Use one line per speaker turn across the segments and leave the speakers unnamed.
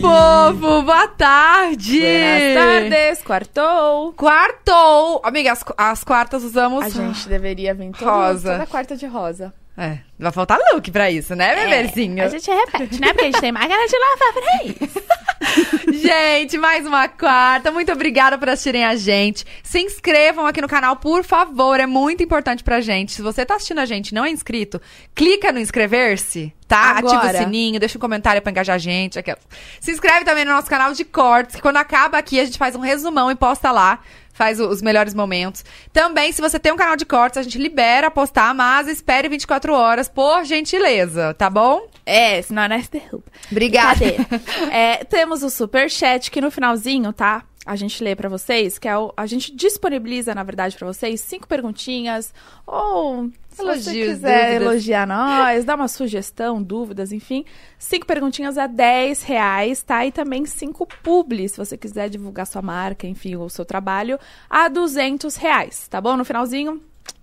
povo! Boa tarde!
Buenas tardes, quartou.
Quartou! Amiga, as, as quartas usamos.
A gente deveria vir todo,
Rosa.
toda quarta de rosa.
É, vai faltar look pra isso,
É,
né, bebezinho?
A gente repete, né? Porque a gente tem máquina de lavar, peraí.
Gente, mais uma quarta. Muito obrigada por assistirem a gente. Se inscrevam aqui no canal, por favor. É muito importante pra gente. Se você tá assistindo a gente e não é inscrito, clica no inscrever-se, tá?
Agora.
Ativa o sininho, deixa um comentário pra engajar a gente. aquelas. Se inscreve também no nosso canal de cortes, que quando acaba aqui, a gente faz um resumão e posta lá. Faz o- os melhores momentos. Também, se você tem um canal de cortes, a gente libera postar, mas espere 24 horas, por gentileza, tá bom?
É, senão nós derruba.
Obrigada.
Brincadeira. É, temos o superchat que no finalzinho, tá? A gente lê pra vocês, que é o, a gente disponibiliza, na verdade, pra vocês cinco perguntinhas ou se
Elogios,
você quiser
dúvidas.
elogiar nós, dar uma sugestão, dúvidas, enfim. Cinco perguntinhas a 10 reais, tá? E também cinco publis, se você quiser divulgar sua marca, enfim, ou seu trabalho, a 200 reais, tá bom? No finalzinho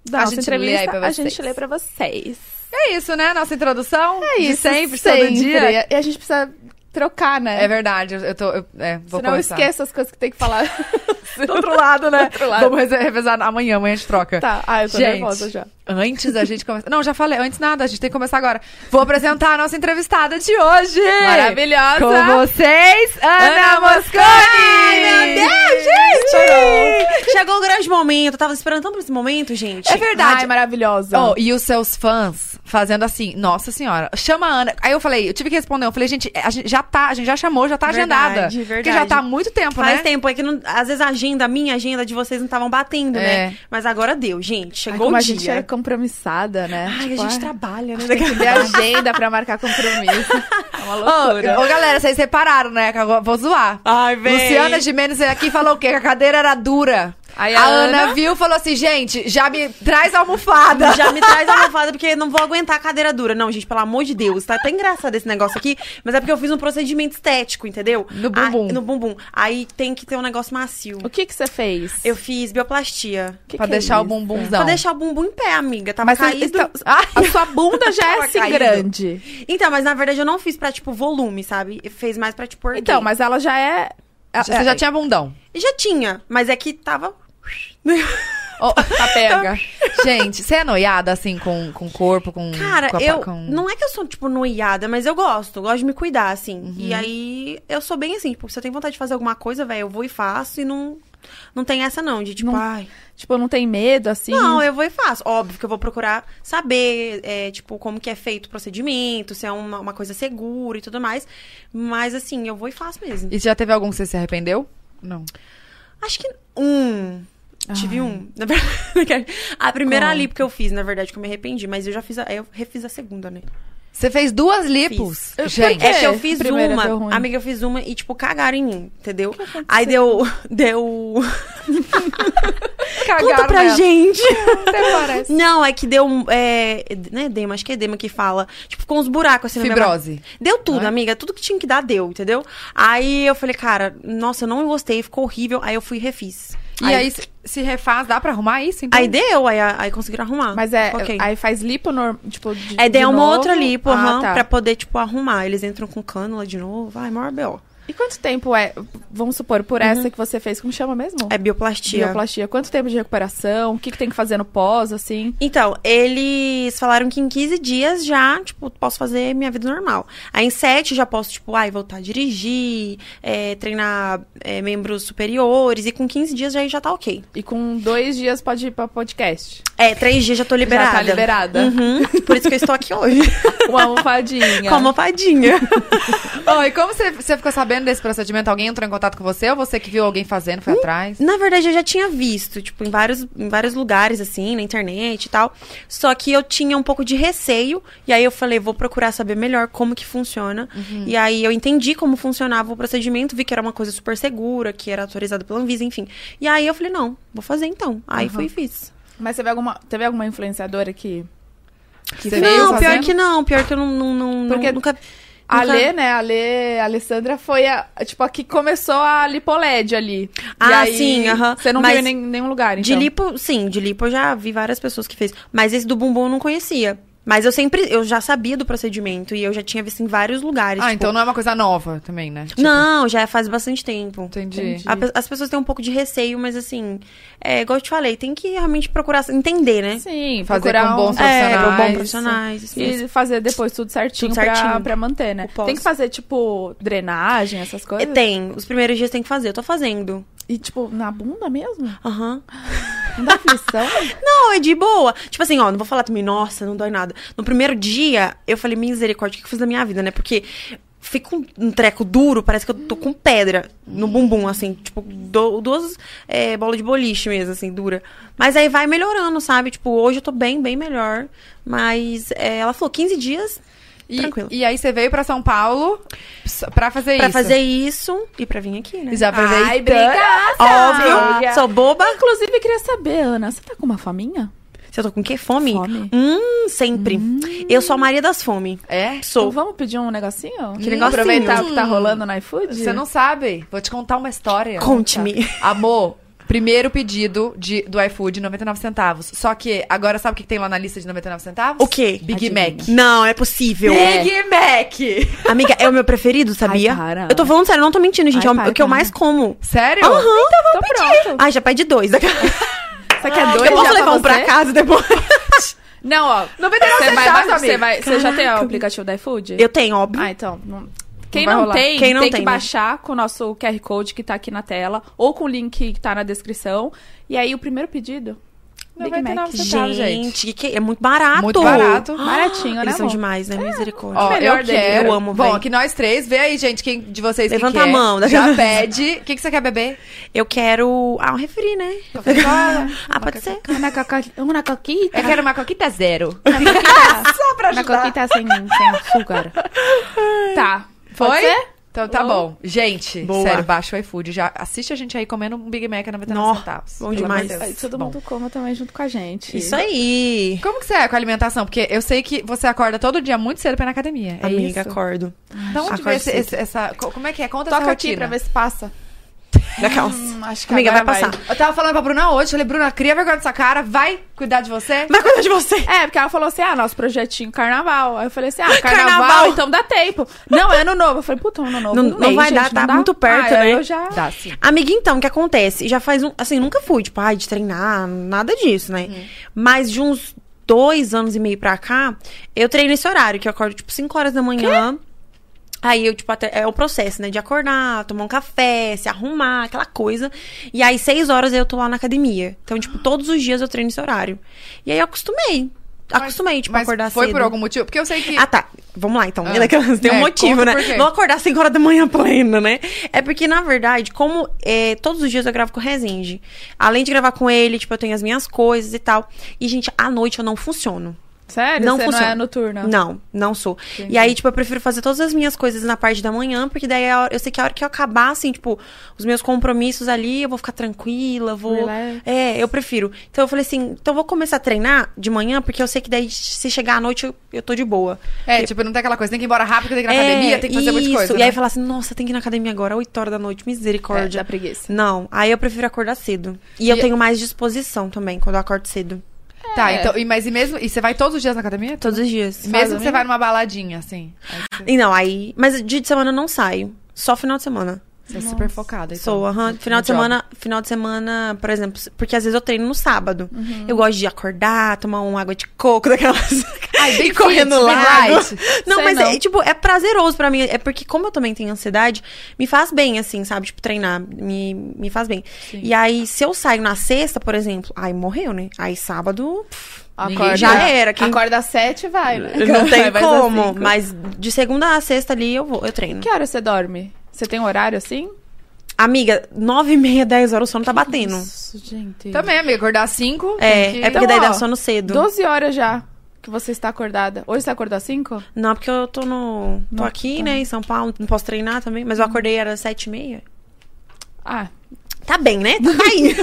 da
A
nossa
gente lê aí
entrevista,
pra
a
vocês.
gente lê pra vocês.
É isso, né? Nossa introdução.
É
De sempre, todo dia.
E a gente precisa trocar, né?
É verdade, eu- eu tô. eu- é, vou
Senão eu
começar.
esqueço as coisas que tem que falar.
Do outro lado, né?
outro lado.
Vamos reze- revezar amanhã, amanhã a gente troca.
tá, ah, eu tô
Gente,
nervosa já.
Antes da gente começar. Não, já falei, antes nada, a gente tem que começar agora. Vou apresentar a nossa entrevistada de hoje.
Maravilhosa!
Com vocês, Ana,
é, Ana
Mosconi!
Ai, meu Deus, gente! Chegou o grande momento. Eu tava esperando tanto pra esse momento, gente.
É verdade.
Ai, maravilhosa.
Oh, e os seus fãs fazendo assim, nossa senhora, chama a Ana. Aí eu falei, eu tive que responder, eu falei, gente, a gente já tá, a gente já chamou, já tá
Verdade,
agendada. Porque
verdade.
já tá há muito tempo,
Faz
né?
tempo, é que não- às vezes a agenda, a minha agenda de vocês não estavam batendo,
É.
né? Mas agora deu, gente.
Ai,
Chegou
como
o
a
dia.
gente era compromissada, né?
Ai,
Tipo,
a gente
ah,
trabalha, né?
tem que ver agenda pra marcar compromisso. É uma loucura.
Ô, ô, galera, vocês separaram, né? Que agora eu Vou zoar.
Ai, velho.
Luciana Gimenez veio aqui e falou o quê? Que a cadeira era dura.
Aí
a
a
Ana,
Ana
viu e falou assim, gente, já me traz a almofada.
Já me traz a almofada, porque eu não vou aguentar a cadeira dura. Não, gente, pelo amor de Deus. Tá até engraçado esse negócio aqui, mas é porque eu fiz um procedimento estético, entendeu?
No bumbum.
Aí- no bumbum. Aí tem que ter um negócio macio.
O que que você fez?
Eu fiz bioplastia.
Que
pra
que é
deixar o
isso?
bumbumzão.
Pra deixar o bumbum em pé, amiga. Tava
Mas você-
caído.
então, a sua bunda já é
Tava
assim
caído.
grande.
Então, mas na verdade eu não fiz pra, tipo, volume, sabe? Fez mais pra, tipo, erguer.
Então, mas ela já é...
Você já tinha bundão.
Já tinha, mas é que tava...
Ô,
a pega.
gente, você é noiada, assim, com, com corpo, com...
Cara,
Hum, com a-
eu...
com-
Não é que eu sou, tipo, noiada, mas eu gosto. Gosto de me cuidar, assim. E aí, eu sou bem assim, tipo, se eu tenho vontade de fazer alguma coisa, velho, eu vou e faço e não... Não tem essa não, de tipo,
Não-
ai...
Tipo, não tem medo, assim?
Não, eu vou e faço. Óbvio que eu vou procurar saber, é, tipo, como que é feito o procedimento, se é uma, uma coisa segura e tudo mais. Mas, assim, eu vou e faço mesmo.
E já teve algum que você se arrependeu? Não.
Acho que um. Tive um. Na verdade, a primeira
Qual?
lipo que eu fiz, na verdade, que eu me arrependi, mas eu já fiz a, eu refiz a segunda, né?
Você fez duas lipos?
Eu-
Gente,
Por quê?
É que eu fiz
A primeira
uma,
deu ruim.
amiga, eu fiz uma e, tipo, cagaram em mim, entendeu? Aí deu. Deu.
cagaram
Conta pra
nela.
gente!
Até parece.
Não, é que deu. um, É, né, edema, acho que é edema que fala. Tipo, com uns buracos assim na minha
Fibrose.
Deu tudo,
Né?
amiga. Tudo que tinha que dar, deu, entendeu? Aí eu falei, cara, nossa, eu não gostei, ficou horrível. Aí eu fui e refiz.
E aí, se- se refaz, dá pra arrumar isso? Então?
Aí deu, aí, aí conseguiram arrumar.
Mas é...
Ok.
Aí faz lipo, norm- tipo, de
Aí deu
de
É, uma
novo?
outra lipo,
Ah,
aham,
tá.
pra poder, tipo, arrumar. Eles entram com cânula de novo. Vai, maior B.O.
E quanto tempo é, vamos supor, por essa que você fez, como chama mesmo?
Uhum. É bioplastia.
Bioplastia. Quanto tempo de recuperação? O que, que tem que fazer no pós, assim?
Então, eles falaram que em 15 dias já, tipo, posso fazer minha vida normal. Aí em 7 já posso, tipo, ai, voltar a dirigir, é, treinar é, membros superiores. E com 15 dias já, já tá ok.
E com dois dias pode ir pra podcast.
É, 3 dias já tô liberada.
Já tá liberada.
Uhum, por isso que eu estou aqui hoje.
Uma almofadinha.
com a almofadinha.
Ó, e como você, você ficou sabendo desse procedimento? Alguém entrou em contato com você? Ou você que viu alguém fazendo,
Hum?
foi atrás?
Na verdade, eu já tinha visto, tipo, em vários, em vários lugares, assim, na internet e tal. Só que eu tinha um pouco de receio. E aí eu falei, vou procurar saber melhor como que funciona.
Uhum.
E aí eu entendi como funcionava o procedimento, vi que era uma coisa super segura, que era autorizada pela Anvisa, enfim. E aí eu falei, não, vou fazer então. Aí fui e fiz.
Mas teve alguma, teve alguma influenciadora que... que
Você
fez
veio
não, pior
fazendo?
que não, pior que eu não. não, não
Porque
nunca.
A
nunca-
Lê, né? A Lê, a Alessandra foi a, tipo, a que começou a lipoled ali. E
Ah,
aí,
sim, aham.
Você não
Mas
viu em nem- nenhum lugar, então.
De lipo, sim, de lipo eu já vi várias pessoas que fez. Mas esse do bumbum eu não conhecia. Mas eu sempre, eu já sabia do procedimento e eu já tinha visto em vários lugares.
Ah,
tipo,
então não é uma coisa nova também, né? Tipo,
Não, já faz bastante tempo.
Entendi.
Entendi.
A pe- as pessoas têm um pouco de receio, mas assim, é igual eu te falei, tem que realmente procurar entender, né?
Sim,
Fazer
procurar
com bons
um- é,
profissionais.
bom profissionais. isso mesmo.
E fazer depois tudo certinho,
Tudo certinho.
Pra, pra manter, né?
O pós.
Tem que fazer, tipo, drenagem, essas
E
coisas.
Tem, os primeiros dias tem que fazer, eu tô fazendo.
E, tipo, na bunda mesmo?
Aham.
Não dá aflição?
Não, é de boa. Tipo assim, ó, não vou falar também, nossa, não dói nada. No primeiro dia, eu falei, misericórdia, o que que eu fiz na minha vida, né? Porque fica um, um treco duro, parece que eu tô com pedra no bumbum, assim, tipo, do- duas é, bolas de boliche mesmo, assim, dura. Mas aí vai melhorando, sabe? Tipo, hoje eu tô bem, bem melhor. Mas é, ela falou 15 dias
E,
Tranquilo.
e aí você veio pra São Paulo s- pra fazer
pra
É isso.
fazer isso e pra vir aqui, né?
E já
Ai,
aproveitando.
ah,
obrigada!
Óbvio,
Amiga.
sou boba.
Ah, Inclusive, queria saber, Ana, você tá com uma faminha?
Se eu tô com que? Fome?
Fome.
Hum, sempre. Eu sou a Maria das Fome.
É?
Então
Sou.
vamos pedir um negocinho?
Que
negocinho?
Aproveitar o que tá rolando no iFood?
Você não sabe. Vou te contar uma história.
Conte-me.
Amor, primeiro pedido de, do iFood, 99 centavos. Só que agora sabe o que que tem lá na lista de 99 centavos?
O quê?
Big
Adivinha.
Mac.
Não, é possível.
Big Mac!
Amiga, é o meu preferido, sabia?
Ai, para.
eu tô falando sério, eu não tô mentindo, gente.
Ai, tá.
é o,
para,
o que eu
para.
mais como.
Sério?
Aham.
Então pronto.
Ai, já pede dois. daqui a-
Você quer dois
eu posso
já
levar um
pra
pra
você?
casa depois.
Não, ó.
99
Você vai,
centavos,
baixar- você
amiga.
vai- você já tem ó, o
Caraca.
aplicativo do iFood?
Eu tenho, óbvio.
Ah, então. não- Quem
vai
não,
rolar.
tem,
Quem não
tem,
tem,
que
né?
baixar com o nosso QR Code que tá aqui na tela, ou com o link que tá na descrição. E aí, o primeiro pedido, Big Mac.
99 centavos, gente.
gente, que- é muito barato.
Muito barato.
Baratinho, né,
Eles são
amor?
demais, né? Misericórdia.
Ó,
melhor
eu
dele.
quero.
Eu amo,
Bom,
véi.
aqui nós três. Vê aí, gente, quem de vocês que
Levanta
quer.
a mão.
Já pede. O que, que você quer beber?
Eu quero. Ah, um referi, né?
Coca-Cola.
Ah, pode ser.
Uma coquita. Uma coquita.
Eu quero uma coquita zero.
Só pra
ajudar.
sem, sem açúcar. tá.
Foi?
Pode ser?
Então tá bom. Gente,
Boa.
sério, baixa o iFood. Já assiste a gente aí comendo um Big Mac a 99
Nó,
centavos.
bom
Pelo
demais.
amor de Deus.
Aí todo
Bom.
mundo coma também junto com a gente.
Isso aí.
Como que você é com a alimentação? Porque eu sei que você acorda todo dia muito cedo pra ir na academia. É
Amiga,
isso?
acordo.
Então, onde
acordo
vê esse-
cedo.
esse- essa... co- Como é que é? Conta essa
Toca
rotina.
aqui pra ver se passa.
Daquelas.
Hum, acho que
Amiga, vai
agora
passar.
Eu tava falando pra Bruna hoje, falei, Bruna, cria vergonha dessa cara, vai cuidar de você.
Vai cuidar de você.
É, porque ela falou assim, ah, nosso projetinho carnaval. Aí eu falei assim, ah, carnaval,
Carnaval.
então dá tempo. Não, é ano novo. Eu falei, puta, ano novo.
Não-
um
não
mês,
vai
gente,
dar,
não
tá
dá.
muito perto,
ah,
né?
eu já...
Dá sim.
Amiga, então, o que acontece? Já faz um. Assim, nunca fui, tipo, ai, de treinar, nada disso, né?
Uhum.
Mas de uns dois anos e meio pra cá, eu treino nesse horário, que eu acordo, tipo, 5 horas da manhã. Aí eu, tipo, até, é o processo, né? De acordar, tomar um café, se arrumar, aquela coisa. E aí, seis horas eu tô lá na academia. Então, tipo, todos os dias eu treino nesse horário. E aí eu acostumei. Acostumei, tipo,
Mas
acordar
foi
cedo.
por algum motivo? Porque eu sei que...
Ah, tá. Vamos lá, então.
Ah.
Tem um
É,
motivo,
conta
né?
por quê.
Não acordar às 5 horas da manhã plena, né? É porque, na verdade, como é, todos os dias eu gravo com o Rezende. Além de gravar com ele, tipo, eu tenho as minhas coisas e tal. E, gente, à noite eu não funciono.
Sério?
Não
Você não
funciona.
é noturna?
Não, não sou. E aí, tipo, eu prefiro fazer todas as minhas coisas na parte da manhã, porque daí é a hora- eu sei que a hora que eu acabar, assim, tipo, os meus compromissos ali, eu vou ficar tranquila, vou.
Relax.
É, eu prefiro. Então eu falei assim, então eu vou começar a treinar de manhã, porque eu sei que daí, se chegar à noite, eu, eu tô de boa.
É, tipo, não tem aquela coisa, tem que ir embora rápido, tem que ir na
É,
academia, tem que fazer muita
isso.
coisa.
E aí
né?
falar assim, nossa, tem que ir na academia agora, 8 horas da noite,
É,
misericórdia.
dá preguiça.
Não, aí eu prefiro acordar cedo. E, eu tenho mais disposição também quando eu acordo cedo.
Tá,
É.
então, e, mas e mesmo... E você vai todos os dias na academia?
Todos os dias.
Mesmo que
Faz
você
um
vai numa baladinha, assim. Aí você-
E não, aí. Mas dia de semana eu não saio. Só final de semana.
Você é super focada. Então.
Sou, aham. Final de
job.
semana, final de semana, por exemplo, porque às vezes eu treino no sábado.
Uhum.
Eu gosto de acordar, tomar uma água de coco daquelas.
Ai, bem
e correndo
fit, bem
lá.
light.
Não,
Sei
mas
não.
é tipo, é prazeroso pra mim. É porque como eu também tenho ansiedade, me faz bem, assim, sabe? Tipo, treinar me, me faz bem. E aí, se eu saio na sexta, por exemplo, aí morreu, né? Aí sábado, pff,
Acorda,
já era. Quem-
Acorda às sete e vai, né?
não tem
Vai às
como.
cinco.
Mas de segunda a sexta ali eu vou, eu treino.
Que hora você dorme? Você tem horário assim?
Amiga, nove e meia, dez horas o sono tá batendo.
Isso, gente.
Também, amiga, acordar às 5.
É, é porque
Então,
daí
ó,
dá sono cedo.
12 horas já que você está acordada. Hoje você acordou às 5?
Não, é porque eu tô no. Tô
Não,
aqui,
tá.
né, em São Paulo, não posso treinar também,
Hum.
mas eu acordei, era sete e meia.
Ah,
Tá bem, né? Tá aí.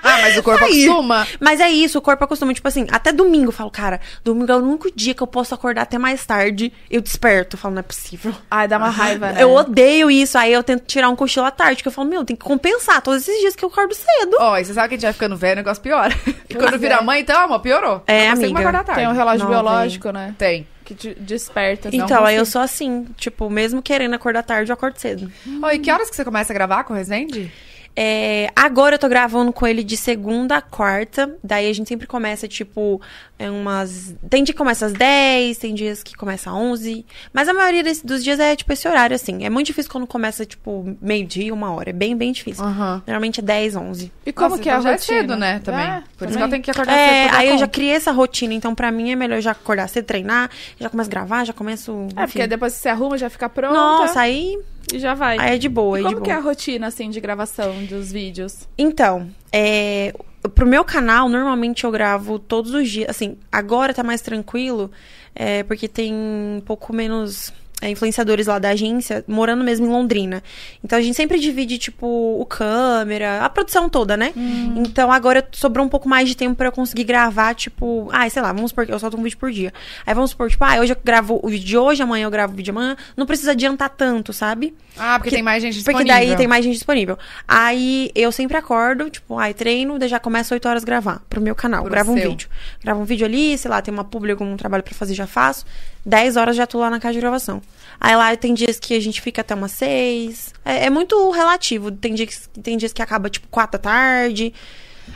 Ah, mas o corpo
Aí.
acostuma.
Mas é isso, o corpo acostuma. Tipo assim, até domingo eu falo, cara, domingo é o único dia que eu posso acordar até mais tarde. Eu desperto. Eu falo, não é possível.
Ai, dá uma raiva, né?
Eu odeio isso. Aí eu tento tirar um cochilo à tarde, que eu falo, meu, tem que compensar todos esses dias que eu acordo cedo.
Ó, e você sabe que a gente vai ficando velho, o negócio piora. E quando vira mãe, então, amor, piorou.
É,
Não consigo mais
amiga.
acordar à tarde.
Tem um relógio
Não,
biológico, né?
Tem.
Que te desperta. senão
Então,
não
aí eu
consigo.
sou assim, tipo, mesmo querendo acordar tarde, eu acordo cedo.
Ó, e que
Hum.
horas que você começa a gravar com o Resende?
É, agora eu tô gravando com ele de segunda a quarta. Daí a gente sempre começa, tipo, é umas. Tem dia que começa às 10, tem dias que começa às 11. Mas a maioria desse- dos dias é, tipo, esse horário, assim. É muito difícil quando começa, tipo, meio-dia, uma hora. É bem, bem difícil.
Aham.
Normalmente é 10, 11.
E como
Nossa,
que é
então
a
já
rotina?
é cedo, né, também.
É,
Por isso que
também.
eu tenho que acordar
É,
cedo. pra dar
aí eu já
conta.
criei essa rotina, então pra mim é melhor eu já acordar cedo, treinar, já começo a gravar, já começo.
É, porque
enfim.
depois que você arruma, já fica pronta
Nossa, aí,
e já vai.
aí é de boa,
e
é de
como que é
boa.
a rotina, assim, de gravação dos vídeos?
Então, é, pro meu canal, normalmente eu gravo todos os dias. Assim, agora tá mais tranquilo, é, porque tem um pouco menos é, influenciadores lá da agência, morando mesmo em Londrina. Então a gente sempre divide, tipo, o câmera, a produção toda, né? Então agora sobrou um pouco mais de tempo pra eu conseguir gravar, tipo, ai, sei lá, vamos supor que eu solto um vídeo por dia. Aí vamos supor, tipo, ah, hoje eu gravo o vídeo de hoje, amanhã eu gravo o vídeo de amanhã. Não precisa adiantar tanto, sabe?
Ah, porque,
Porque-
tem mais gente disponível.
Porque daí tem mais gente disponível. Aí eu sempre acordo, tipo, aí treino, daí já começo 8 horas a gravar pro meu canal.
Pro
gravo
seu.
um vídeo. Gravo um vídeo ali, sei lá, tem uma publi, algum trabalho pra fazer, já faço. 10 horas já tô lá na casa de gravação. Aí lá tem dias que a gente fica até umas 6. É, é muito relativo. Tem dias, tem dias que acaba, tipo, 4 da tarde.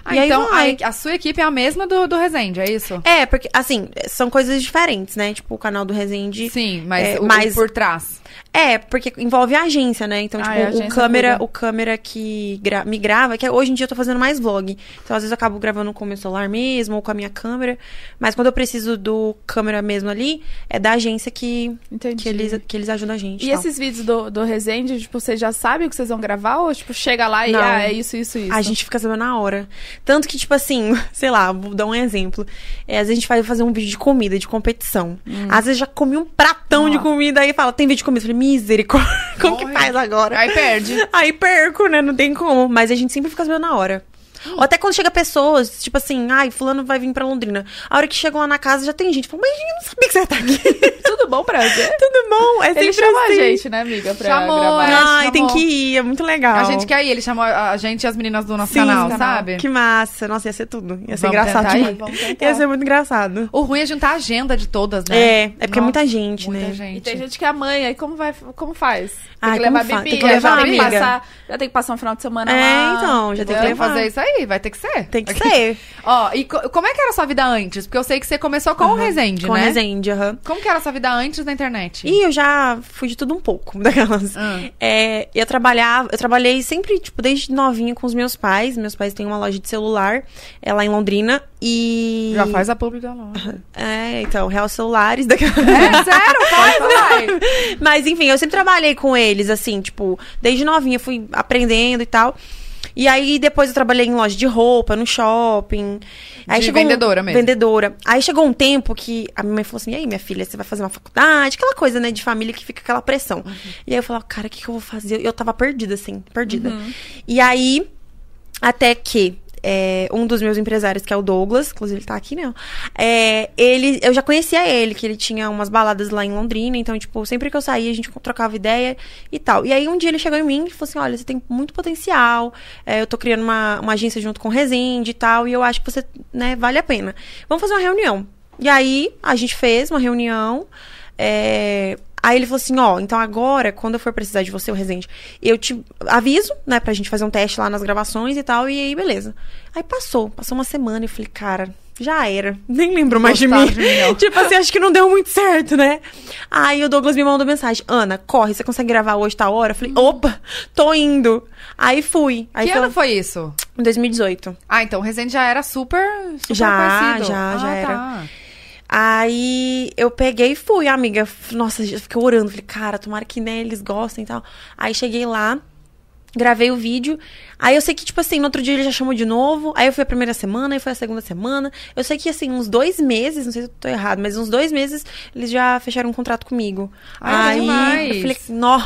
Ah,
e aí
então
vai.
a, a sua equipe é a mesma do, do Resende, é isso?
É, porque, assim, são coisas diferentes, né? Tipo, o canal do Resende.
Sim, mas,
É,
o- o
mas-
por trás.
É, porque envolve a agência, né? Então,
Ah,
tipo,
é, a
o
agência
câmera,
muda.
o câmera que gra- me grava, que hoje em dia eu tô fazendo mais vlog. Então, às vezes eu acabo gravando com o meu celular mesmo ou com a minha câmera, mas quando eu preciso do câmera mesmo ali, é da agência que
Entendi.
que eles, que eles ajudam a gente.
E
tal.
esses vídeos do, do Resende, tipo, vocês já sabem o que vocês vão gravar? Ou, tipo, chega lá e,
Não.
ah, é isso, isso, isso?
A gente fica sabendo na hora. Tanto que, tipo assim, sei lá, vou dar um exemplo. É, às vezes a gente vai fazer um vídeo de comida, de competição.
Hum.
Às vezes já comi um pratão de comida aí fala, tem vídeo de comida. Eu falei, misericórdia, como que
Morre.
faz agora?
Aí perde.
Aí perco, né? Não tem como. Mas a gente sempre fica sabendo na hora. Ou até quando chega pessoas, tipo assim, ai, fulano vai vir pra Londrina. A hora que chegam lá na casa já tem gente. Fala, mas eu não sabia que você ia estar aqui.
Tudo bom, prazer?
Tudo bom? É sempre
Ele chamou
assim.
a gente, né, amiga? Pra
Chamou,
gravar.
é.
Ai,
chamou.
tem que ir, é muito legal.
A gente quer ir, ele chamou a a gente e as meninas do nosso
Sim,
canal, sabe?
Que massa. Nossa, ia ser tudo. Ia ser
Vamos
engraçado
tentar ir?
demais.
Tá, Vamos tentar.
Ia ser muito engraçado.
O ruim é juntar a agenda de todas, né?
É, é porque é
Nossa,
muita gente,
muita
né?
gente.
E tem gente que é mãe, aí como, vai, como faz? Tem
Ai,
que
como
levar
faz?
bebida,
Tem que
já,
levar,
tem que
amiga.
passar, já tem que passar um final de semana lá.
É, então, já tem que
Vamos
levar.
fazer isso aí, vai ter que ser.
Tem que ser.
Ó, e co- como é que era a sua vida antes? Porque eu sei que você começou com o Resende,
Com
né?
Resende, aham.
Como que era a sua vida antes da internet?
E eu já fui de tudo um pouco, daquelas.
Ah.
É, eu trabalhava, eu trabalhei sempre, tipo, desde novinha com os meus pais. Meus pais têm uma loja de celular, é lá em Londrina. E.
Já faz a pública logo.
É, então, Real Celulares daquela.
É, sério, faz, vai.
Mas enfim, eu sempre trabalhei com eles, assim, tipo, desde novinha, fui aprendendo e tal. E aí depois eu trabalhei em loja de roupa, no shopping. Aí
De
chegou um-
vendedora mesmo.
Vendedora. Aí chegou um tempo que a minha mãe falou assim: e aí, minha filha, você vai fazer uma faculdade? Aquela coisa, né, de família que fica aquela pressão.
Uhum.
E aí eu falava, cara, o que, que eu vou fazer? Eu tava perdida, assim, perdida.
Uhum.
E aí, até que. é, um dos meus empresários, que é o Douglas, inclusive ele tá aqui, né? É, ele, eu já conhecia ele, que ele tinha umas baladas lá em Londrina, então, tipo, sempre que eu saía, a gente trocava ideia e tal. E aí um dia ele chegou em mim e falou assim: olha, você tem muito potencial, é, eu tô criando uma, uma agência junto com o Resende e tal, e eu acho que você, né, vale a pena. Vamos fazer uma reunião. E aí a gente fez uma reunião. é, Aí ele falou assim, ó, então agora, quando eu for precisar de você, o Resende, eu te aviso, né, pra gente fazer um teste lá nas gravações e tal, e aí beleza. Aí passou, passou uma semana e eu falei, cara, já era, nem lembro mais de
Gostava
mim.
de mim, não.
tipo assim, acho que não deu muito certo, né? Aí o Douglas me mandou mensagem, Ana, corre, você consegue gravar hoje, tá hora? Eu falei, opa, tô indo. Aí fui. Aí então
que
foi
ano foi isso?
em 2018.
Ah, então o Resende já era super, super
Já,
conhecido.
já,
ah,
já era.
Tá.
Aí eu peguei e fui, amiga. F- Nossa, eu fiquei orando. Falei, cara, tomara que né, eles gostem e tal. Aí cheguei lá, gravei o vídeo. Aí eu sei que, tipo assim, no outro dia ele já chamou de novo. Aí eu fui a primeira semana, aí foi a segunda semana. Eu sei que, assim, uns dois meses, não sei se eu tô errado, mas uns dois meses eles já fecharam um contrato comigo.
Ai, que
aí
demais.
eu falei, nó.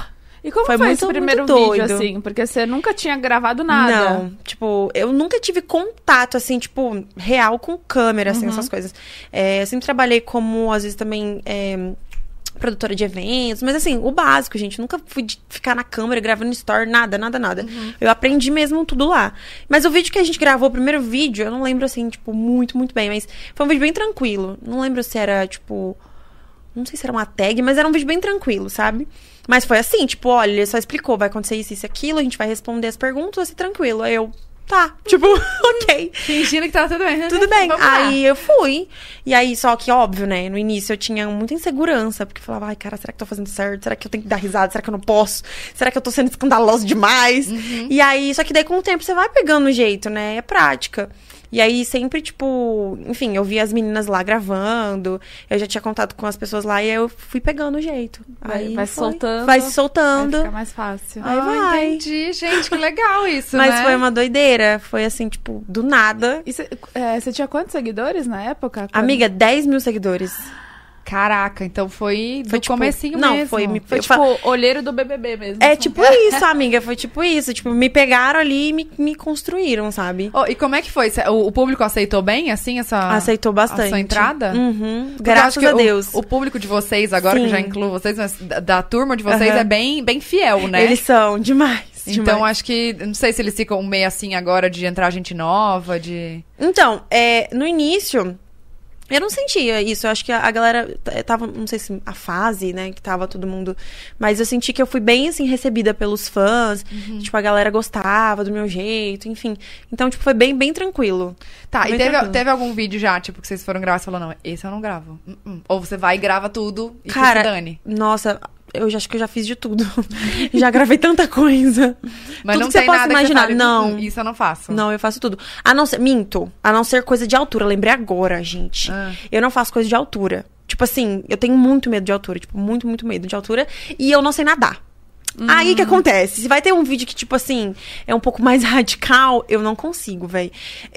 E como
Foi
foi,
muito,
esse
muito
primeiro vídeo,
doido.
assim? Porque você nunca tinha gravado nada.
Não, tipo, eu nunca tive contato, assim, tipo, real com câmera, assim, essas coisas. É, eu sempre trabalhei como, às vezes, também. é, Produtora de eventos, mas assim, o básico, gente. Nunca fui de ficar na câmera gravando story, nada, nada, nada. Eu aprendi mesmo tudo lá. Mas o vídeo que a gente gravou, o primeiro vídeo, eu não lembro assim, tipo, muito, muito bem, mas foi um vídeo bem tranquilo. Não lembro se era, tipo, não sei se era uma tag, mas era um vídeo bem tranquilo, sabe? Mas foi assim, tipo, olha, ele só explicou, vai acontecer isso, isso, e aquilo, a gente vai responder as perguntas, vai ser tranquilo. Aí eu, tá, tipo, ok,
Fingindo que tava tudo bem.
tudo bem.
Vamos lá.
aí eu fui. E aí, só que, óbvio, né, no início eu tinha muita insegurança, porque eu falava, ai, cara, será que eu tô fazendo certo? Será que eu tenho que dar risada? Será que eu não posso? Será que eu tô sendo escandalosa demais?
Uhum.
E aí, só que daí com o tempo você vai pegando o jeito, né, é prática. E aí sempre, tipo, enfim, eu via as meninas lá gravando, eu já tinha contato com as pessoas lá e eu fui pegando o jeito.
Vai-
aí
vai
foi.
soltando.
Vai se
Aí
soltando.
Fica mais fácil.
Aí
Ah,
vai.
entendi, gente, que legal isso,
Mas
né?
foi uma doideira. Foi assim, tipo, do nada.
E você é, você tinha quantos seguidores na época? Quando-
Amiga, 10 mil seguidores.
Caraca, então foi do
Foi, tipo,
comecinho
não,
mesmo.
foi- me-
Foi
eu
tipo
falo-
olheiro do BBB mesmo. assim.
É tipo isso, amiga. Foi tipo isso. Tipo, me pegaram ali e me, me construíram, sabe?
Ô, e como é que foi? Cê- O, o público aceitou bem, assim, essa...
Aceitou
A
bastante.
sua entrada?
Uhum.
Porque eu acho
Graças
que
a
o-
Deus.
O, público de vocês agora, que eu já
Sim.
incluo vocês, mas da, da turma de vocês
Aham.
é bem, bem fiel, né?
Eles são demais.
Então
demais.
acho que, não sei se eles ficam meio assim agora de entrar gente nova, de...
Então, é, no início, eu não sentia isso. Eu acho que a, a galera t- eh, tava, não sei se a fase, né, que tava todo mundo. Mas eu senti que eu fui bem, assim, recebida pelos fãs.
Uhum.
Tipo, a galera gostava do meu jeito, enfim. Então, tipo, foi bem, bem tranquilo.
Tá,
Bem
e teve,
tranquilo.
teve algum vídeo já, tipo, que vocês foram gravar e você falou, não, esse eu não gravo. Hum, hum. Ou você vai e grava tudo e que
Cara,
se dane.
Nossa, eu já, acho que eu já fiz de tudo. já gravei tanta coisa.
Mas
tudo
não
que você
tem
possa
nada
imaginar,
que você fale,
não.
"Hum, Isso eu não faço.
Não, eu faço tudo. A não ser, minto, a não ser coisa de altura. Eu lembrei agora, gente.
Ah.
Eu não faço coisa de altura. Tipo assim, eu tenho muito medo de altura. Tipo, muito, muito medo de altura. E eu não sei nadar. Aí que
Hum.
acontece? Se vai ter um vídeo que, tipo assim, é um pouco mais radical, eu não consigo, velho.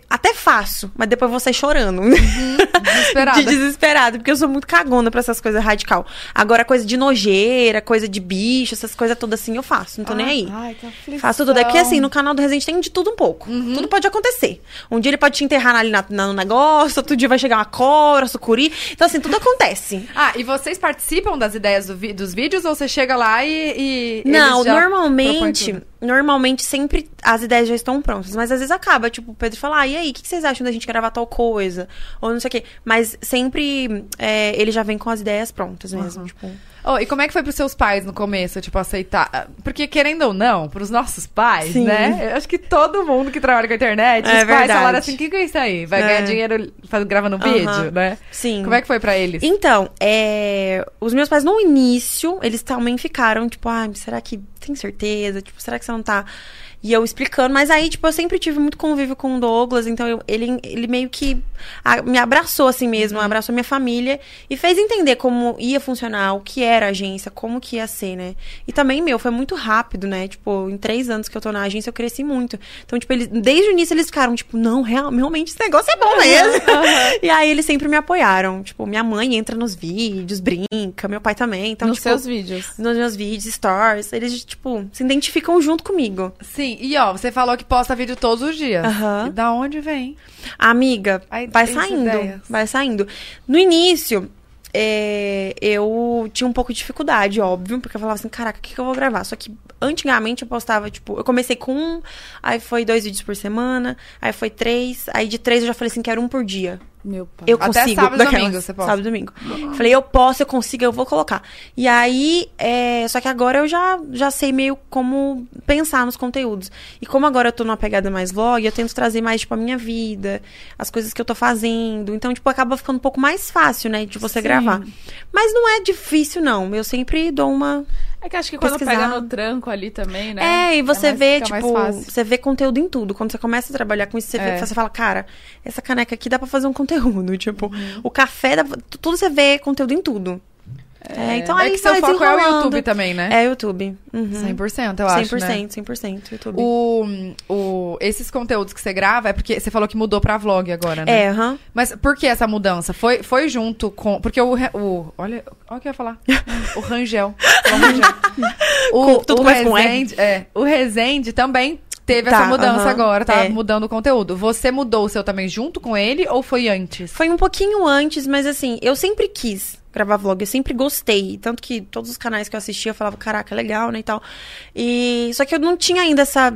Até faço, mas depois eu vou sair chorando.
Uhum. Desesperada.
De desesperado, porque eu sou muito cagona pra essas coisas radical. Agora, coisa de nojeira, coisa de bicho, essas coisas todas assim, eu
tipo,
faço. Não tô
Ah,
nem aí.
Ah, Ai, que aflição.
Faço tudo. É porque
Então
assim, no canal do Resident tem de tudo um pouco.
Uhum.
Tudo pode acontecer. Um dia ele pode te enterrar ali na, na- no negócio, outro dia vai chegar uma cobra, sucuri. Então, assim, tudo acontece.
Ah, e vocês participam das ideias do vi- dos vídeos ou você chega lá e. e
Não,
eles já
normalmente,
propõem tudo?
normalmente sempre as ideias já estão prontas, mas às vezes acaba, tipo, o Pedro fala, ah, e aí, o que que vocês acham da gente gravar tal coisa? Ou não sei o quê. Mas sempre é, ele já vem com as ideias prontas mesmo, tipo...
Oh, e como é que foi pros seus pais no começo, tipo, aceitar? Porque, querendo ou não, pros nossos pais,
Sim.
né? Eu acho que todo mundo que trabalha com a internet,
É
os pais
verdade.
falaram assim: o que, que é isso aí? Vai
É.
ganhar dinheiro faz- gravando um
Aham.
vídeo, né?
Sim.
Como é que foi pra eles?
Então, é, os meus pais no início, eles também ficaram, tipo, ah, será que tem certeza? Tipo, será que você não tá. E eu explicando, mas aí, tipo, eu sempre tive muito convívio com o Douglas, então eu- ele, ele meio que a- me abraçou assim mesmo, abraçou minha família e fez entender como ia funcionar, o que era a agência, como que ia ser, né? E também, meu, foi muito rápido, né? Tipo, em três anos que eu tô na agência, eu cresci muito. Então, tipo, eles, desde o início eles ficaram, tipo, não, real, realmente esse negócio é bom mesmo. E aí eles sempre me apoiaram. Tipo, minha mãe entra nos vídeos, brinca, meu pai também. Então,
Nos
tipo,
seus vídeos.
nos meus vídeos, stories, eles, tipo, se identificam junto comigo.
Sim, e ó, você falou que posta vídeo todos os dias.
Aham.
E da onde vem?
Amiga,
Aí,
vai
essas
saindo.
ideias.
Vai saindo. No início, é, eu tinha um pouco de dificuldade, óbvio, porque eu falava assim, caraca, o que, que eu vou gravar? Só que antigamente eu postava, tipo, eu comecei com um, aí foi dois vídeos por semana, aí foi três, aí de três eu já falei assim, quero um por dia.
Meu pai.
Eu
Até
consigo.
sábado e
daquelas-
domingo você posta.
Sábado e domingo. Falei, eu posso, eu consigo, eu vou colocar. E aí, é, só que agora eu já, já sei meio como pensar nos conteúdos. E como agora eu tô numa pegada mais vlog, eu tento trazer mais, tipo, a minha vida, as coisas que eu tô fazendo. Então, tipo, acaba ficando um pouco mais fácil, né, de você
Sim.
gravar. Mas não é difícil, não. Eu sempre dou uma...
É que acho que quando
pesquisar.
pega no tranco ali também, né?
É, e você
mais-
vê,
fica mais
tipo,
fácil.
você vê conteúdo em tudo. Quando você começa a trabalhar com isso, você,
É.
vê, você fala, cara, essa caneca aqui dá pra fazer um conteúdo. Tipo,
Uhum.
o café, dá, pra- tudo você vê conteúdo em tudo. É, então
é
aí
que seu
vai
foco é o
desenrolando.
YouTube também, né?
É YouTube. Uhum.
100%, eu acho,
100%,
né?
100% YouTube.
O, o, esses conteúdos que você grava é porque você falou que mudou pra vlog agora, né?
É, aham.
Mas por que essa mudança? Foi, foi junto com. Porque o. re- o olha, olha o que eu ia falar. o Rangel. O Rangel. O,
Tudo
o
começa com R.
Resende, é, o Resende também teve
Tá,
essa mudança
aham,
agora, tá
é.
mudando o conteúdo. Você mudou o seu também junto com ele ou foi antes?
Foi um pouquinho antes, mas assim, eu sempre quis gravar vlog, eu sempre gostei. Tanto que todos os canais que eu assistia, eu falava, caraca, legal, né, e tal. E... Só que eu não tinha ainda essa...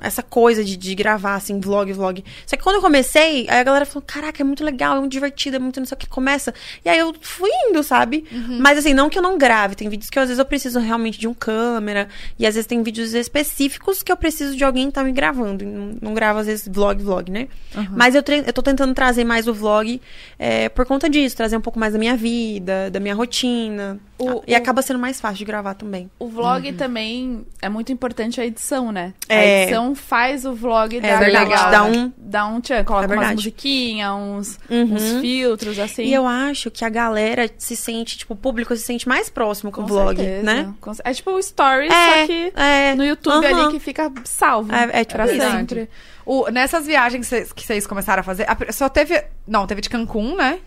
Essa coisa de, de gravar, assim, vlog, vlog. Só que quando eu comecei, aí a galera falou, caraca, é muito legal, é muito divertido, é muito não sei o que, começa. E aí eu fui indo, sabe? Mas assim, não que eu não grave. Tem vídeos que às vezes eu preciso realmente de um câmera. E às vezes tem vídeos específicos que eu preciso de alguém estar me gravando. e Não, não gravo, às vezes, vlog, vlog, né?
Uhum.
Mas eu, tre- eu tô tentando trazer mais o vlog é, por conta disso, trazer um pouco mais da minha vida, da minha rotina.
O-
e
o-
acaba sendo mais fácil de gravar também.
O vlog também é muito importante a edição, né? A
É.
edição faz o vlog dar
verdade,
legal,
dá
né?
um-
dá um tchan, coloca
É
umas
verdade. Uhum.
musiquinhas, uns, uns filtros assim.
E é um eu acho que a galera se sente, tipo, o público se sente mais próximo com, o vlog,
certeza.
né?
Com cer- É tipo o stories, só que
é,
no YouTube
aham.
ali que fica salvo.
É- é tipo
pra
isso.
sempre.
O- nessas viagens que vocês- que vocês começaram a fazer, a pri- só teve. Não, teve de Cancún, né?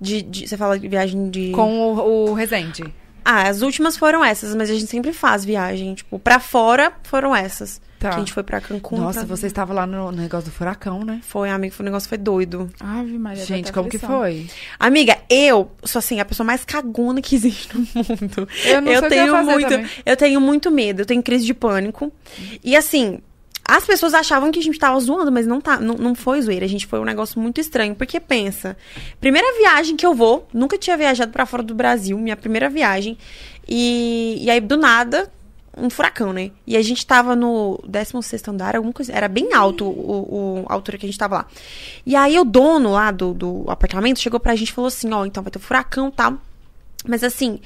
De, de- você fala de viagem de.
Com o, o Resende.
Ah, as últimas foram essas, mas a gente sempre faz viagem. Tipo, pra fora foram essas.
Tá.
Que a gente foi pra Cancún.
Nossa,
pra-
você estava lá no negócio do furacão, né?
Foi, amigo, foi, o negócio foi doido.
Ave Maria. dá
Gente,
até
como que
aflição.
foi?
Amiga, eu sou assim, a pessoa mais cagona que existe no mundo.
Eu não sei o que eu ia fazer
muito,
também.
eu tenho muito medo, eu tenho crise de pânico. E assim, as pessoas achavam que a gente tava zoando, mas não tá, não, não foi zoeira, a gente foi um negócio muito estranho, porque pensa, primeira viagem que eu vou, nunca tinha viajado pra fora do Brasil, minha primeira viagem. E, e aí do nada, um furacão, né? E a gente tava no 16º andar, alguma coisa, era bem alto o, o- a altura que a gente tava lá. E aí o dono lá do, do apartamento chegou pra gente e falou assim, ó, então vai ter um furacão, tá? Mas assim,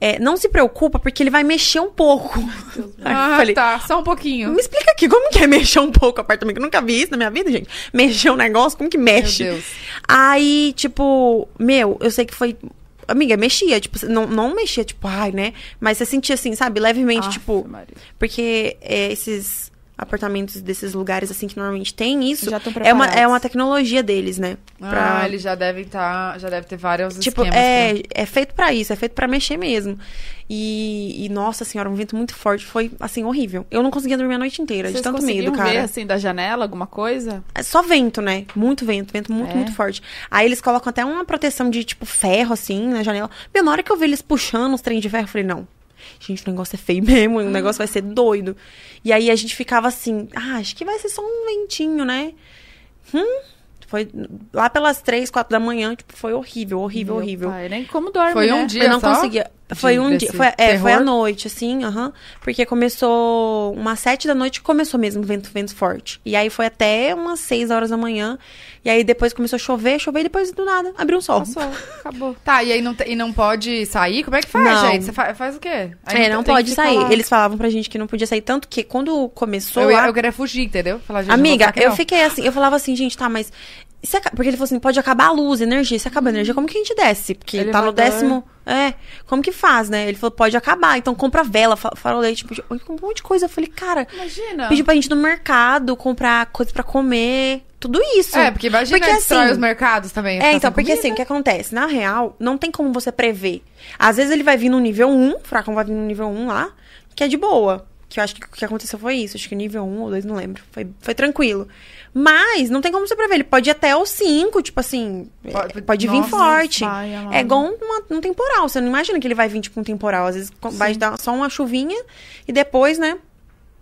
é, não se preocupa porque ele vai mexer um pouco.
Então.
Aí eu
ah,
falei,
tá. Só um pouquinho.
me explica aqui, como que é mexer um pouco o apartamento? Eu nunca vi isso na minha vida, gente. Mexer um negócio, como que mexe?
Meu Deus.
Aí, tipo, meu, eu sei que foi. Amiga, mexia, tipo, não, não mexia, tipo, ai, né? Mas você sentia assim, sabe, levemente,
Ave
tipo.
Maria.
Porque é, esses apartamentos desses lugares, assim, que normalmente tem isso.
Já tão
é, uma,
preparados.
é uma tecnologia deles, né? Pra-
Ah, eles já devem estar.
tá,
já deve ter vários
Tipo,
esquemas.
né?
é, é feito pra isso, é feito pra mexer mesmo. E, e, nossa senhora, um vento muito forte, foi assim horrível. Eu não conseguia dormir a noite inteira,
Vocês
de tanto
conseguiam
medo, cara.
ver, assim, da janela, alguma coisa?
É só vento, né? Muito vento, vento muito,
É.
muito forte. Aí eles colocam até uma proteção de, tipo, ferro, assim, na janela. Meu, na hora que eu vi eles puxando os trem de ferro, eu falei, não. Gente, o negócio é feio mesmo, o negócio vai ser doido. E aí a gente ficava assim, ah, acho que vai ser só um ventinho, né? Hum? Foi lá pelas três, quatro da manhã, tipo, foi horrível, horrível,
Meu
horrível.
pai, nem como dorme,
Foi um
né?
dia
Eu não
só?
conseguia. Foi um
desse
dia. Foi, é, foi à
terror?
noite, assim, aham. porque começou umas sete da noite, começou mesmo o vento, vento forte. E aí foi até umas seis horas da manhã. E aí depois começou a chover, chover e depois do nada abriu um sol.
Passou, acabou.
Tá, e aí não, te- e não pode sair? Como é que faz,
Não.
gente? Você fa- faz o quê? Aí
É,
tem-
não
tem
pode
que
sair.
falar.
Eles falavam pra gente que não podia sair, tanto que quando começou.
Eu,
lá-
eu queria fugir, entendeu? Falar, gente, não vou
Amiga,
ficar aqui,
eu
não.
fiquei assim, eu falava assim, gente, tá, mas. se aca- Porque ele falou assim, pode acabar a luz, a energia. Se acaba a energia, como que a gente desce? Porque tá
Elevador.
no décimo. É, como que faz, né? Ele falou, pode acabar, então compra vela, fa- farolete, tipo, de- um monte de coisa. Eu falei, cara,
Então.
Imagina.
pediu pra gente ir no mercado, comprar coisa pra comer, tudo isso.
É, porque imagina
Porque,
destrói
assim,
os mercados também. né? Tá
É, então, porque assim, o que acontece? Na real, não tem como você prever. Às vezes ele vai vir no nível 1, o furacão vai vir no nível 1 lá, que é de boa. Que eu acho que o que aconteceu foi isso. Acho que nível 1 ou 2, não lembro. Foi, foi tranquilo. Mas não tem como você prever. Ele pode ir até o 5, tipo assim. é,
Pode-
Pode,
nossa,
vir forte.
pai amado.
é igual um, uma- um temporal. Você não imagina que ele vai vir, tipo, um temporal. Às vezes co- vai dar só uma chuvinha e depois, né?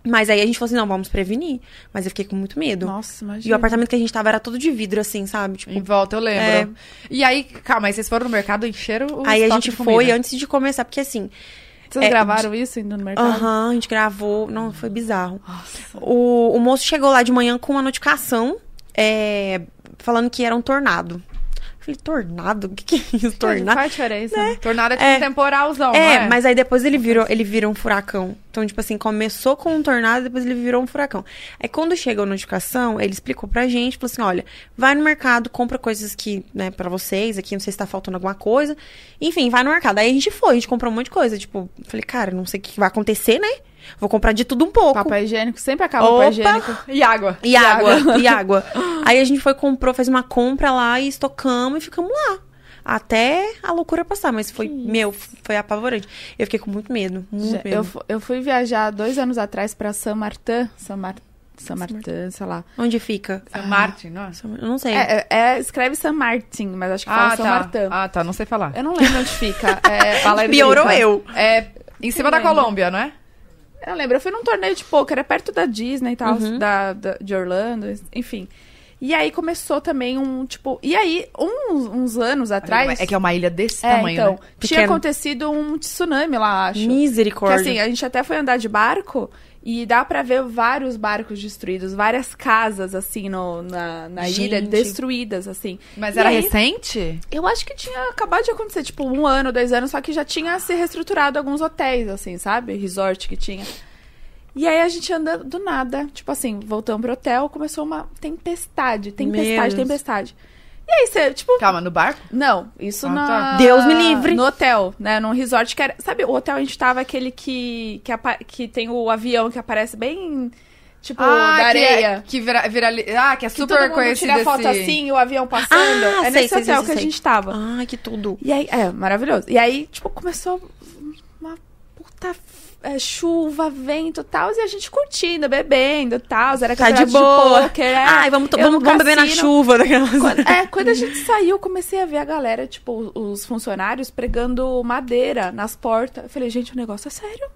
Mas aí a gente falou assim: não, vamos prevenir. Mas eu fiquei com muito medo.
Nossa, imagina.
E o apartamento que a gente tava era todo de vidro, assim, sabe? Tipo,
Em volta, eu lembro. E aí, calma, aí vocês foram no mercado, encheram o
é. Aí a
estoque
gente
de comida.
foi antes de começar, porque assim.
Vocês
é,
gravaram isso indo
Tá.
no mercado?
Aham, a gente gravou. Não, foi bizarro.
Nossa.
O, o moço chegou lá de manhã com uma notificação é, falando que era um tornado. Eu falei, tornado? O que, que é isso?
Tornar...
Tornado?
Faz diferença, né?
Tornado é tipo
É.
temporalzão,
é,
não é?
mas aí depois ele virou, ele virou um furacão. Então, tipo assim, começou com um tornado, depois ele virou um furacão. Aí quando chegou a notificação, ele explicou pra gente, falou assim, olha, vai no mercado, compra coisas que, né, pra vocês, aqui não sei se tá faltando alguma coisa. Enfim, vai no mercado. Aí a gente foi, a gente comprou um monte de coisa. Tipo, falei, cara, não sei o que vai acontecer, né? Vou comprar de tudo um pouco.
Papai higiênico, sempre acaba o papai
Opa!
higiênico.
E água.
E água, e água. Aí a gente foi, comprou, fez uma compra lá e estocamos e ficamos lá. até a loucura passar. Mas foi, meu, foi apavorante. Eu fiquei com muito medo, muito
Já-
medo.
eu, fu- eu fui viajar dois anos atrás pra San Martin, San, Mar... San Martin, sei lá.
Onde fica?
São Martin, não é?
Eu não sei.
É, é- é- escreve San Martin, mas acho que fala
Ah,
San
tá.
Martin.
Ah, tá. Não sei falar.
Eu não lembro onde fica. É,
Fala aí,
Piorou
Felipe.
eu.
É em cima da
lembro.
Colômbia, não é?
Eu não lembro, eu fui num torneio de pôquer, é perto da Disney e tal, da, da- de Orlando, enfim. E aí começou também um, tipo... E aí, uns, uns anos atrás...
É que é uma ilha desse
é,
tamanho,
então,
né?
tinha
Pequeno.
acontecido um tsunami lá, acho. Que
Misericórdia.
assim, a gente até foi andar de barco e dá pra ver vários barcos destruídos, várias casas, assim, no, na, na ilha,
Gente.
destruídas, assim.
Mas
E
era
aí,
recente?
Eu acho que tinha acabado de acontecer, tipo, um ano, dois anos, só que já tinha se reestruturado alguns hotéis, assim, sabe? Resort que tinha. E aí a gente anda do nada, tipo assim, voltamos pro hotel, começou uma tempestade, tempestade,
Deus.
tempestade. E aí você, tipo,
Calma, no barco?
não, isso
Ah,
na...
tá.
Deus me livre.
No hotel, né? Num resort que era. Sabe, o hotel a gente tava aquele que. que, apa- que tem o avião que aparece bem. Tipo, da
que, é-
areia.
que vira, virali- Ah, que é
Que
super
todo mundo
conhecido.
tira foto
esse-
assim e o avião passando.
Ah,
é
sei,
nesse
sei,
hotel
sei,
que
sei,
a
sei.
gente tava.
Ai, que tudo.
E aí, é, maravilhoso. E aí, tipo, começou uma puta f- é, chuva, vento e tal. E a gente curtindo, bebendo e tal. Era
Tá de
campeonato
boa.
pôquer, é.
Ai, vamos, to-
Eu
vamos,
no
vamos beber na
cassino.
chuva daquelas.
Quando- é, quando a gente saiu, comecei a ver a galera, tipo, os funcionários pregando madeira nas portas. Eu falei, gente, o negócio é sério.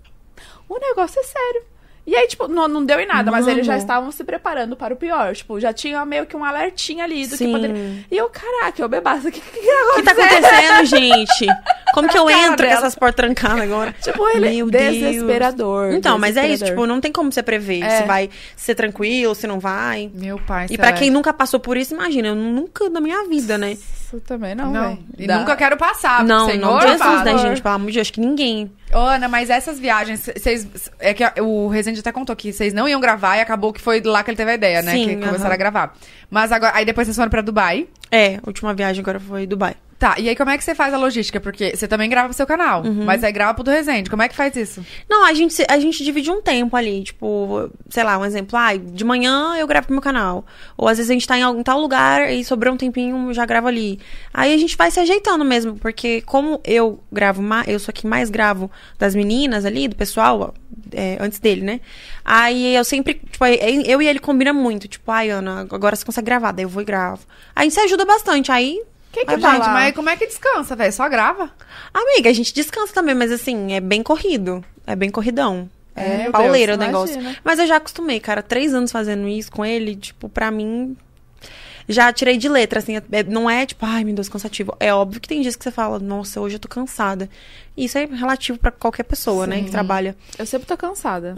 O negócio é sério. E aí, tipo, não, não deu em nada, mas eles já
Mano.
estavam se preparando para o pior. Tipo, já tinha meio que um alertinha ali do que
Sim.
poderia. E eu, caraca, eu bebaça, o que, que, que
O que tá acontecendo, gente? Como que eu
É A cara
entro com
dela.
essas portas trancadas agora?
Tipo, ele
Meu Deus.
desesperador.
Então, mas é isso, tipo,
desesperador.
não tem como você prever
É.
se vai ser tranquilo, se não vai.
Meu pai,
E pra
será?
quem nunca passou por isso, imagina, eu nunca na minha vida, né?
Isso também não,
Não,
não.
e nunca quero passar.
Não,
Ah, Senhor,
não, Jesus,
fala.
né, gente? Pelo amor de Deus, acho que ninguém.
Ô, Ana, mas essas viagens, vocês. É que o Rezende até contou que vocês não iam gravar e acabou que foi lá que ele teve a ideia, né?
Sim,
que
aham.
começaram a gravar. Mas agora. Aí depois vocês foram pra Dubai.
É, a última viagem agora foi Dubai.
Tá, e aí como é que você faz a logística? Porque você também grava pro seu canal,
Uhum.
mas aí grava pro do Resende. Como é que faz isso?
Não, a gente, se- a gente divide um tempo ali, tipo, sei lá, um exemplo, ah, de manhã eu gravo pro meu canal. Ou às vezes a gente tá em algum tal lugar e sobrou um tempinho, eu já gravo ali. Aí a gente vai se ajeitando mesmo, porque como eu gravo, ma- eu sou a que mais gravo das meninas ali, do pessoal, ó, é, antes dele, né? Aí eu sempre, tipo, aí- aí eu e ele combina muito, tipo, ai, Ana, agora você consegue gravar, daí eu vou e gravo. Aí a gente se ajuda bastante, aí
Quem que
Mas,
tá
gente,
lá?
mas como é que descansa, velho? Só grava?
Amiga, a gente descansa também, mas assim, é bem corrido. É bem corridão.
É,
É,
meu
pauleiro
Deus,
o negócio.
imagina.
Mas eu já acostumei, cara. Três anos fazendo isso com ele, tipo, pra mim. Já tirei de letra, assim. é- não é tipo, ai, meu Deus, cansativo. É óbvio que tem dias que você fala, nossa, hoje eu tô cansada. Isso é relativo pra qualquer pessoa, né, que trabalha.
Eu sempre tô cansada.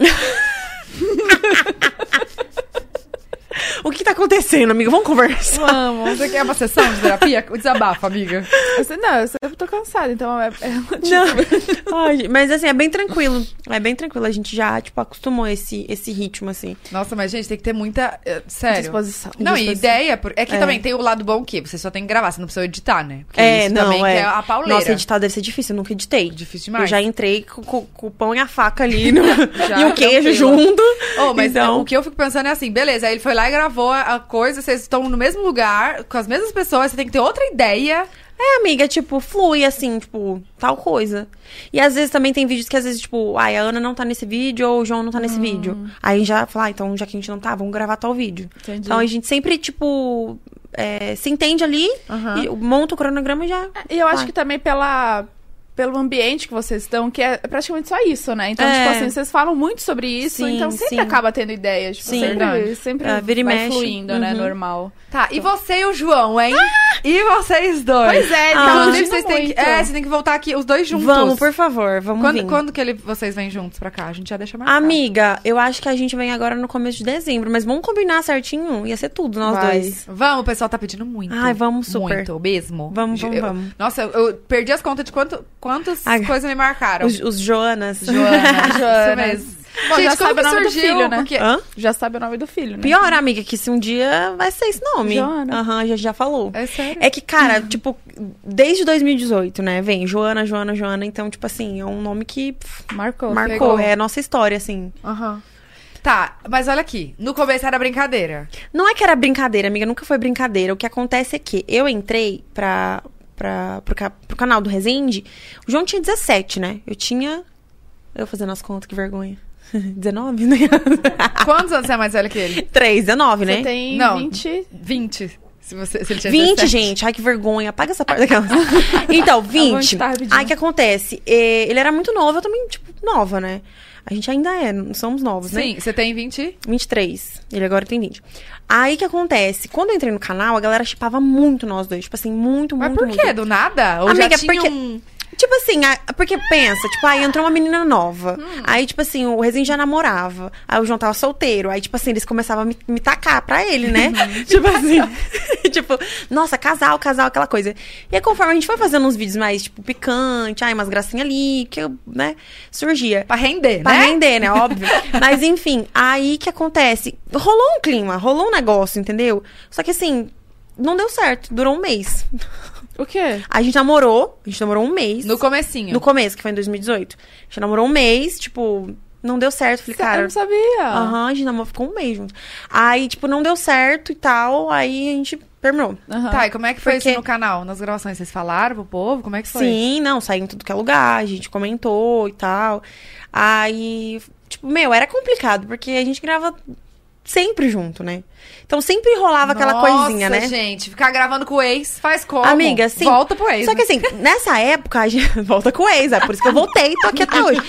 O que tá acontecendo, amiga? Vamos conversar.
Vamos.
Você quer é uma sessão de terapia? Desabafa, amiga.
Eu sei- não, eu sempre tô cansada, então é, é
Tipo,
Não. Ai, gente, mas assim, é bem tranquilo. É bem tranquilo. A gente já, tipo, acostumou esse, esse ritmo, assim.
Nossa, mas gente, tem que ter muita. eh, Sério.
disposição.
Não, e
Disposição.
ideia. por- É que
É.
também tem o lado bom que você só tem que gravar, você não precisa editar, né? Porque
É,
isso
não,
também
é.
que é a pauleira.
Nossa, editar deve ser difícil, eu nunca editei.
Difícil
Eu
demais.
já entrei com, com- com o pão e a faca ali no-
Já,
e o queijo
tranquila.
junto.
Oh, mas
então,
o que eu fico pensando é assim, beleza, aí ele foi lá e gravou a a coisa, vocês estão no mesmo lugar, com as mesmas pessoas, você tem que ter outra ideia.
é, amiga, tipo, flui assim, tipo, tal coisa. E às vezes também tem vídeos que às vezes, tipo, ai, a Ana não tá nesse vídeo ou o João não tá
Hum.
nesse vídeo. Aí a gente já fala, ah, então já que a gente não tá, vamos gravar tal vídeo.
Entendi.
Então a gente sempre, tipo, é, se entende ali, e monta o cronograma e já.
E eu acho
Vai.
que também pela, pelo ambiente que vocês estão, que é praticamente só isso, né? Então,
É.
tipo assim, vocês falam muito sobre isso,
Sim,
então sempre
sim.
acaba tendo ideias. Tipo,
Sim.
sempre,
Verdade.
sempre
É, vira e
vai
mexe.
fluindo, né?
Uhum.
Normal.
Tá, e você e o João, hein? E vocês dois?
Pois é,
Ah.
então
Ah! Inclusive, vocês têm que, é, vocês têm que voltar aqui, os dois juntos.
Vamos, por favor, vamos vir.
quando, quando que ele, vocês vêm juntos pra cá? A gente já deixa marcado.
Amiga, eu acho que a gente vem agora no começo de dezembro, mas vamos combinar certinho? Ia ser tudo, nós
Vai.
dois.
Vamos, o pessoal tá pedindo muito.
Ai, vamos super.
Muito mesmo.
Vamos, vamos,
Eu-
vamos.
Nossa, eu, eu perdi as contas de quanto, quantas
Ai,
coisas me marcaram.
Os, os Joanas.
Joana,
Joana.
Isso mesmo.
Bom,
Gente,
já
como
sabe
que
o nome do
surgiu?
filho, né?
Porque-
Hã?
Já sabe o nome do filho, né?
Pior, amiga, que se um dia vai ser esse nome.
Joana.
Aham, a gente já falou.
É sério.
É que, cara, tipo, desde 2018, né? Vem, Joana, Joana, Joana. Então, tipo assim, é um nome que pff,
Marcou.
marcou.
pegou.
É a nossa história, assim.
Aham. Tá, mas olha aqui. No começo era brincadeira.
Não é que era brincadeira, amiga, nunca foi brincadeira. O que acontece é que eu entrei pra, pra, pro, ca- pro canal do Resende, o João tinha 17, né? Eu tinha. Eu fazendo as contas, que vergonha. 19, né?
Quantos anos você é mais velho que ele?
3, 19, né?
Você tem
Não.
20.
20. Se, você, se ele tinha
20,
17.
gente. Ai, que vergonha. Apaga essa parte daquela. Então,
vou
20.
editar rapidinho.
Aí o que acontece? Eh, Ele era muito novo, eu também, tipo, nova, né? A gente ainda é, não somos novos, né?
Sim, você tem 20?
23. Ele agora tem 20. Aí o que acontece? Quando eu entrei no canal, a galera chipava muito nós dois. Tipo assim, muito,
Mas
muito.
por
muito.
quê? Do nada? Ou já
Amiga,
tinha
porque-
um...
Tipo assim, a- porque pensa, tipo, aí entrou uma menina nova. Aí, tipo assim, o Rezende já namorava. Aí o João tava solteiro. Aí, tipo assim, eles começavam a me, me tacar pra ele, né? tipo assim. tipo, nossa, casal, casal, aquela coisa. E aí, conforme a gente foi fazendo uns vídeos mais, tipo, picante, ai, umas gracinhas ali, que eu, né, surgia.
Pra render,
Pra
né?
render, né? Óbvio. Mas enfim, aí que acontece? Rolou um clima, rolou um negócio, entendeu? Só que assim, não deu certo. Durou um mês.
O quê?
A gente namorou, a gente namorou um mês.
No comecinho.
No começo, que foi em 2018. A gente namorou um mês, tipo, não deu certo. Falei,
eu
cara.
não sabia.
Aham, a gente namorou, ficou um mês junto. Aí, tipo, não deu certo e tal. Aí a gente terminou.
Aham.
Tá, e como é que foi
Porque-
isso no canal? Nas gravações, vocês falaram pro povo? Como é que foi?
Sim, não, saiu em tudo que é lugar, a gente comentou e tal. Aí, tipo, meu, era complicado, porque a gente grava sempre junto, né? Então sempre rolava aquela
Nossa,
coisinha, né?
gente, ficar gravando com o ex, faz como?
Amiga, sim.
Volta pro ex.
Só que assim, nessa época, a gente volta com o ex, é por isso que eu voltei e tô aqui até hoje.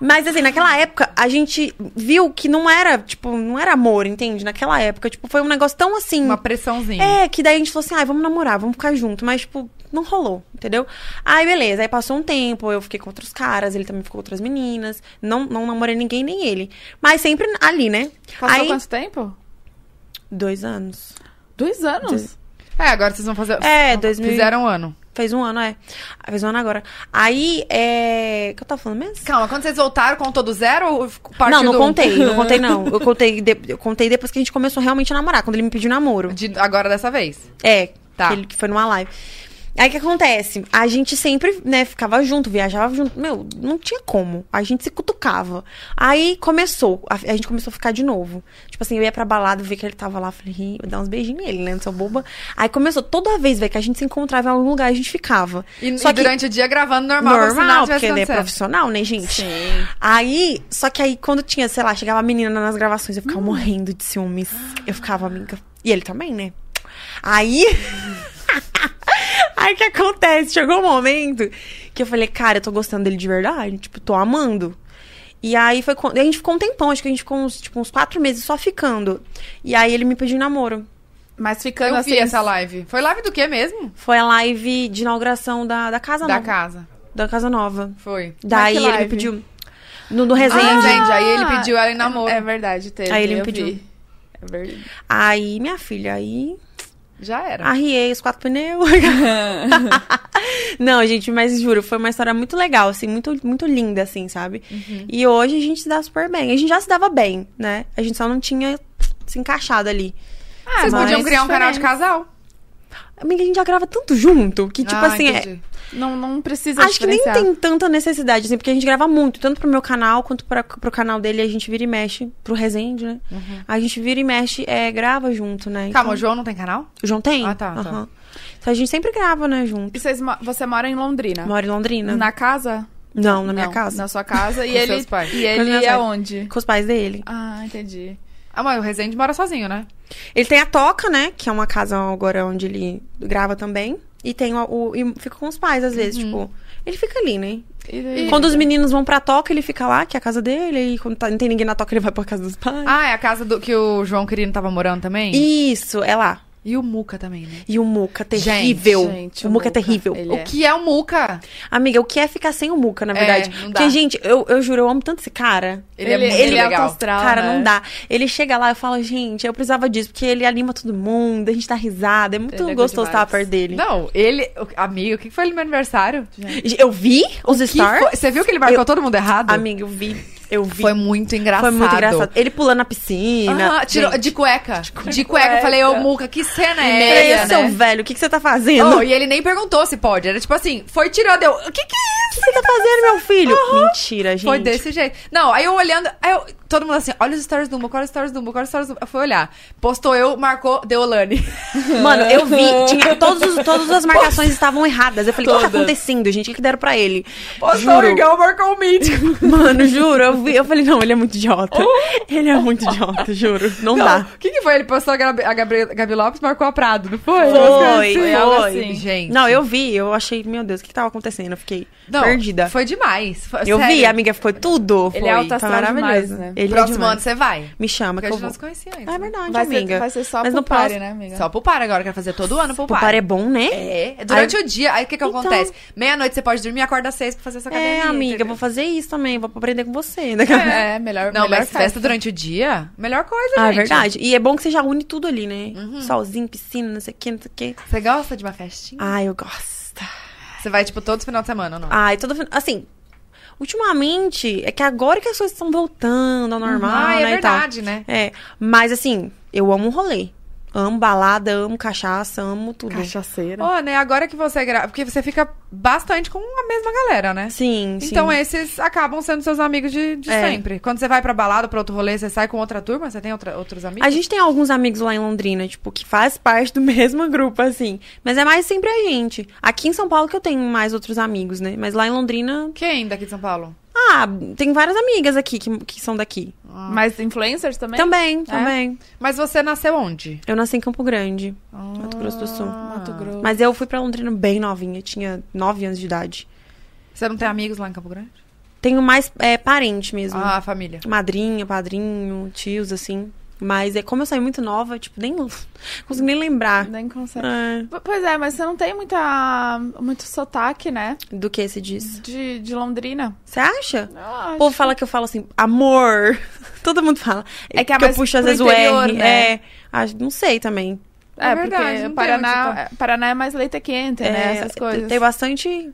Mas assim, naquela época, a gente viu que não era, tipo, não era amor, entende? Naquela época, tipo, foi um negócio tão assim.
Uma pressãozinha.
É, que daí a gente falou assim, ai, vamos namorar, vamos ficar junto. Mas, tipo, não rolou, entendeu? Aí, beleza. Aí passou um tempo, eu fiquei com outros caras, ele também ficou com outras meninas. Não, não namorei ninguém, nem ele. Mas sempre ali, né?
Passou
aí,
quanto tempo?
dois anos.
Dois anos.
Dois-
É, agora vocês vão fazer...
É, dois mil...
Fizeram um ano.
Fez um ano, é. Ah, Fez um ano agora. Aí, é... O que eu tava falando mesmo?
Calma, quando vocês voltaram, contou do zero ou partiu
Não, não
do
contei, não contei não. Eu contei, de- eu contei depois que a gente começou realmente a namorar, quando ele me pediu namoro.
De- agora dessa vez.
É,
Tá.
que, ele- que foi numa live. Aí o que acontece? A gente sempre, né, ficava junto, viajava junto. Meu, não tinha como. A gente se cutucava. Aí começou, a, a gente começou a ficar de novo. Tipo assim, eu ia pra balada, ver que ele tava lá, falei, "Ih, vou dar uns beijinhos nele, né, não sou boba. Aí começou, toda vez, velho, que a gente se encontrava em algum lugar, a gente ficava.
E,
Só
e
que-
durante o dia gravando normal, como se nada
normal,
tivesse
porque ele é
acontecendo.
profissional, né, gente? Aí, só que aí quando tinha, sei lá, chegava a menina nas gravações, eu
Hum.
ficava morrendo de ciúmes. Eu ficava amiga. E ele também, né? Aí. aí o que acontece? Chegou um momento que eu falei, cara, eu tô gostando dele de verdade. Tipo, tô amando. E aí foi quando. e A gente ficou um tempão, acho que a gente ficou uns, tipo, uns quatro meses só ficando. E aí ele me pediu em namoro.
Mas ficando
Eu
assim.
é
vi essa live. Foi live do quê mesmo?
Foi a live de inauguração da, da casa
Da
nova.
casa.
Da casa nova.
Foi.
Daí
que
ele me
live?
pediu. No, no
Sim,
resenha.
gente. Aí ele pediu ela em namoro.
É verdade, teve.
Aí ele me
eu
pediu.
vi. É verdade.
Aí, minha filha, aí
Já era.
arriei os quatro pneus. Não, gente, mas juro, foi uma história muito legal, assim, muito, muito linda, assim, sabe?
Uhum.
E hoje a gente se dá super bem. A gente já se dava bem, né? A gente só não tinha se encaixado ali.
Ah,
Vocês
mas
é
podiam criar um canal de
diferente.
casal.
Amiga, a gente já grava tanto junto que, tipo
Ah,
assim, é-
entendi.
Não, não precisa
acho que nem
diferenciar.
tem tanta necessidade, assim, porque a gente grava muito, tanto pro meu canal quanto pra, pro canal dele, a gente vira e mexe, pro Resende, né? A gente vira e mexe, é, grava junto, né?
Uhum. Calma, o
Então-
João não tem canal?
O João tem?
Ah, tá, tá.
Aham. Então a gente sempre grava, né, junto.
E vocês mo- você mora em Londrina?
Moro em Londrina.
Na casa?
Não, na minha
Não,
casa.
Na sua casa. e
Com
ele,
seus
E
pais.
Com os meus
ele é
pais.
onde?
Com os pais dele.
Ah, entendi.
Ah, mas o Rezende mora sozinho, né?
Ele tem a Toca, né? Que é uma casa agora onde ele grava também. E tem o. o- e fica com os pais, às
Uhum.
vezes, tipo. Ele fica ali, né?
E-
Quando os meninos vão pra Toca, ele fica lá, que é a casa dele. E quando tá- não tem ninguém na Toca, ele vai pra casa dos pais.
Ah, é a casa do que o João Quirino tava morando também?
Isso, é lá.
E o Muca também, né?
E o Muca, terrível.
gente,
o
o
Muca é
Muca,
terrível.
ele
O
É.
O que é o Muca?
Amiga, o que é ficar sem o Muca, na
É,
verdade?
não dá.
Porque, gente, eu, eu juro, eu amo tanto esse cara.
Ele é muito
ele
legal.
autoastral,
Cara,
né?
não dá. Ele chega lá, eu falo, gente, eu precisava disso, porque ele anima todo mundo, a gente dá risada, é muito
Ele é good
gostoso estar
vibes.
perto dele.
Não, ele. o- Amigo, o que foi ele no meu aniversário?
Eu vi os
Que
stars?
foi- Você viu que ele marcou todo mundo errado?
Amiga, eu vi. Eu vi.
Foi muito engraçado.
Foi muito engraçado. Ele pulando na piscina.
Aham, Ah, tirou-
Gente,
de cueca. De cueca. Eu falei, ô, Muca, que cena é
é
essa,
isso, seu
né?
velho, o que, que você tá fazendo?
Oh, e ele nem perguntou se pode. Era tipo assim, foi tirando, eu... O que que é isso?
O que você tá fazendo, meu filho? Mentira, gente.
Foi desse jeito. Não, aí eu olhando, aí eu- todo mundo assim, olha os stories do Muca, olha os stories do Muca, olha os stories do Muca. Eu fui olhar. Postou eu, marcou, Deolane.
Mano, eu vi, tinha, todos os- todas as marcações estavam erradas. Eu falei, o que tá acontecendo, gente? O que que deram pra ele?
Postou o
Juro.
Igão, marcou o Mítico.
Mano, juro, eu vi. Eu falei, não, ele é muito idiota. Ele é muito idiota, juro. Não,
Oh. Não,
dá.
O que, que foi? Ele postou a, Gabi, a Gabriela- Gabi Lopes, marcou a Prado, não foi?
Foi,
Umas coisas
foi.
algo
assim. Gente.
Não, eu vi, eu achei, meu Deus, o que, que tava acontecendo? Eu fiquei
Não,
perdida.
Foi demais. Foi-
eu vi,
sério.
a amiga ficou tudo.
Ele
foi,
é alto
tá
astral
maravilhoso.
demais, né?
Ele é
Próximo
demais.
ano você vai.
Me chama que
Porque a
eu
gente não
vou.
se né? conhecia antes.
Ah, é verdade,
Vai
amiga.
ser, vai ser só
Mas
pro
no
party,
próximo-
né, amiga?
Só pro par agora, quero fazer todo ano pro
O
par.
par é bom, né?
É, durante o dia. Aí o que que
Então.
acontece? Meia-noite você pode dormir e acorda às seis pra fazer essa
É,
academia.
amiga, eu
entendeu?
vou fazer isso também. Vou aprender com você. né? Daquela...
né? É, melhor.
Não,
melhor
mas festa. durante o dia, melhor coisa,
Ah, é
gente.
verdade. E é bom que você já une tudo ali, né?
Uhum.
Solzinho, piscina, não sei o que, não sei o que.
Você gosta de uma festinha?
Ah, eu gosto.
Você vai, tipo, todo final de semana, ou não?
Ai, todo fin- Assim, ultimamente, é que agora que as coisas estão voltando ao normal,
Ah,
né?
é
e tal.
verdade, né?
É. Mas assim, eu amo rolê. Amo balada, amo cachaça, amo tudo.
Cachaceira.
Ó, né, agora que você grava... Porque você fica bastante com a mesma galera, né?
Sim, sim.
Então esses acabam sendo seus amigos de, de
É.
sempre. Quando você vai pra balada, pra outro rolê, você sai com outra turma? Você tem outra- outros amigos?
A gente tem alguns amigos lá em Londrina, tipo, que faz parte do mesmo grupo, assim. Mas é mais sempre a gente. Aqui em São Paulo que eu tenho mais outros amigos, né? Mas lá em Londrina.
Quem daqui de São Paulo?
Ah, tem várias amigas aqui que, que são daqui.
Mas é. influencers também?
Também, também.
Mas você nasceu onde? Ah.
Eu nasci em Campo Grande, Mato Grosso do Sul.
Mato Grosso.
Ah. Mas eu fui pra Londrina bem novinha, tinha 9 anos de idade.
Você não tem amigos lá em Campo Grande?
Tenho mais é, parente mesmo.
Ah, família.
Madrinha, padrinho, tios, assim. Mas é como eu saí muito nova, tipo, nem consigo nem lembrar
Nem consegue.
é,
P- Pois é, mas você não tem muita, muito sotaque, né?
do que se diz.
De, de Londrina.
Você acha?
Eu acho.
O povo fala que eu falo assim, amor. Todo mundo fala.
É que é
eu
mais
puxo às
pro
vezes o
interior,
R.
né?
É. Ah, não sei também.
É,
É verdade, não
porque
tem muito
Paraná, Paraná é mais leite quente, né?
É,
Essas coisas.
Tem bastante.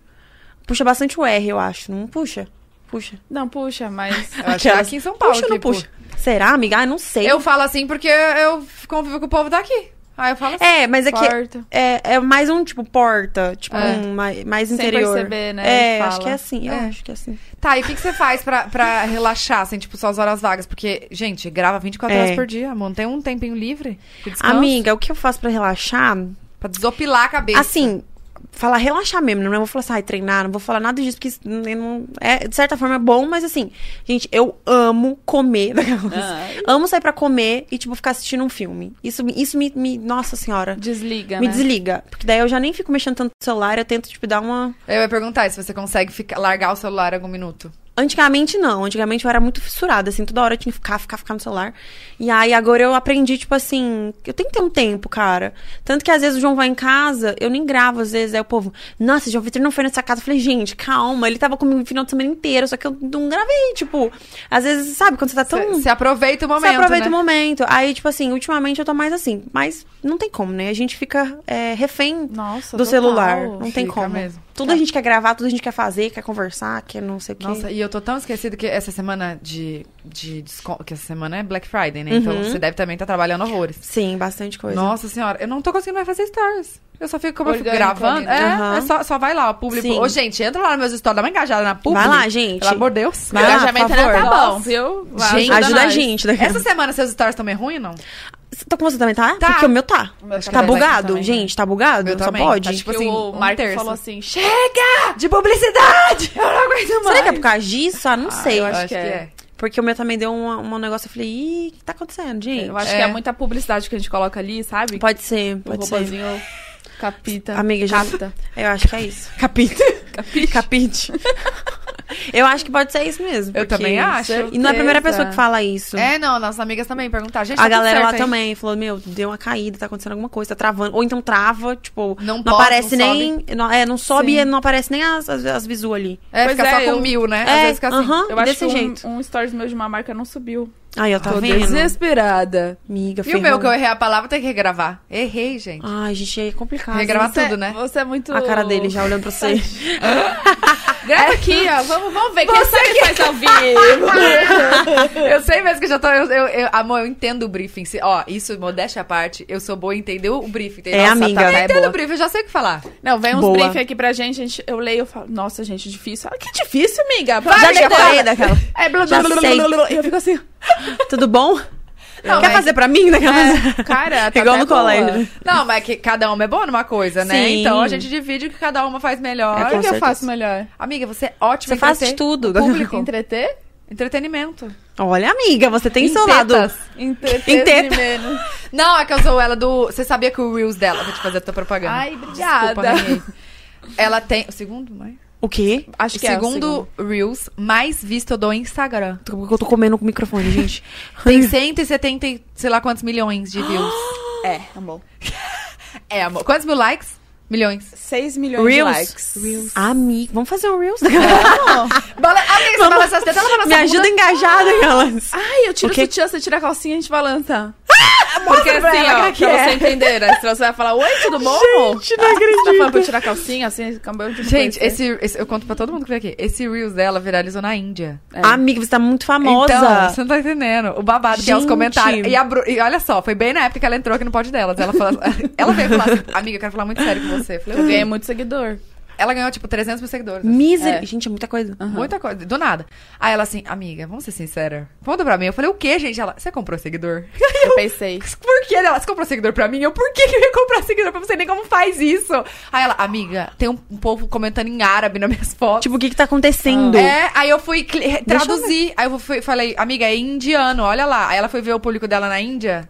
Puxa bastante o R, eu acho. Não puxa? Puxa.
Não, puxa, mas...
Eu acho que é
Aquelas-
aqui em
Um
São Paulo.
Puxa ou não
tipo,
puxa? Será, amiga? Ah, não sei.
Eu falo assim porque eu convivo com o povo daqui. Aí eu falo assim.
É, mas é que
Porta.
é, é mais um tipo porta, tipo
É.
um mai- mais
Sem
interior.
perceber, né,
É,
fala.
acho que é assim. Eu
É.
acho que é assim.
Tá, e o que, que você faz pra, pra relaxar, assim, tipo, suas horas vagas? Porque, gente, grava 24
É.
horas por dia, amor. Não tem um tempinho livre? de descanso?
Amiga, o que eu faço pra relaxar?
Pra desopilar a cabeça.
Assim, falar relaxar mesmo, não vou falar assim, ai, treinar, não vou falar nada disso, porque isso não- não, é, de certa forma é bom, mas assim, gente, eu amo comer.
Ai.
amo sair pra comer e, tipo, ficar assistindo um filme. Isso, me- isso me, me- Nossa senhora.
Desliga,
Me
né?
desliga. Porque daí eu já nem fico mexendo tanto no celular, eu tento, tipo, dar uma.
Eu ia perguntar se você consegue ficar, largar o celular algum minuto.
Antigamente não, antigamente eu era muito fissurada, assim, toda hora eu tinha que ficar, ficar, ficar no celular. E aí agora eu aprendi, tipo assim, eu tenho que ter um tempo, cara. Tanto que às vezes o João vai em casa, eu nem gravo, às vezes, aí o povo, nossa, João Vitor não foi nessa casa. Eu falei, gente, calma, ele tava comigo o final de semana inteiro, só que eu não gravei, tipo. Às vezes, sabe, quando você tá tão.
Você aproveita o momento,
Você aproveita
né?
o momento. Aí, tipo assim, ultimamente eu tô mais assim. Mas não tem como, né? A gente fica é, refém
Nossa, total.
do celular. Não tem
Fica
como.
mesmo. É.
Tudo a gente quer gravar, tudo a gente quer fazer, quer conversar, quer não sei o quê.
Nossa, e eu tô tão esquecida que essa semana de, de desconto... Que essa semana é Black Friday, né?
Uhum.
Então você deve também estar trabalhando horrores.
Sim, bastante coisa.
Nossa senhora, eu não tô conseguindo mais fazer stories. Eu só fico como eu fico
Orgânico
gravando.
ali,
É,
né?
Aham.
é só, só vai lá, ó, público.
Sim.
Ô, gente, entra lá nos meus stories, dá uma engajada na público.
Vai lá, gente.
Pelo amor de Deus.
Vai lá,
Engajamento
por
ainda
favor.
tá bom,
Nossa.
viu?
Gente,
ajuda, a
nós.
gente. Daqui.
Essa semana seus stories estão meio ruim, não?
Tá com você também, tá?
Tá.
Porque o meu tá.
O meu
tá
também.
bugado,
Também.
gente, tá bugado?
Meu
Só
também.
pode?
Tá, tipo,
Que
assim,
o
um
Marco
terço.
falou assim, chega!
Ah,
Chega! De publicidade! Eu não aguento mais.
Será que é por causa disso? Ah, não sei.
eu
Eu
acho
acho que
que
é.
Porque o meu também deu um, um negócio, eu falei, ih, o que tá acontecendo, gente?
Eu acho
É.
que é muita publicidade que a gente coloca ali, sabe?
Pode ser,
o
pode ser.
robozinho capita.
Amiga, já-
Capta.
Eu acho que é isso. Capite. Capite. eu acho que pode ser isso mesmo.
Eu também acho.
E não é a primeira
Certeza.
pessoa que fala isso.
É, não, nossas amigas também perguntaram. Gente, tá
A
tudo
galera
certo
lá
aí?
também falou, meu, deu uma caída, tá acontecendo alguma coisa, tá travando. Ou então trava, tipo,
Não
não,
pode,
aparece
não
nem. Não, é, não sobe
Sim.
e não aparece nem as, as, as visu ali.
É,
Pois
fica
é,
só com
eu-
mil, né? Às
É,
vezes fica assim.
aham.
Eu acho
Desse
que um-
jeito.
Um, stories meu de uma marca não subiu.
Aí, ó, tá
Tô
vendo?
desesperada.
Amiga,
E o meu, que eu errei a palavra, tem que regravar. Errei, gente.
Ai, gente, é complicado.
Regravar
Você-
tudo, né?
Você é muito...
A cara dele já olhando pra você. É.
Grava aqui, ó. Vamos, vamos ver quem sabe faz ao vivo.
Eu sei mesmo que eu já tô. Eu, eu- eu- amor, eu entendo o briefing. Se- ó, isso, modéstia à parte, eu sou boa em entender o briefing. entendeu?
É,
Nossa,
amiga.
Tatá,
É
eu entendo
boa.
o briefing, eu já sei o que falar.
Não, vem uns
Boa.
briefs aqui pra gente, a gente- eu leio e falo, nossa, gente, é difícil. Ela, que difícil, amiga.
Já
Vai,
decorei
Leitana."
daquela.
É, blá, blá,
Já
blá, blá,
sei.
blá, blá, blá. Eu fico assim,
Tudo bom?
Não,
Quer
mas-
fazer pra mim?
é, cara, tá
Igual
até
no
boa.
colégio. né?
Não, mas que cada uma é boa numa coisa, né?
Sim.
Então a gente divide o que cada uma faz melhor.
É,
O que, que eu
certeza.
faço melhor?
Amiga, você é ótima
Você
em
faz de
entreter-
tudo.
Público.
Entreter?
Entretenimento.
Olha, amiga, você tem seu lado.
tetas.
Entreter
Enteta.
menos.
Não, é que eu sou ela do. Você sabia que o Reels dela. Vou te fazer a tua propaganda.
Ai,
Desculpa,
obrigada.
Nani. Ela tem. O segundo, mãe?
O quê?
Acho
O
que é o
segundo Reels mais visto do Instagram.
Daqui a pouco Eu tô comendo com o microfone, gente.
Tem 170, e sei lá quantos milhões de views.
É, amor.
é, amor. Quantos mil likes? Milhões.
6 milhões de likes. Ah,
Reels. Amiga, vamos fazer um Reels?
Bala... Amiga, você balança as tetas, ela balança
Me
a bunda.
ajuda engajada, elas.
Ai, eu tiro o
O quê?
sutiã, você tira a calcinha, a gente balança.
Porque
pra
assim,
ela pra
ó,
você entender, né? Se você vai falar, oi, tudo bom? Gente, não acredito. Tá falando pra eu tirar a calcinha, assim, cabelo de
Gente, esse, esse- eu conto pra todo mundo que vem aqui. Esse Reels dela viralizou na Índia.
Amiga, você tá muito famosa.
É. Então, você não tá entendendo. O babado que é os
Gente.
comentários. E, a Bru- e olha só, foi bem na época que ela entrou aqui no pod delas. Ela, falou, ela veio falar assim, amiga, eu quero falar muito sério com você. Eu falei,
Eu
"O quê?"
ganhei muito seguidor.
Ela ganhou, tipo, 300 mil seguidores. Assim,
Miser...
É.
Gente, é muita coisa.
Muita coisa, do nada. Aí ela assim, amiga, vamos ser sincera. Conta pra mim. Eu falei, o quê, gente? Ela, você comprou seguidor?
Eu pensei.
Por que ela? Você comprou seguidor pra mim? Eu, por que, que eu ia comprar seguidor pra você? Nem como faz isso? Aí ela, amiga, tem um, um povo comentando em árabe nas minhas fotos.
Tipo, o que que tá acontecendo?
É, aí eu fui cli- traduzir. aí eu fui- falei, amiga, é indiano, olha lá. Aí ela foi ver o público dela na Índia.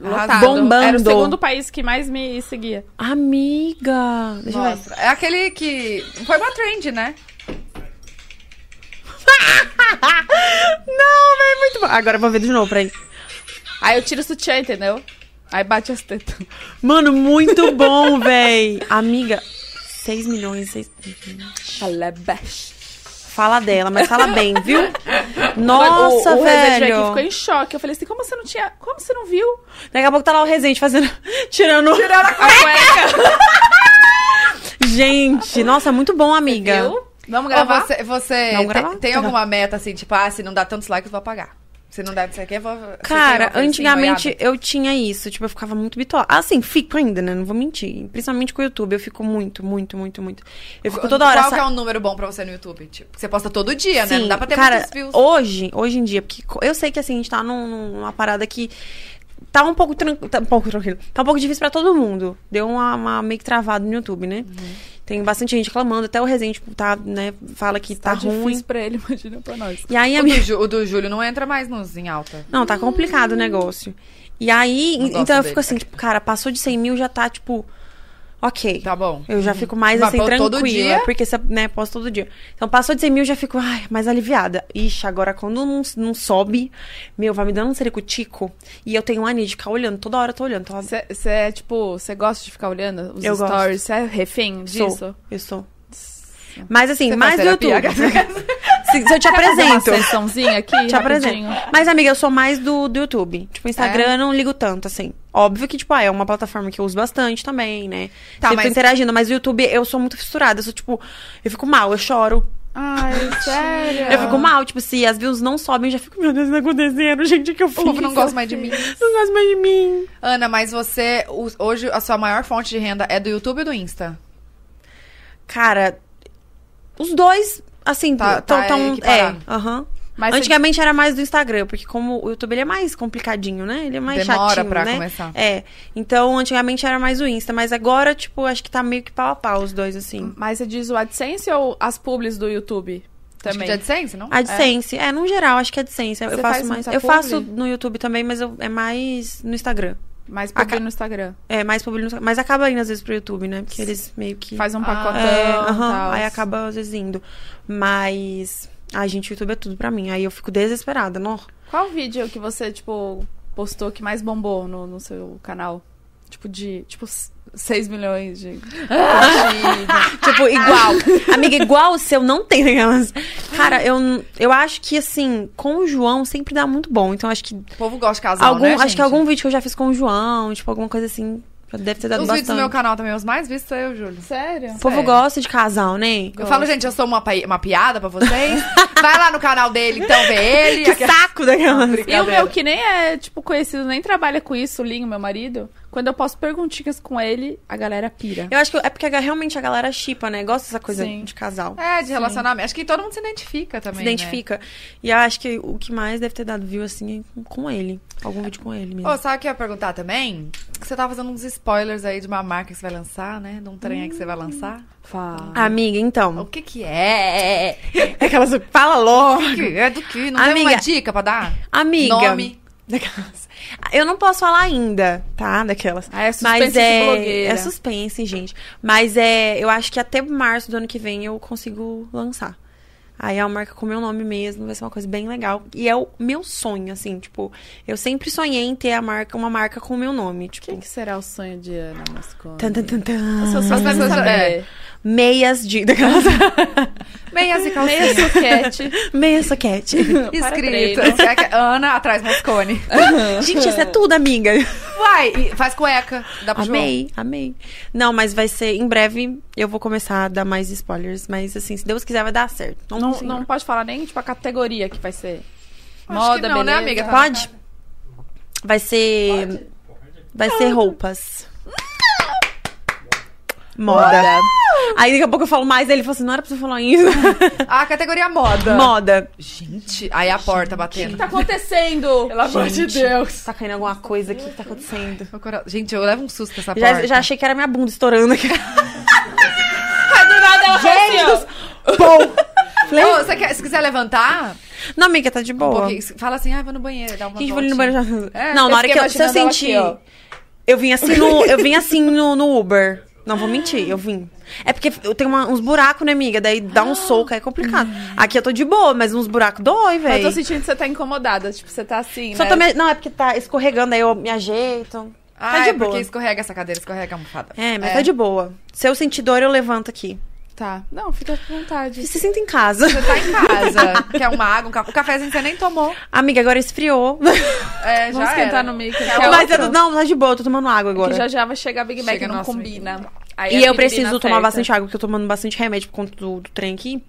Lotado.
Arrasou. É,
Bombando.
Era o segundo país que mais me seguia.
Amiga. Deixa eu ver.
Nossa, é aquele que. Foi uma trend, né?
Não, mas é muito bom. Agora eu vou ver de novo, peraí.
Aí eu tiro o sutiã, entendeu? Aí bate as tetas.
Mano, muito bom, véi. Amiga, 6 milhões, 6...
Calabash.
Fala dela, mas fala bem, viu?
o,
Nossa,
o Rezende
velho.
aqui ficou em choque. Eu falei assim, como você não tinha... Como você não viu?
Daqui a pouco tá lá o Rezende fazendo... Tirando...
A cueca.
Gente, nossa, muito bom, amiga.
Viu? Vamos
Ou
gravar?
você. você
Não
te-
gravar?
tem alguma meta assim, tipo, ah, se não dá tantos likes, eu vou apagar. Se não dá isso aqui, eu vou. você
Cara,
tem uma coisa assim,
antigamente
noiada?
eu tinha isso, tipo, eu ficava muito bitola. Assim, fico ainda, né? Não vou mentir. Principalmente com o YouTube, eu fico muito, muito, muito, muito. Eu fico toda hora.
Qual
sa-
que é um número bom pra você no YouTube? Tipo, que você posta todo dia, né? Não dá pra ter
cara,
muitos views.
Hoje, hoje em dia, porque co- eu sei que assim, a gente tá num- numa parada que tá um pouco tranquilo. Tá um pouco tranquilo. Tá um pouco difícil pra todo mundo. Deu uma, uma meio que travada no YouTube, né?
Uhum.
Tem bastante gente reclamando, até o Rezende tá, né, fala que tá,
Tá
ruim.
difícil pra ele, imagina pra nós.
E aí,
O
amiga.
do, Ju- o do Júlio não entra mais nos em alta.
Não, tá complicado o negócio. E aí,
Não
en-
gosto
então eu
dele,
fico assim, tipo, cara, passou de 100 mil, já tá, tipo, ok.
Tá bom.
Eu já fico mais,
Mas
assim,
pô,
tranquila.
todo dia?
Porque, você, né, posto todo dia. Então, passou de 100 mil, já fico, ai, mais aliviada. Ixi, agora quando não, não sobe, meu, vai me dando um sericutico. E eu tenho mania de ficar olhando, toda hora eu tô olhando. Tô...
Você é, tipo, você gosta de ficar olhando os
Eu gosto.
stories? Você é refém disso?
Sou, eu sou. Mas, assim,
Você faz
mais do
terapia,
YouTube. se, se eu te
Uma
apresento.
sessãozinha aqui,
Te apresento.
rapidinho.
Mas, amiga, eu sou mais do, do YouTube. Tipo,
É?
Instagram eu não ligo tanto, assim. Óbvio que, tipo, ah, é uma plataforma que eu uso bastante também, né?
Tá,
Sempre
mas-
tô interagindo, mas o YouTube eu sou muito fissurada. Eu sou, tipo, eu fico mal, eu choro.
Ai, sério.
Eu fico
Ah.
mal, tipo, se as views não sobem, eu já fico, meu Deus, não tá acontecendo, gente, o que eu fiz?
O povo não gosta mais de mim.
Não gosta mais de mim.
Ana, mas você. o- Hoje a sua maior fonte de renda é do YouTube ou do Insta?
Cara, os dois, assim,
Tá-
tá,
tá
é,
equiparado.
aham.
Mas você-
Antigamente era mais do Instagram, porque como o YouTube ele é mais complicadinho, né? Ele é mais
Demora
chatinho,
pra
né?
começar.
É. Então, antigamente era mais o Insta, mas agora, tipo, acho que tá meio que pau a pau os dois, assim.
Mas é você diz o AdSense ou as publis do YouTube?
Acho que é
Também.
de AdSense, não?
AdSense, é, no geral, acho que é AdSense. Eu
Você
faço
faz
mais.
muita
Eu faço
publi?
no YouTube também, mas eu- é mais no Instagram.
Mas publi
Aca-
no Instagram.
É, mais publi no Instagram. Mas acaba indo às vezes pro YouTube, né? Porque eles meio que.
Faz um
Ah,
pacotão
É,
e
aham,
tal.
aí acaba às vezes indo. Mas. Ai, gente, o YouTube é tudo pra mim. Aí eu fico desesperada, não.
Qual vídeo que você, tipo, postou que mais bombou no, no seu canal? Tipo, de... Tipo, 6 milhões de...
Tipo, igual. Amiga, igual o seu não tem aquelas. Cara, eu, eu acho que assim, com o João sempre dá muito bom. Então acho que
O povo gosta de casal,
algum,
né,
acho
gente?
que algum vídeo que eu já fiz com o João, tipo alguma coisa assim, Deve ter dado
Os vídeos do
bastante.
meu canal também, os mais vistos é eu, Júlio.
Sério?
O povo
Sério.
gosta de casal, né?
Eu falo, gente, eu sou uma, pai- uma piada pra vocês. Vai lá no canal dele, então, vê ele.
Que saco daquela.
E o meu, que nem é, tipo, conhecido, nem trabalha com isso, o Linho, meu marido. Quando eu posto perguntinhas com ele, a galera pira.
Eu acho que é porque a- realmente a galera chipa, né? Gosta dessa coisa
Sim.
de casal.
É, de relacionamento. Acho que todo mundo se identifica também. né?
se identifica. E eu acho que o que mais deve ter dado view, assim, é com ele. Algum vídeo com ele
Né?
mesmo.
Ô, sabe o que eu ia perguntar também? Que você tá fazendo uns spoilers aí de uma marca que você vai lançar, né? De um trem aí que você vai lançar.
Fala.
Amiga, então.
O que que é?
Aquelas. Fala logo.
O que é do que? Não tem
Amiga.
uma dica pra dar?
Amiga.
Nome.
Daquelas. Eu não posso falar ainda, tá? Daquelas.
Ah, é suspense
Mas
de
é,
blogueira.
é suspense, gente. Mas é, eu acho que até março do ano que vem eu consigo lançar. Aí é uma marca com meu nome mesmo, vai ser uma coisa bem legal. E é o meu sonho, assim, tipo, eu sempre sonhei em ter a marca, uma marca com o meu nome, tipo.
Quem que será o sonho de Ana Moscone?
Tan, Ah. tan, tan, tan.
Seu sonho
As pessoas-
é.
Meias de. daquelas-
Meias e
Meia
Tá
calcinha.
suquete.
Meia soquete.
para
Escrito. É Ana atrás Moscone.
Gente, isso é tudo, amiga.
Vai, e faz cueca. Dá pro João.
Amei, amei. Não, mas vai ser. Em breve eu vou começar a dar mais spoilers. Mas assim, se Deus quiser, vai dar certo. Não,
não, não pode falar nem, tipo, a categoria assim, que vai ser.
que
Moda,
não, né,
beleza?
amiga?
Pode? Vai ser. Vai ser roupas. Moda. Aí daqui a pouco eu falo mais, aí ele fala assim: não era pra você falar isso.
A categoria moda.
Moda.
Gente, aí a porta batendo.
Tá acontecendo! Pelo amor de Deus.
Tá caindo alguma coisa aqui, o que tá acontecendo?
Meu cora- Gente, eu levo um susto com essa
Já,
porta.
já achei que era minha bunda estourando aqui.
Do nada ela falou assim, ó.
Bom. Falei,
Ô, você quer- se quiser levantar,
Não, amiga, tá de
um
boa.
pouquinho, fala assim, ah, vou no banheiro, dá uma
Gente,
volta.
vou ali no banheiro já.
É,
não,
eu
na hora que
fiquei
eu, se eu
imaginando ela
senti.
aqui,
eu vim assim, no, eu vim assim no, no Uber. Não vou mentir, eu vim. É porque eu tenho uma- uns buracos, né, amiga? Daí dá
Ah.
um soco, aí é complicado. Aqui eu tô de boa, mas uns buracos dói,
Mas eu tô
velho.
sentindo que você tá incomodada. Tipo, você tá assim,
Só
né?
tô me- Não, é porque tá escorregando, aí eu me ajeito.
Ah,
tá de
é
boa.
porque escorrega essa cadeira, escorrega a almofada.
É, mas tá de boa. Se eu sentir dor, eu levanto aqui.
Tá. Não, fica à vontade.
E se sinta em casa.
Você tá em casa, quer uma água, um café. O cafezinho você nem tomou.
Amiga, agora esfriou.
É,
Vamos
já
esquentar
era.
no mico.
É
mas
outra.
eu tô- não, tá de boa, eu tô tomando água agora.
Que já já vai chegar Big Mac,
Chega
não
nosso
combina. Aí a
E eu
pirulina
preciso tomar
acerta.
bastante água, porque eu tô tomando bastante remédio por conta do, do trem aqui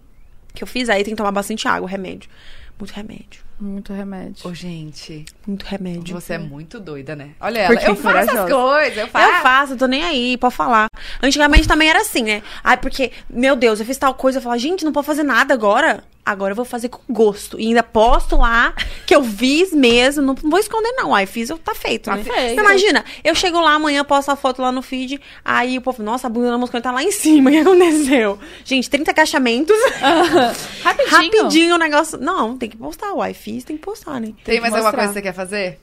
que eu fiz. Aí tem que tomar bastante água, remédio. Muito remédio.
Muito remédio.
Ô, gente,
Muito remédio.
você é muito doida, né? Olha ela,
Por quê?
eu faço essas
Corajosa.
coisas, eu faço.
Eu faço, eu tô nem aí, pode falar. Antigamente também era assim, né? Ai, porque, meu Deus, eu fiz tal coisa, eu falava, gente, não pode fazer nada agora. Agora eu vou fazer com gosto. E ainda posto lá que eu fiz mesmo. Não vou esconder, não. Aí fiz, eu tá feito.
Tá
né?
feito.
Você imagina, eu chego lá amanhã, posto a foto lá no feed. Aí o povo, nossa, a bunda da Moscone tá lá em cima. O que aconteceu? Gente, 30 caixamentos.
Rapidinho.
Rapidinho o negócio. Não, tem que postar. O fiz, tem que postar, né?
Tem
que
mais alguma
mostrar.
coisa que você quer fazer?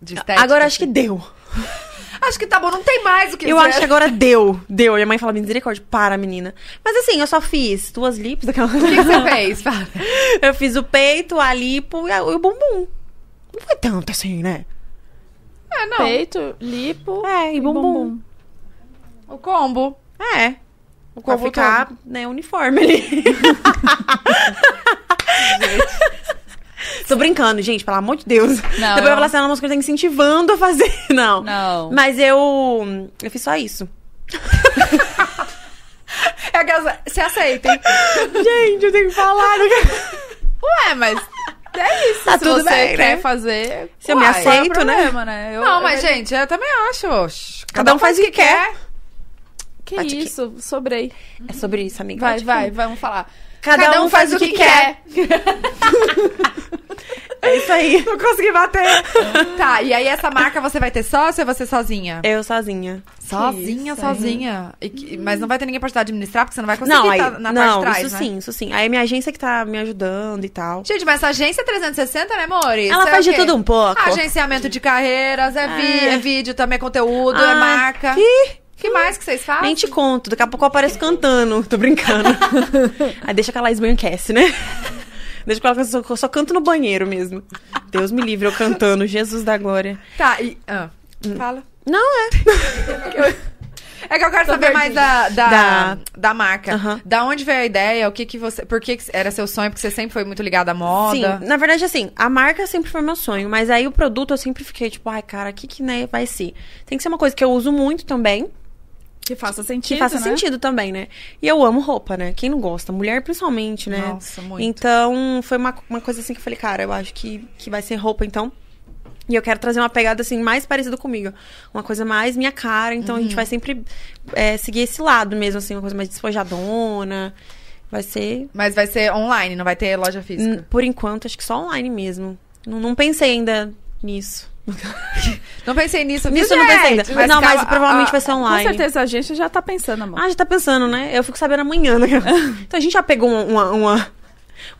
De estética?
Agora acho que deu.
Acho que tá bom, não tem mais o que
Eu
dizer.
acho que agora deu. Deu. Minha mãe fala, misericórdia, para, menina. Mas assim, eu só fiz duas lips daquela.
O que, que você fez? Fala.
eu fiz o peito, a lipo e, a- e o bumbum. Não foi tanto assim, né?
É, não.
Peito, lipo
É, e
e
bumbum.
bumbum.
O combo.
É.
O
Pra
combo
ficar, né, uniforme ali. Tô brincando, gente, pelo amor de Deus.
Não,
Depois eu
eu-
falo assim, ah, não, mas que eu tô incentivando a fazer. Não.
Não.
Mas eu. Eu fiz só isso.
todo. É aquelas- Se aceitem.
Gente, eu tenho que falar. não quero-
Ué, mas é isso.
Tá
Se
tudo
você
bem,
quer
né?
fazer,
Se eu me
uai, qual é o
aceito,
problema, né? Eu-
não,
eu-
mas, gente, eu também acho. oxe.
Cada um faz o que quer.
Que
bate aqui.
isso, sobrei.
É sobre
um
isso, amiga.
Vai,
Pode
vai, vamos falar.
Cada, um, faz, o que, quer. É isso aí. Não consegui bater.
Tá, e aí essa marca você vai ter sócio ou você sozinha?
Eu sozinha.
sozinha,
isso, hein?
sozinha. E que- mas não vai ter ninguém pra ajudar a administrar, porque você não vai conseguir
não, aí,
tá na parte
não,
de trás,
isso
né?
sim, isso sim. Aí minha agência que tá me ajudando e tal.
Gente, mas essa agência é 360, né, amores?
Ela
É
faz
o
de
quê?
tudo um pouco.
Agenciamento de carreiras, é, vi-
É.
é vídeo também, é conteúdo, é
Ah,
marca. O
Ih,
que mais que vocês fazem?
nem te conto. Daqui a pouco eu apareço cantando. Tô brincando. aí deixa que a Laís enlouquece, né? Deixa que ela só, eu só canto no banheiro mesmo. Deus me livre, eu cantando. Jesus da glória. é.
Tá, e... ah, fala.
Não, é.
É que eu quero
Tô
saber mais
perdida.
da, da, da...
Da-
marca.
Aham.
Da onde veio a ideia? O que que você... Por que que era seu sonho? Porque você sempre foi muito ligada à moda.
Sim, na verdade, assim, a marca sempre foi meu sonho, mas aí o produto eu sempre fiquei tipo, ai, cara, o que que né, vai ser? Tem que ser uma coisa que eu uso muito também,
Que faça
que
sentido,
faça
né?
sentido também, né? E eu amo roupa, né? Quem não gosta? Mulher principalmente, né?
Nossa, muito.
Então, foi uma, uma coisa assim que eu falei, cara, eu acho que, que vai ser roupa, então. E eu quero trazer uma pegada, assim, mais parecida comigo. Uma coisa mais minha cara. Então, a gente
Uhum.
vai sempre é, seguir esse lado mesmo, assim. Uma coisa mais despojadona. Vai ser...
Mas vai ser online, não vai ter loja física.
n- Por enquanto, acho que só online mesmo. Não, não pensei ainda nisso.
Não pensei nisso. viu,
Nisso eu não pensei
gente?
ainda. não, mas
calma, ah,
provavelmente
a-
vai ser online.
ah, Com certeza a gente já tá pensando, amor.
Ah, já tá pensando, né? Eu fico sabendo amanhã, né? Então a gente já pegou um- uma, uma-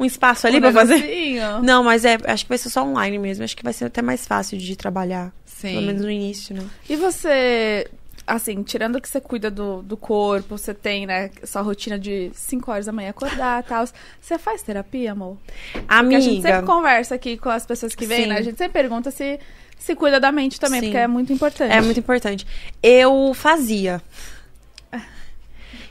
um espaço ali
Um
pra fazer?
negocinho.
Não, mas é, acho que vai ser só online mesmo. Acho que vai ser até mais fácil de trabalhar.
Sim.
Pelo menos no início, né?
E você, assim, tirando que você cuida do, do corpo, você tem, né, sua rotina de 5 horas da manhã acordar e tal, você faz terapia, amor? Porque
Amiga.
a gente sempre conversa aqui com as pessoas que vêm,
Sim.
né? A gente sempre pergunta se se cuida da mente também,
Sim.
porque é muito importante.
É muito importante. Eu fazia.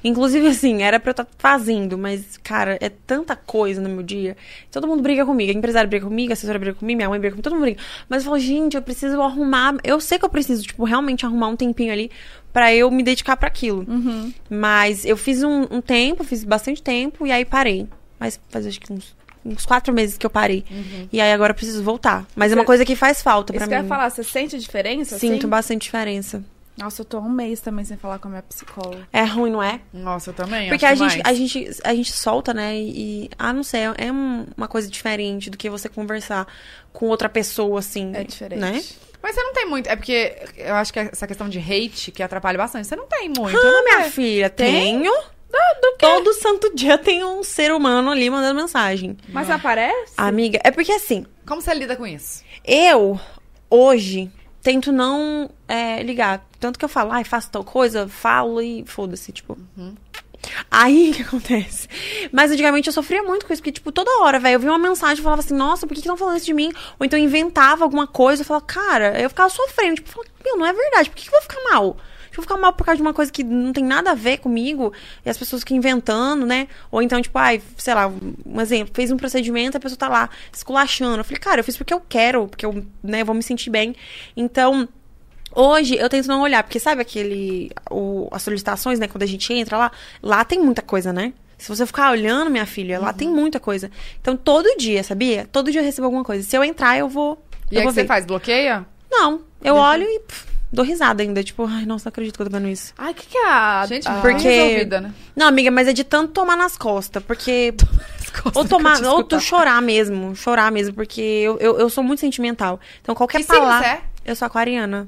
Inclusive, assim, era pra eu estar fazendo, mas, cara, é tanta coisa no meu dia. Todo mundo briga comigo. Empresário briga comigo, assessora briga comigo, minha mãe briga comigo, todo mundo briga. Mas eu falo, gente, eu preciso arrumar. Eu sei que eu preciso, tipo, realmente arrumar um tempinho ali pra eu me dedicar pra aquilo.
Uhum.
Mas eu fiz um, um tempo, fiz bastante tempo, e aí parei. Mas faz acho que uns, uns quatro meses que eu parei. E aí agora eu preciso voltar. Mas é uma
Uhum. Cê-
coisa que faz falta pra
Isso
mim.
que eu ia falar, você sente diferença?
Sinto
assim?
bastante diferença.
Nossa, eu tô há um mês também sem falar com a minha psicóloga.
É ruim, não é?
Nossa, eu também.
Porque a
acho
gente,
demais.
a, gente, a gente solta, né? E. Ah, não sei, é um- uma coisa diferente do que você conversar com outra pessoa, assim.
É diferente.
Né?
Mas você não tem muito. É porque eu acho que essa questão de hate que atrapalha bastante. Você não tem muito.
Ah, minha filha,
Tem?
tenho. Todo santo dia tem um ser humano ali mandando mensagem.
Mas aparece?
Amiga, é porque assim,
Como você lida com isso?
eu hoje tento não é, ligar. Tanto que eu falo, ai, faço tal coisa, falo e foda-se, tipo. Aí o que acontece? Mas antigamente eu sofria muito com isso, porque, tipo, toda hora, velho, eu via uma mensagem e falava assim, nossa, por que estão falando isso de mim? Ou então eu inventava alguma coisa, eu falava, cara, eu ficava sofrendo, tipo, eu falava, meu, não é verdade, por que, que eu vou ficar mal? Tipo, Eu vou ficar mal por causa de uma coisa que não tem nada a ver comigo, e as pessoas ficam inventando, né? Ou então, tipo, ai, sei lá, um exemplo, fez um procedimento, a pessoa tá lá esculachando. Eu falei, cara, eu fiz porque eu quero, porque eu, né, vou me sentir bem. Então, Hoje eu tento não olhar, porque sabe aquele. o- as solicitações, né? Quando a gente entra lá, lá tem muita coisa, né? Se você ficar olhando, minha filha, lá
Uhum.
tem muita coisa. Então, todo dia, sabia? Todo dia eu recebo alguma coisa. Se eu entrar, eu vou.
E
eu
aí o
vou
que você
ver.
faz? Bloqueia?
Não, eu olho e pff, dou risada ainda. Tipo, ai, nossa, não acredito que eu tô vendo isso.
Ai, o que, que é a.
Gente,
a...
porque...
Ah, porque-
resolvida, né?
Não, amiga, mas é de tanto tomar nas costas, porque. Ou tomar, ou tu chorar mesmo, chorar mesmo, porque eu, eu, eu sou muito sentimental. Então qualquer
Que signo
palavra.
você é?
Eu sou aquariana.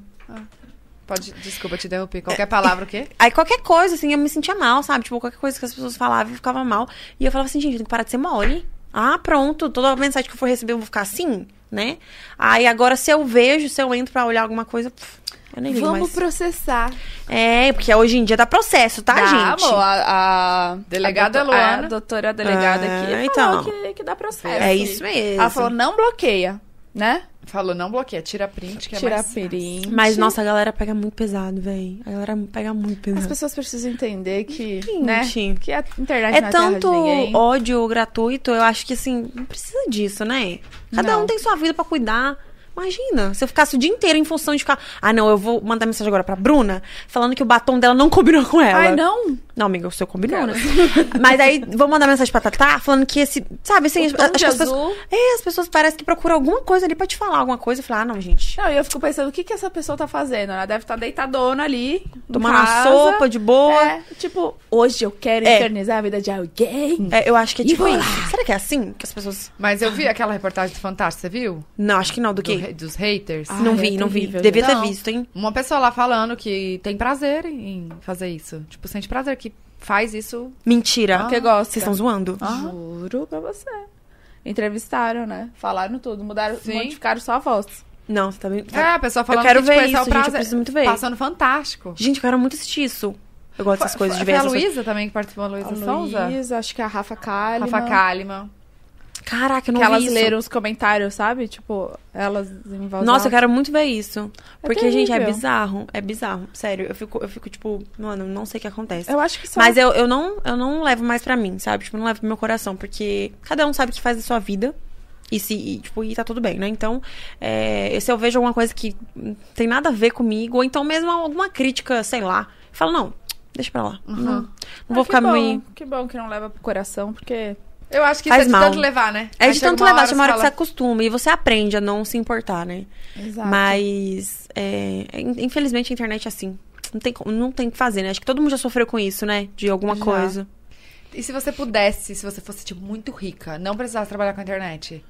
Pode, desculpa te interromper. Qualquer palavra o quê?
Aí qualquer coisa, assim, eu me sentia mal, sabe? Tipo, qualquer coisa que as pessoas falavam, eu ficava mal. E eu falava assim, gente, eu tenho que parar de ser mole. Ah, pronto, toda mensagem que eu for receber, eu vou ficar assim, né? Aí agora, se eu vejo, se eu entro pra olhar alguma coisa, pff, eu nem ligo
Vamos
mais.
processar.
É, porque hoje em dia dá processo, tá,
Dá,
gente?
amor, a, a-
Delegada
a doutor-
Luana.
A doutora delegada
Ah,
aqui então.
então.
falou que, que dá processo.
É isso mesmo.
assim. Ela falou, não bloqueia, né?
Falou, não bloqueia. Tira print, que é
Tira
mais...
print.
Mas, nossa, a galera pega muito pesado, velho. A galera pega muito
As
pesado.
pessoas precisam entender que,
Uhum. Gente.
né, que a internet
É
não é
tanto
terra de ninguém.
ódio gratuito, eu acho que assim, não precisa disso, né? Cada
Não.
um tem sua vida pra cuidar. Imagina, se eu ficasse o dia inteiro em função de ficar. Ah, não, eu vou mandar mensagem agora pra Bruna falando que o batom dela não combinou com ela.
Ai, não?
Não, amiga, o seu combinou, né? Mas aí vou mandar mensagem pra Tatá falando que esse. Sabe assim,
O tom de
que as
azul.
pessoas. É, as pessoas parecem que procuram alguma coisa ali pra te falar alguma coisa. Eu falei, ah, não, gente.
Não, e eu fico pensando, o que, que essa pessoa tá fazendo? Ela deve estar deitadona ali, em
Tomando uma
casa.
sopa de boa.
É, tipo, hoje eu quero
É.
eternizar a vida de alguém.
É, eu acho que é
E
tipo
vou lá.
isso. Será que é assim que as pessoas.
Mas eu vi aquela reportagem do Fantástico, você viu?
Não, acho que não,
Do
do que.
re- dos haters.
Ah.
Não
Ai,
vi,
é
não vi.
terrível,
Devia
gente.
ter
Não.
visto, hein?
Uma pessoa lá falando que tem prazer em fazer isso. Tipo, sente prazer, que faz isso...
Mentira.
Porque gosta.
Vocês estão zoando?
Ah. Juro pra você. Entrevistaram, né? Falaram tudo, mudaram,
Sim.
modificaram só a voz.
Não, você tá vendo?
É, a pessoa falando
quero
que, tipo,
ver
esse é o
isso, gente, eu
prazer.
preciso muito ver.
Passando fantástico.
Gente, eu quero muito assistir isso. Eu gosto dessas
Foi-
coisas de
foi
ver
a
essas coisas.
Luísa também que participou, a Luísa
A
Souza.
Luísa, acho que a Rafa Kalimann.
Rafa Kalimann.
Caraca, eu não
Que elas
vi isso.
leram os comentários, sabe? Tipo, elas em voz
Nossa, eu
alta.
quero muito ver isso. Porque, gente, é
terrível.
bizarro. É bizarro. Sério, eu fico, eu fico tipo, mano, não sei o que acontece.
Eu acho que são...
Mas eu, eu, não, eu não levo mais pra mim, sabe? Tipo, eu não levo pro meu coração, porque cada um sabe o que faz da sua vida. E se, e, tipo, e tá tudo bem, né? Então, é, se eu vejo alguma coisa que hum, tem nada a ver comigo, ou então mesmo alguma crítica, sei lá, eu falo, não, deixa pra lá. Não, não
Ah,
vou
que
ficar
bom,
me.
Que bom que não leva pro coração, porque...
Eu acho que
Faz
isso é de
mal.
tanto levar, né?
É
Aí
de
chega
tanto levar,
hora
chega uma hora que você
fala,
acostuma e você aprende a não se importar, né?
Exato.
Mas, é, in- infelizmente, a internet é assim. Não tem, como- não tem o que fazer, né? Acho que todo mundo já sofreu com isso, né? De alguma
Já.
coisa.
E se você pudesse, se você fosse, tipo, muito rica, não precisasse trabalhar com a internet?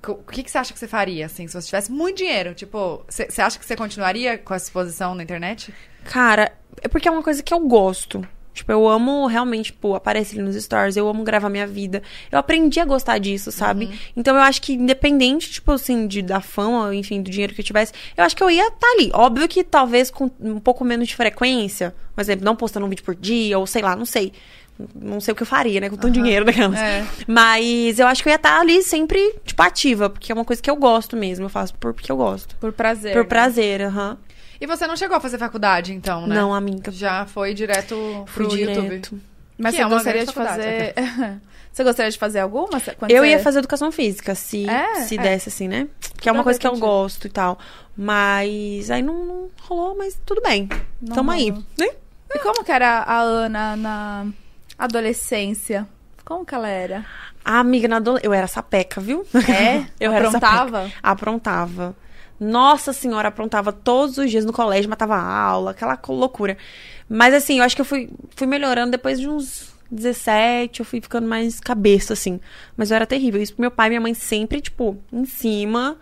co- O que, que você acha que você faria, assim, se você tivesse muito dinheiro? Tipo, você você acha que você continuaria com essa exposição na internet?
Cara, é porque é uma coisa que eu gosto. Tipo, eu amo realmente, tipo, aparecer nos stories, eu amo gravar minha vida. Eu aprendi a gostar disso, sabe? Então eu acho que, independente, tipo assim, de, da fama, enfim, do dinheiro que eu tivesse, eu acho que eu ia estar ali. Óbvio que talvez com um pouco menos de frequência, por exemplo, não postando um vídeo por dia, ou sei lá, não sei. Não sei o que eu faria, né? Com tanto dinheiro daquelas.
É.
Mas eu acho que eu ia estar ali sempre, tipo, ativa, porque é uma coisa que eu gosto mesmo. Eu faço por- porque eu gosto.
Por prazer.
Por
né?
prazer, aham.
E você não chegou a fazer faculdade, então, né?
Não, amiga.
Já foi direto
Fui
pro YouTube.
direto.
Mas
Que
você
é uma
gostaria
grande
de fazer... você gostaria de fazer alguma? se- quando
Eu
você-
ia fazer educação física, se,
É?
se
É.
desse, assim, né? Que é
Tudo a
uma
ver
coisa que eu
contigo.
gosto e tal. Mas aí não, não rolou, mas tudo bem.
Não
Tamo aí.
rolou.
né?
E como que era a Ana na adolescência? Como que ela era?
A amiga na adolescência. Eu era sapeca, viu?
É?
Eu era
Aprontava?
sapeca. Aprontava. Nossa senhora, aprontava todos os dias no colégio, matava a aula, aquela co- loucura. Mas assim, eu acho que eu fui, fui melhorando depois de uns 17, eu fui ficando mais cabeça, assim. Mas eu era terrível. Isso pro meu pai e minha mãe sempre, tipo, em cima.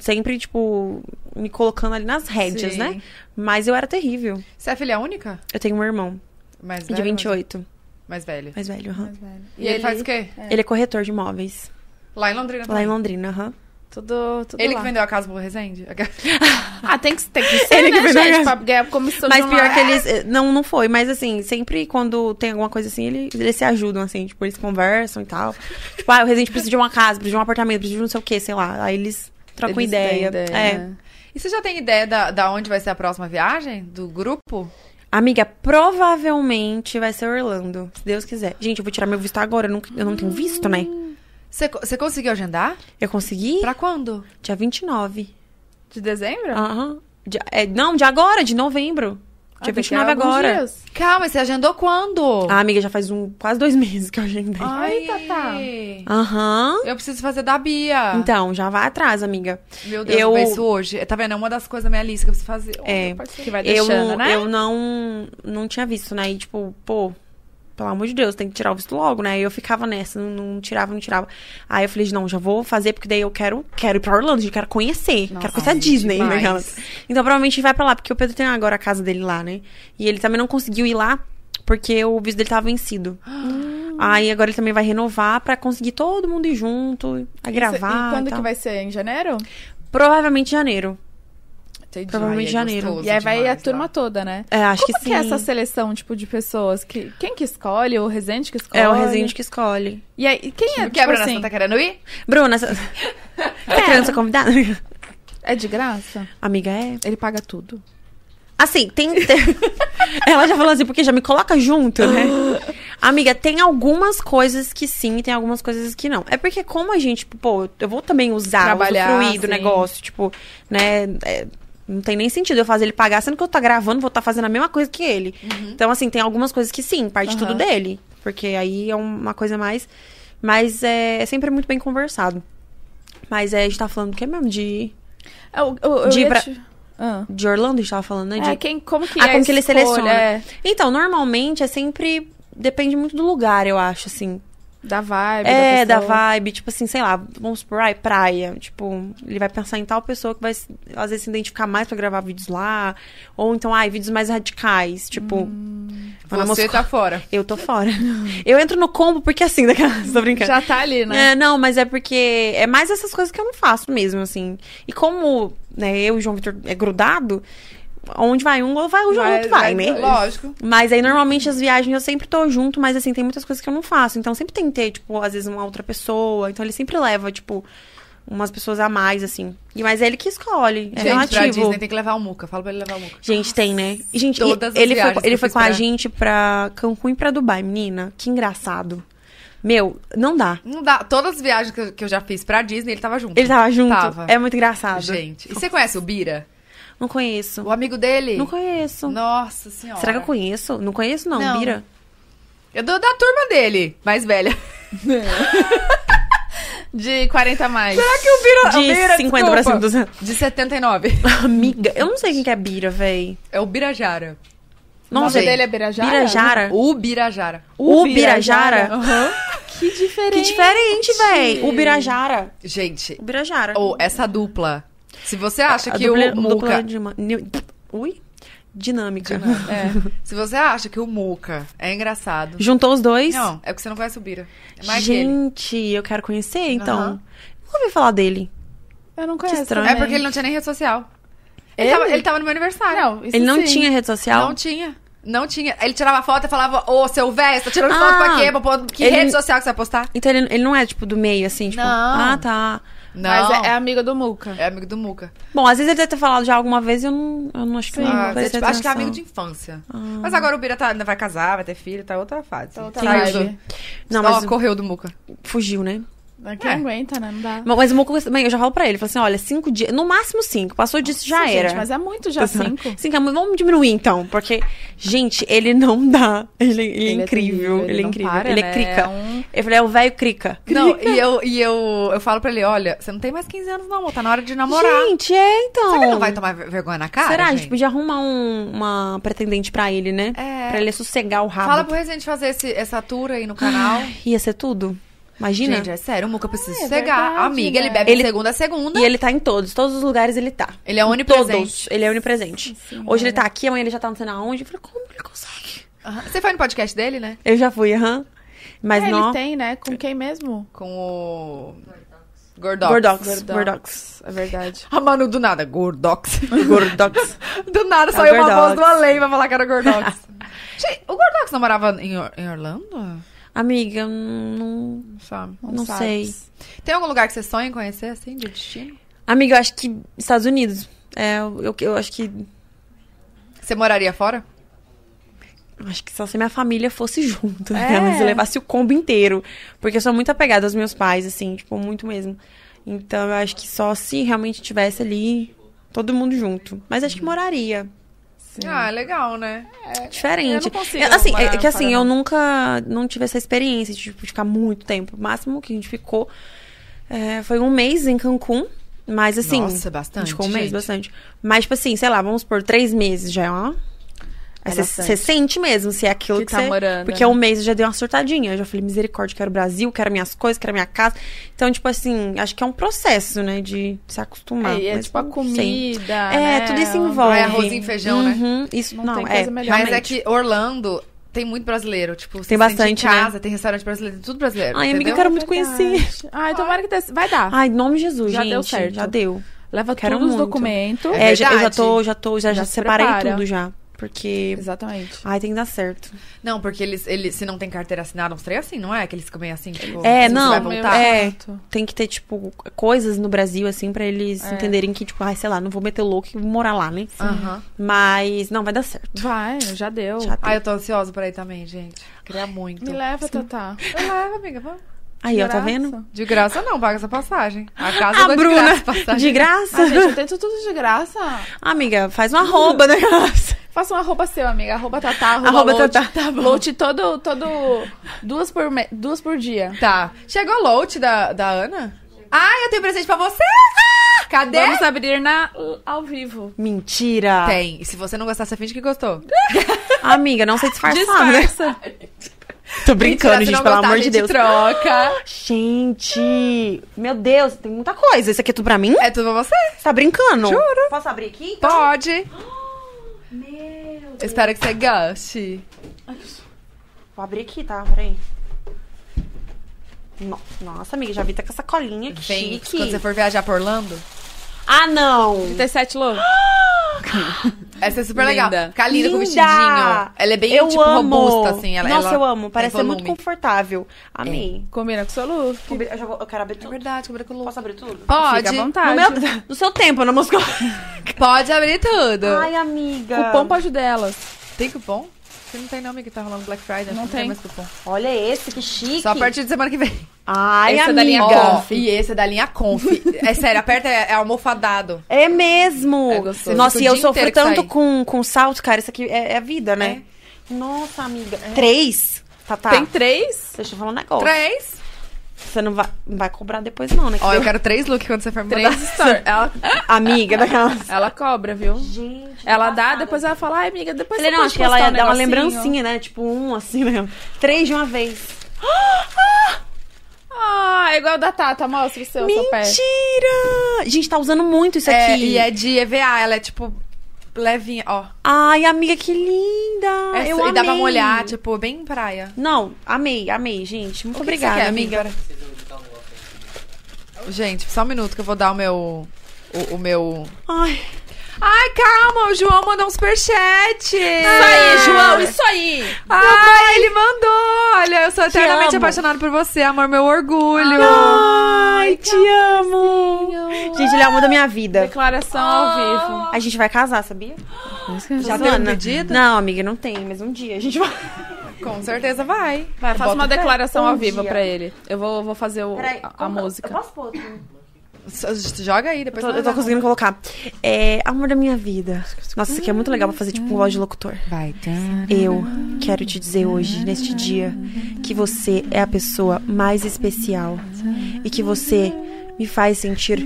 Sempre, tipo, me colocando ali nas rédeas,
Sim.
né? Mas eu era terrível.
Você é filha única?
Eu tenho um irmão
Mais
de
velho,
28,
Mais velho.
mais velho. aham.
Mais velha.
E, ele, faz o quê?
Ele é corretor de imóveis.
Lá em Londrina
Lá em
também.
Londrina, aham.
Tudo, tudo
Ele
lá.
que vendeu a casa pro Resende?
Ah, tem que, tem que ser,
Ele
né,
que vendeu a
gente?
casa.
Pra ganhar comissão de
Mas
um
pior
lado.
que eles. eh, Não, não foi, mas assim, sempre quando tem alguma coisa assim, ele- eles se ajudam, assim, tipo, eles conversam e tal. Tipo, ah, o residente precisa de uma casa, precisa de um apartamento, precisa de não sei o que, sei lá. Aí eles trocam
Eles têm
Tá ideia. É.
né?
E você já tem ideia da, da onde vai ser a próxima viagem? Do grupo?
Amiga, provavelmente vai ser Orlando, se Deus quiser. Gente, eu vou tirar meu visto agora, eu não, eu não tenho visto, né?
Você, co- você conseguiu agendar?
Eu consegui
Pra quando?
dia 29.
De dezembro?
Aham. De- é, não, de agora, de novembro.
Ah,
Dia
daqui a
29
alguns
agora.
dias.
Calma, você agendou quando?
Ah, amiga, já faz um, quase dois meses que eu agendei.
Ai, Tatá.
Aham.
tá. Eu preciso fazer da
Ah.
Bia.
Ah. Então, já vai atrás, amiga.
Meu Deus, eu
eu-
penso hoje. Tá vendo? É uma das coisas da minha lista que eu preciso fazer.
É.
Que vai
eu,
deixando, né?
eu não não tinha visto, né? E tipo, pô, pelo amor de Deus, tem que tirar o visto logo, né? E eu ficava nessa, não, não tirava, não tirava. Aí eu falei, não, já vou fazer, porque daí eu quero, quero ir pra Orlando, gente, quero conhecer.
Nossa,
quero conhecer a
gente,
Disney, né?
demais.
aquelas. Então provavelmente vai pra lá, porque o Pedro tem agora a casa dele lá, né? E ele também não conseguiu ir lá, porque o visto dele tava vencido. Aí agora ele também vai renovar pra conseguir todo mundo ir junto, a gravar.
E quando que
tal.
vai ser? Em janeiro?
Provavelmente em janeiro.
Entendi.
Provavelmente
Ai, é
janeiro.
gostoso
E aí vai a
demais,
turma
lá.
toda, né?
É, acho
Como
que
que
sim.
é essa seleção, tipo, de pessoas? Que, quem que escolhe? O Resende que escolhe?
É o Resende que escolhe.
E aí, quem é,
O
tipo
que a Bruna,
assim,
você tá querendo ir?
Bruna, você... tá querendo ser convidada?
tá-
é de graça?
Amiga, é.
Ele paga tudo.
Assim, tem. tem- Ela já falou assim, porque já me coloca junto, né? Amiga, tem algumas coisas que sim, tem algumas coisas que não. É porque, como a gente, tipo, pô, eu vou também usar,
Trabalhar,
usufruir do
sim.
negócio, tipo, né? é, não tem nem sentido eu fazer ele pagar, sendo que eu tô gravando, vou estar fazendo a mesma coisa que ele. Então, assim, tem algumas coisas que sim, parte
Uhum. Aham.
tudo dele. Porque aí é uma coisa mais. Mas é, é sempre muito bem conversado. Mas é, a gente tá falando do que mesmo? De,
É,
Eu, eu, eu
De
ia
Bra-
te- Ah.
de Orlando, a gente tava falando, né? De-
É, quem, como que
Ah,
é
como
a
que ele
escolha?
seleciona.
É,
Então, normalmente é sempre. Depende muito do lugar, eu acho, assim.
da vibe
é, da,
pessoa.
vibe. Tipo assim, sei lá, vamos por ai, praia. Tipo, ele vai pensar em tal pessoa que vai, às vezes, se identificar mais pra gravar vídeos lá. Ou então, ai, vídeos mais radicais. Tipo.
Hum.
Ana
Você
Moscou-
tá fora.
Eu tô fora. eu entro no combo porque assim, daquela. Tô brincando.
Já tá ali, né?
É, não, mas é porque é mais essas coisas que eu não faço mesmo, assim. E como né, eu e o João Vitor é grudado, onde vai um, ou vai o outro, vai, né?
é Lógico.
Mas aí, normalmente, as viagens eu sempre tô junto, mas assim, tem muitas coisas que eu não faço. Então, sempre tem que ter, tipo, às vezes uma outra pessoa. Então, ele sempre leva, tipo, umas pessoas a mais, assim. E, mas é ele que escolhe. É
Gente, pra
relativo.
Disney tem que levar o Muca. Fala pra ele levar o Muca.
Gente, tem, né? E, Gente, e
Todas as
ele foi,
viagens que
ele
eu
foi
fiz
com a
pra-
gente pra Cancún e pra Dubai, menina. Que engraçado. Meu, não dá.
Não dá. Todas as viagens que eu, que eu já fiz pra Disney, ele tava junto.
Ele tava junto.
Tava.
É muito engraçado.
Gente. E você conhece o Bira?
Não conheço.
O amigo dele?
Não conheço.
Nossa senhora.
Será que eu conheço? Não conheço, não,
Não.
Bira.
Eu dou da turma dele, mais velha.
De 40 a mais.
Será que o Bira... o
De
Bira,
50 pra
desculpa.
50%.
De 79.
Amiga, eu não sei quem que é Bira, véi.
É o Birajara.
O
Não
nome
sei.
dele é Birajara?
Birajara?
O Birajara.
O Birajara?
Aham. Que diferente.
Que diferente, véi. O Birajara.
Gente,
O Birajara.
ou essa dupla. Se você acha
A
que
dupla-
o
dupla
Muca...
de ma- ni- Ui. Dinâmica.
É, se você acha que o Muca é engraçado...
Juntou os dois.
Não, é porque você não conhece o Bira. É mais que ele.
Gente, eu quero conhecer, então.
Aham.
Nunca ouvi falar dele.
Eu não conheço.
estranho.
É
também.
porque ele não tinha nem rede social. Ele,
Ele?
Tava, ele tava no meu aniversário.
Ah, Não, isso
ele não
sim.
tinha rede social?
Não tinha. Não tinha. Ele tirava foto e falava, ô, seu velho, você tá tirando foto
Ah,
pra quê? Pra pôr- Que
ele-
rede social que você vai postar?
Então ele, ele não é, tipo, do meio, assim, tipo...
Não.
Ah, tá.
Não.
Mas é, é amigo do Muca.
é amigo do Muca.
Bom, às vezes ele deve ter falado já alguma vez e eu não, eu não acho que...
Sim,
não
Ah,
prestei
é, tipo, acho que é
atenção.
amigo de infância.
Ah.
Mas agora o Bira tá, ainda vai casar, vai ter filho, tá outra fase.
Então
Tá outra
Saiu
vibe.
do-
Não,
Ó,
mas
correu do Muca.
fugiu, né?
é.
Aqui não aguenta, né? Não dá.
Mas, mas o Moco também, eu já falo pra ele, falo assim, olha, cinco dias, no máximo cinco, passou disso já
Sim,
era.
Gente, mas é muito já cinco.
Cinco é muito, vamos diminuir então, porque, gente, ele não dá, ele, ele é incrível,
terrível,
ele, é
não
incrível,
para,
ele
né?
é crica.
É um-
Eu falei, é o velho crica.
Não, e eu, e eu, eu falo pra ele, olha, você não tem mais 15 anos não, amor, tá na hora de namorar.
Gente, é então.
Será que ele não vai tomar ver- vergonha na cara,
Será? A gente
gente?
podia arrumar um- uma pretendente pra ele, né?
É.
Pra ele sossegar o rabo. Ah,
Fala pro Resident fazer esse- essa tour aí no canal.
Ia ser tudo. Imagina.
Gente, é sério, o Muca precisa
É
sossegar.
verdade,
Amiga, ele
né?
bebe
Ele-
de segunda a segunda.
e ele tá em todos, todos os lugares ele tá.
Ele é
Em
onipresente.
Todos. Ele é onipresente.
Senhora.
Hoje ele tá aqui, amanhã ele já tá não sei na onde. Eu falei, como ele consegue?
Aham. Você foi no podcast dele, né?
Eu já fui, aham. Mas
É,
não.
Ele tem, né? Com quem mesmo?
Com o... Gordox.
Gordox. Gordox.
Gordox. É verdade.
Ah, mano, do nada, Gordox.
Gordox.
Do nada
É o
saiu uma
Gordox.
voz do além pra falar que era o Gordox. Gente, o Gordox não morava em, Or- em Orlando?
Amiga, eu não.
Sabe?
Não
sabe.
Tem algum lugar que você sonha em conhecer, assim, de destino?
Amiga, eu acho que Estados Unidos. É, eu, eu- eu acho que.
Você moraria fora?
eu Acho que só se minha família fosse junto,
É.
né? Se levasse o combo inteiro. Porque eu sou muito apegada aos meus pais, assim, tipo, muito mesmo. Então eu acho que só se realmente tivesse ali todo mundo junto. Mas acho que moraria.
Sim.
Ah, legal, né?
Diferente.
Eu não consigo
Eu- assim, é
morar
que assim,
fora,
eu
não.
nunca não tive essa experiência de tipo, ficar muito tempo. O máximo que a gente ficou é, foi um mês em Cancún. Mas assim.
Nossa, bastante,
A gente ficou um mês,
gente.
bastante. Mas, tipo assim, sei lá, vamos por três meses já é uma.
É
Aí você
bastante.
você sente mesmo se é aquilo
Que
que,
tá
você-
morando,
Porque
né?
um mês eu já dei uma surtadinha. Eu já falei, misericórdia, quero o Brasil, quero minhas coisas, quero minha casa. Então, tipo assim, acho que é um processo, né, de se acostumar.
É, e é
Mas
tipo a
não sei.
comida.
É,
né?
tudo isso
Um-
envolve.
É arroz e feijão, né?
Uhum, Isso
Não
não,
tem
é,
coisa melhor.
Mas é
realmente.
que Orlando tem muito brasileiro. Tipo, você
Tem
se sente
bastante, né?
em casa, tem restaurante brasileiro, tem tudo brasileiro.
Ai, amiga,
entendeu?
eu quero muito conhecer.
é Verdade. Ai, tomara que dê... Vai dar.
Ai, em nome de Jesus,
Já
gente.
deu certo.
Já deu.
Leva
quero
todos os
muito.
documentos.
É
É, já, eu já
verdade.
tô, já tô, já,
Já
já
se
separei
prepara.
tudo já. Porque.
Exatamente.
Ai, tem que dar certo.
Não, porque eles, eles, se não tem carteira assinada, uns três assim, não é? Que eles ficam meio assim, tipo...
É,
se você
não,
vai
Meio
voltar.
é.
chato.
Tem que ter, tipo, coisas no Brasil, assim, pra eles
É.
entenderem que, tipo, ai, sei lá, não vou meter louco e vou morar lá, né?
Aham.
Mas, não, vai dar certo.
Vai, já deu.
Já
Oh, Ai, eu tô ansiosa por aí também, gente. Queria muito.
Me leva, Tatá.
Me leva, amiga, vamos.
Aí, ó, tá
Graça.
vendo?
De graça não, paga essa passagem. A casa
A
da
Ah, Bruna,
de graça passagem.
De graça?
Ah, gente, eu tento tudo de graça.
Amiga, faz uma arroba, né?
Faça um arroba seu, amiga. Arroba tatá, arroba,
Arroba
load.
tatá, tá bom.
Load todo, todo... Duas por, me- duas por dia.
Tá. Chegou o load da, da Ana? Ai, eu tenho presente pra você! Ah, cadê?
Vamos abrir na, ao vivo.
Mentira.
Tem. E se você não gostar, você finge que gostou.
Amiga, não sei disfarçar, né?
Disfarça.
Tô
Mentira,
brincando,
se
gente,
não
pelo
gostar,
amor
a
de
gente
Deus.
troca.
Gente, meu Deus, tem muita coisa. Isso aqui é tudo pra mim?
É tudo pra você?
Você tá brincando?
Juro.
Posso abrir aqui?
Então,
então?
Pode.
Meu.
Eu espero que você goste.
Vou abrir aqui, tá? Peraí. No- Nossa, amiga, já vi tá com essa colinha que
Vem,
chique.
quando você for viajar pra Orlando.
Ah, não!
37 louco.
Essa é super legal.
Linda.
Ficar linda com o
Linda!
vestidinho. Ela é bem,
eu
tipo,
amo.
robusta, assim. Ela,
Nossa,
ela
eu amo.
tem
Parece ser muito
volume.
confortável. Amei.
Combina com o seu look.
Combi- Eu, já vou- eu quero abrir
É
tudo.
verdade, cobre com luva.
Posso abrir tudo?
Pode,
Fica à
No,
vontade.
meu, no seu tempo, Ana Moscou.
pode abrir tudo.
Ai, amiga.
Cupom pode delas.
Tem cupom? Você não tem não, amiga, que tá rolando Black Friday.
Não
Não,
tem.
tem. mais cupom.
Olha esse, que chique.
Só a partir de semana que vem.
Ai,
Esse é
amiga.
da linha
Ó, e esse é da linha Conf. é sério, aperta, é, é almofadado.
É mesmo!
É gostoso.
Nossa,
Fica o
e eu
dia
sofro
inteiro que
tanto
sai. É.
com, com salto, cara. Isso aqui é, é vida, né? Nossa, amiga. Três? Tá, tá.
Tem três?
Deixa eu falar um negócio.
Três.
Você não vai, não vai cobrar depois, não, né? Que
Ó, eu
deu-
quero três looks quando você for me mandar.
Três store. Ela,
Amiga daquelas.
ela cobra, viu?
Gente.
Ela dá, depois ela fala, ai, amiga, depois
Falei,
você
não,
pode
acho que ela
postar
ia
um
dar uma
negocinho."
lembrancinha, né? Tipo, um assim, né? Três de uma vez.
Ah, é igual a da Tata, mostra o seu,
Então,
seu pé.
Mentira! Gente, tá usando muito isso
É,
aqui.
e é de EVA, ela é tipo levinha, ó.
Ai, amiga, que linda!
É,
Ah, eu
e
amei.
dá pra molhar, tipo, bem praia.
Não, amei, amei, gente. Muito
O que que você
obrigada,
quer,
amiga.
Gente, só um minuto que eu vou dar o meu. O, o meu.
Ai,
Ai, calma, o João mandou um superchat. Isso
Aí, João, isso aí!
Ai, ele mandou! Olha, eu sou eternamente
amo.
apaixonado por você, amor, meu orgulho.
ai, te amo! Gente, ele é o amor da minha vida.
Declaração ao vivo.
A gente vai casar, sabia?
Já
Suzana?
teve um pedido?
Não, amiga, não tem, mas um dia a gente vai.
Com certeza vai.
Vai, faça uma declaração
Bom
ao vivo
dia.
pra ele. Eu vou, vou fazer o- a- a, música.
posso pôr outro?
Só- Joga aí, depois
Tô,
nós
eu tô
vamos.
conseguindo colocar. É, amor da minha vida. Nossa, isso aqui é muito legal pra fazer, tipo, voz de locutor.
Vai, tá.
Eu quero te dizer hoje, neste dia, que você é a pessoa mais especial e que você me faz sentir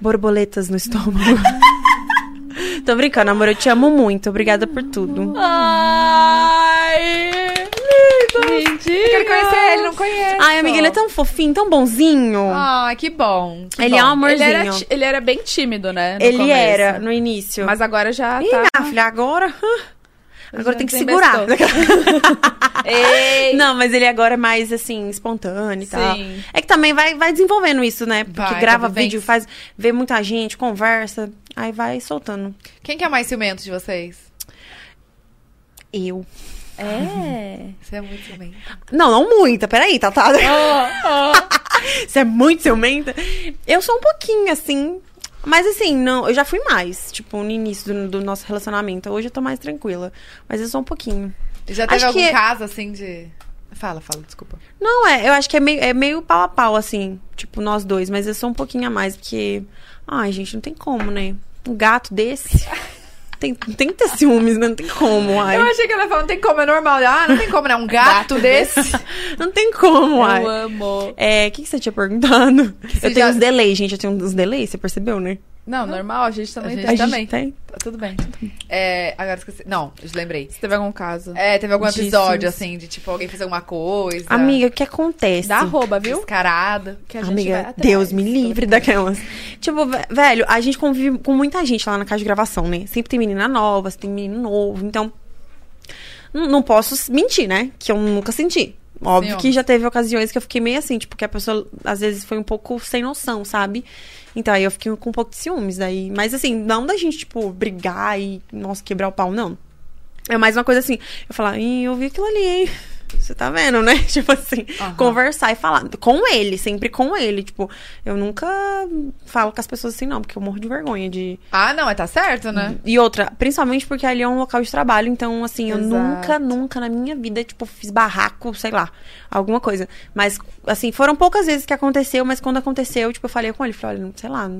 borboletas no estômago. Tô brincando, amor, eu te amo muito. Obrigada por tudo.
Ai! Lindo! Mentira!
Quero conhecer ele, não conheço.
Ai, amiga, ele é tão fofinho, tão bonzinho.
Ai, que bom. que
Ah, ele é
bom.
um
Ele
amorzinho.
era, ti- ele era bem tímido, né? no
Ele
começo.
era, no início.
Mas agora já
Ih,
tá.
minha filha, agora. hã? Agora
Já
tem que segurar.
desembestou. Ei!
Não, mas ele agora é mais assim, espontâneo e tal.
Sim.
É que também vai, vai desenvolvendo isso, né? Porque
Vai,
grava
convivência.
vídeo, faz, vê muita gente, conversa, aí vai soltando.
Quem que é mais ciumento de vocês?
Eu.
É.
Você é muito ciumento.
Não, não muita, peraí, tá, tá.
Oh,
Você é muito ciumenta. Eu sou um pouquinho, assim. Mas assim, não, eu já fui mais, tipo, no início do, do nosso relacionamento. Hoje eu tô mais tranquila. Mas eu sou um pouquinho.
Já teve
Acho
algum
que-
caso assim de. Fala, fala, desculpa.
Não, é, eu acho que é meio, é meio pau a pau, assim, tipo, nós dois, mas eu sou um pouquinho a mais, porque. Ai, gente, não tem como, né? Um gato desse. Tem, tem que ter ciúmes, né? Não tem como,
Eu
ai.
achei que ela falou, não tem como, é normal. Ah, não tem como, né? Um gato Tá desse.
Não tem como,
oh.
ai.
Eu amo.
É, o que, que você tinha perguntado? Eu
você
tenho
já-
uns delay, gente. Eu tenho uns delay, você percebeu, né?
Não, normal, a gente também
A gente
tem.
gente
também.
tem.
Tá tudo bem. É, agora esqueci. Não, eu lembrei.
Se teve algum caso.
É, teve algum
Jesus.
episódio, assim, de tipo, alguém fez alguma coisa.
Amiga, o que acontece?
Dá arroba, viu?
Descarada.
Que a gente vai
Amiga,
atrás.
Deus me livre daquelas. Tipo, ve- velho, a gente convive com muita gente lá na casa de gravação, né? Sempre tem menina nova, sempre tem menino novo. Então, n- não posso s- mentir, né? Que eu nunca senti. Óbvio
Sim,
que já teve ocasiões que eu fiquei meio assim, tipo, que a pessoa às vezes foi um pouco sem noção, sabe? Então aí eu fiquei com um pouco de ciúmes daí. Mas assim, não da gente, tipo, brigar e, nossa, quebrar o pau, não. É mais uma coisa assim, eu falar, Ih, eu vi aquilo ali, hein? Você tá vendo, né? Tipo assim,
Aham.
conversar e falar com ele, sempre com ele. Tipo, eu nunca falo com as pessoas assim, não, porque eu morro de vergonha de.
Ah, não, mas tá certo, né?
E outra, principalmente porque ali é um local de trabalho, então, assim, eu
Exato.
nunca, nunca na minha vida, tipo, fiz barraco, sei lá, alguma coisa. Mas, assim, foram poucas vezes que aconteceu, mas quando aconteceu, tipo, eu falei com ele, falei, olha, sei lá,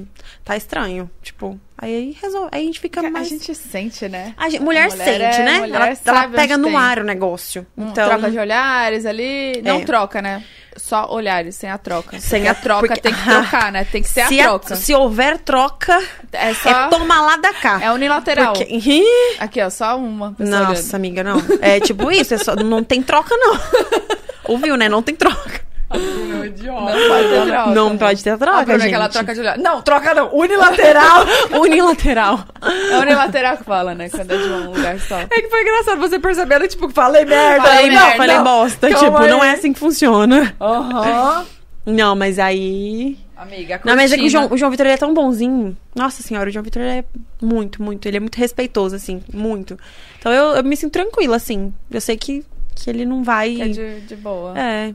tá estranho. Tipo, aí resolve. Aí a gente fica mais.
A gente sente, né?
A gente- mulher,
A mulher
sente,
é-
né?
mulher
Ela- ela,
sabe
pega
onde
no
tem.
ar o negócio.
Hum,
Então,
troca de olhares ali. Não
É.
troca, né? Só olhares, sem a troca.
Sem
Porque
a-
a troca
porque-
tem que trocar, né? Tem que ser
se,
a
a-
troca.
se houver troca,
É só.
é toma lá da cá.
É unilateral.
Porque- Ih,
Aqui, ó, só uma pessoa
Nossa,
olhando.
amiga, não. É tipo isso, é só, não tem troca, não. Ouviu, né? Não tem troca.
Não pode ter troca.
não pode ter
Ah,
troca,
Bruno,
gente.
aquela troca de olhar. Não, troca não.
Unilateral. Unilateral.
É unilateral que fala, né? Quando é de um lugar só.
É que foi engraçado você percebendo, tipo, falei merda.
Falei, não,
merda.
falei bosta.
Calma
tipo,
aí.
não é assim que funciona.
Aham.
Não, mas aí.
Amiga,
Não, mas é que o
cortina.
João, o João Vitor ele é tão bonzinho. Nossa senhora, o João Vitor ele é muito, muito. Ele é muito respeitoso, assim, muito. Então eu, eu me sinto tranquila, assim. Eu sei que, que ele não vai.
Que é de, de boa.
É.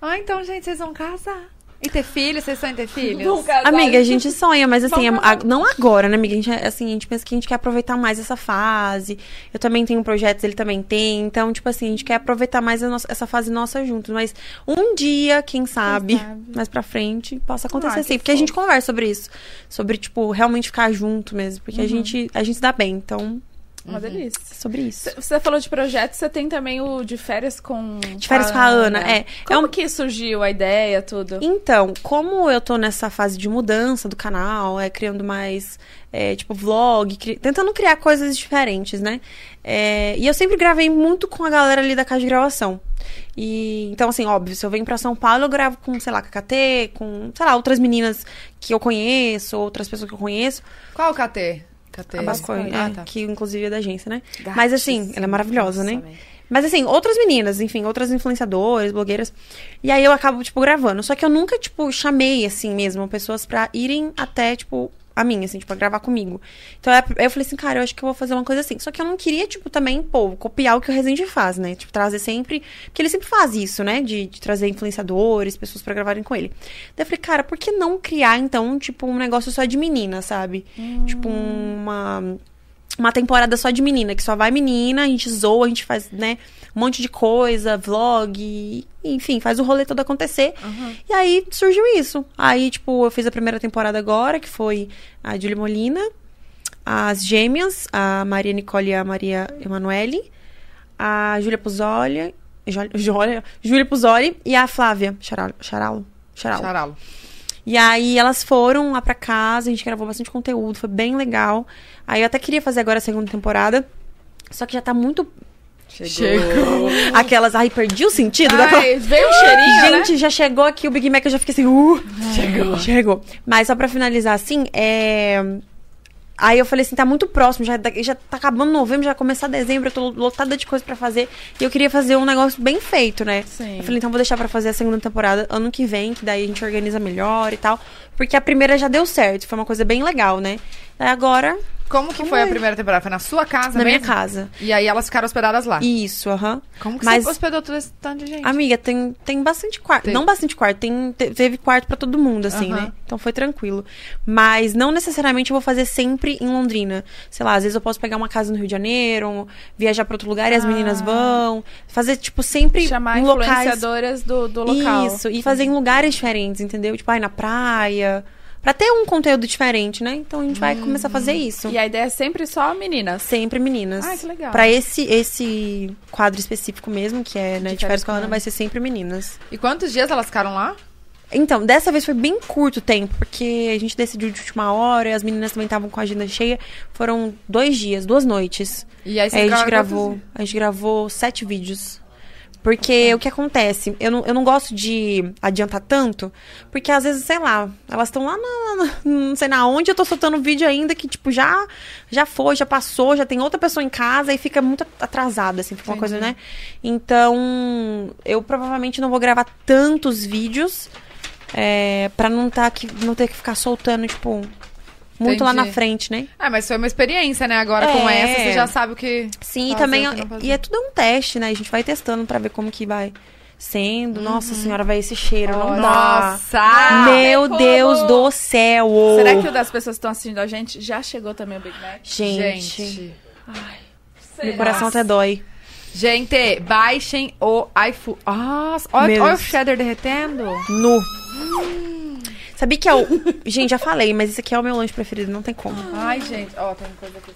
Ah, então, gente, vocês vão casar. E ter filhos? Vocês sonham em ter filhos?
Amiga, a gente sonha, mas assim,
Vamos
a- a- não agora, né, amiga? A gente, é- assim, a gente pensa que a gente quer aproveitar mais essa fase. Eu também tenho projetos, ele também tem. Então, tipo assim, a gente quer aproveitar mais a nossa- essa fase nossa juntos. Mas um dia, quem sabe,
sabe?
mais pra frente, possa
Ah,
acontecer
que
assim. Porque a gente conversa sobre isso. Sobre, tipo, realmente ficar junto mesmo.
Uhum.
Porque a, gente, a gente se dá bem, então,
Uma delícia.
é sobre isso.
C- Você falou de projeto, você tem também o de férias com.
De férias com a Ana, é.
Como
É um-
que surgiu a ideia, tudo?
Então, como eu tô nessa fase de mudança do canal, é, criando mais, é, tipo, vlog, cri- tentando criar coisas diferentes, né? É, e eu sempre gravei muito com a galera ali da casa de gravação. E, então, assim, óbvio, se eu venho pra São Paulo, eu gravo com, sei lá, KKT, com, sei lá, outras meninas que eu conheço, outras pessoas que eu conheço.
Qual o KT? KT.
A Bascoin,
Ah,
é,
tá.
que inclusive é da agência, né? Mas, assim, ela é maravilhosa, né?
Nossa, velho.
Mas assim, outras meninas, enfim, outras influenciadoras, blogueiras. E aí eu acabo, tipo, gravando. Só que eu nunca, tipo, chamei, assim mesmo, pessoas pra irem até, tipo, a mim, assim, tipo, pra gravar comigo. Então é- eu falei assim, cara, eu acho que eu vou fazer uma coisa assim. Só que eu não queria, tipo, também, pô, copiar o que o Resende faz, né? Tipo, trazer sempre. Porque ele sempre faz isso, né? De, de trazer influenciadores, pessoas pra gravarem com ele. Daí eu falei, cara, por que não criar, então, tipo, um negócio só de menina, sabe? Tipo, uma uma temporada só de menina, que só vai menina, a gente zoa, a gente faz, né, um monte de coisa, vlog, enfim, faz o rolê todo acontecer. E aí surgiu isso. Aí, tipo, eu fiz a primeira temporada agora, que foi a Julie Molina, as gêmeas, a Maria Nicole e a Maria Emanuele, a Júlia Puzoli, Jó- Jólia- Júlia Puzoli e a Flávia Charal, Charal, Charal.
Charalo.
E aí elas foram lá pra casa, a gente gravou bastante conteúdo, foi bem legal. Aí eu até queria fazer agora a segunda temporada. Só que já tá muito.
Chegou.
Aquelas. Ai, perdi o sentido da
Ai, veio um cheirinho, né?
Gente, já chegou aqui o Big Mac, eu já fiquei assim. Uh, chegou. Chegou. Mas só pra finalizar, assim, é. Aí eu falei assim, tá muito próximo, já, da- já tá acabando novembro, já vai começar dezembro, eu tô lotada de coisa pra fazer. E eu queria fazer um negócio bem feito, né?
Sim.
Eu falei, então vou deixar pra fazer a segunda temporada ano que vem, que daí a gente organiza melhor e tal. Porque a primeira já deu certo, foi uma coisa bem legal, né? Aí agora,
Como que
Como
foi a
é?
primeira temporada? Foi na sua casa
na minha
mesmo?
casa.
E aí elas ficaram hospedadas lá.
Isso, aham.
Como que
Mas-
você hospedou todo esse tanto de gente?
Amiga, tem, tem bastante quarto.
Tem.
Não bastante quarto, tem, te- teve quarto pra todo mundo, assim,
Aham.
né? Então foi tranquilo. Mas não necessariamente eu vou fazer sempre em Londrina. Sei lá, às vezes eu posso pegar uma casa no Rio de Janeiro, ou viajar pra outro lugar e as meninas vão. Fazer, tipo, sempre
Ah. Chamar
em locais.
influenciadoras do, do local.
Isso, e fazer em lugares diferentes, entendeu? Tipo, ai, na praia. Pra ter um conteúdo diferente, né? Então a gente vai começar a fazer isso.
E a ideia é sempre só meninas.
Sempre meninas.
Ai, que legal.
Pra esse, esse quadro específico mesmo, que é, né,
De
de férias com a
férias com
Ana, vai ser sempre meninas.
E quantos dias elas ficaram lá?
Então, dessa vez foi bem curto o tempo, porque a gente decidiu de última hora, e as meninas também estavam com a agenda cheia. Foram dois dias, duas noites.
E aí você
Aí É, a gente
grava quantos
gravou. A gente gravou sete vídeos. Porque
Tá.
o que acontece? Eu não, eu não gosto de adiantar tanto, porque às vezes, sei lá, elas estão lá na, na- não sei na onde, eu tô soltando vídeo ainda que, tipo, já já foi, já passou, já tem outra pessoa em casa e fica muito atrasado, assim, fica uma coisa, né? Então, eu provavelmente não vou gravar tantos vídeos é, pra não, tá aqui, não ter que ficar soltando, tipo, muito lá na
Entendi.
frente, né?
Ah, mas foi uma experiência, né? Agora com
É.
essa, você já sabe o que.
Sim, e
fazer,
também.
o que não fazer.
E é tudo um teste, né? A gente vai testando pra ver como que vai sendo.
Uhum.
Nossa senhora, vai esse cheiro, não Né, dá.
Nossa!
Meu
Ah, Tem
Deus
como.
do céu!
Será que o das pessoas que estão assistindo a gente já chegou também o Big Mac?
Gente,
Gente.
meu coração tá até dói.
Gente, baixem o iPhone. Nossa, olha,
Meu
olha o
Deus.
cheddar derretendo.
Nu.
Hum.
Sabia que é o. gente, já falei, mas esse aqui é o meu lanche preferido, não tem como.
Ai, gente. Ó, tem coisa aqui.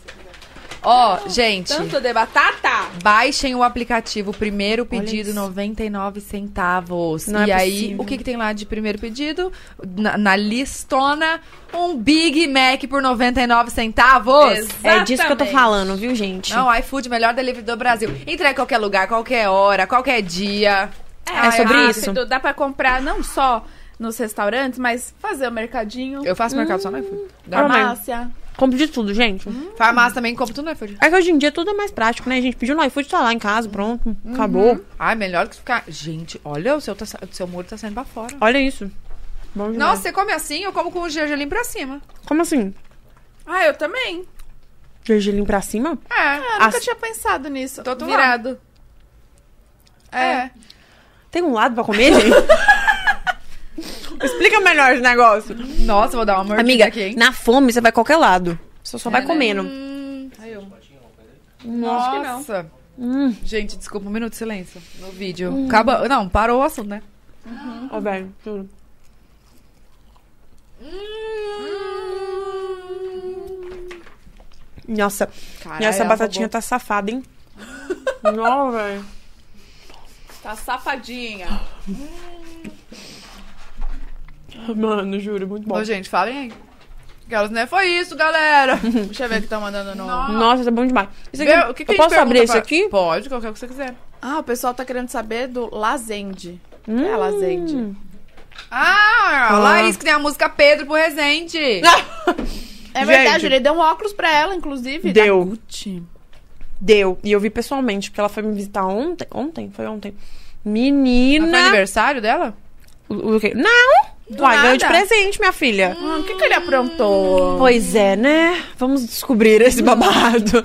Ó, gente.
Tanto de batata!
Baixem o aplicativo Primeiro Pedido,
isso.
99 centavos.
Não
e
é
aí,
possível.
o que, que tem lá de primeiro pedido? Na, na listona, um Big Mac por 99 centavos.
Exato.
É disso que eu tô
Exatamente.
falando, viu, gente?
Não, iFood, melhor delivery do Brasil. Entrega em qualquer lugar, qualquer hora, qualquer dia.
É sobre isso?
rápido, Dá pra comprar não só nos restaurantes, mas fazer o mercadinho,
Eu faço mercado só no iFood. Dá uma-
farmácia.
Compro de tudo, gente.
Hum?
Farmácia também, compro tudo no iFood.
É que hoje em dia tudo é mais prático, né, gente? Pediu no iFood, tá lá em casa, pronto, acabou.
Uhum.
Ai, melhor que ficar... Gente, olha, o seu, tá sa- o seu muro tá saindo pra fora.
Olha isso. Bom demais.
Nossa, você come assim? Eu como com o gergelim pra cima.
Como assim?
Ah, eu também.
Gergelim pra cima?
É.
Ah, nunca
As-
tinha pensado nisso.
Tô tomando.
Virado.
É.
Tem um lado pra comer, gente? Explica melhor esse negócio.
Nossa, vou dar uma mordida
Amiga,
aqui, hein?
na fome você vai qualquer lado. Você só vai
É,
né?
comendo.
Hum, Nossa.
Hum.
Gente, desculpa, um minuto de silêncio no vídeo. Acaba... Não, parou o assunto, né?
Ô, velho, juro.
Hum,
Nossa,
Caralho, é
essa
ela
batatinha
roubou.
tá safada, hein? Não, velho.
Tá safadinha.
Mano, juro, muito bom.
Ô, gente, falem aí. Galos, né? Foi isso, galera.
Deixa eu ver o que tá mandando no...
Nossa, tá bom demais. Isso aqui,
Vê, o que que a
eu
gente
posso abrir
pergunta
isso
pra-
aqui?
Pode, qualquer que você quiser.
Ah, o pessoal tá querendo saber do Lazende.
Hum.
É Lazende.
Ah, a
Ah.
Laís que tem a música Pedro pro Resende.
É
Gente.
verdade, ele deu um óculos pra ela, inclusive.
Deu.
Da Gucci.
Deu. E eu vi pessoalmente, porque ela foi me visitar ontem. Ontem? Foi ontem.
Não foi
Menina.
aniversário dela?
O, o quê? Não! Uai, ganhou de
nada?
presente, minha filha.
Hum, o que, que ele aprontou?
Pois é, né? Vamos descobrir esse babado.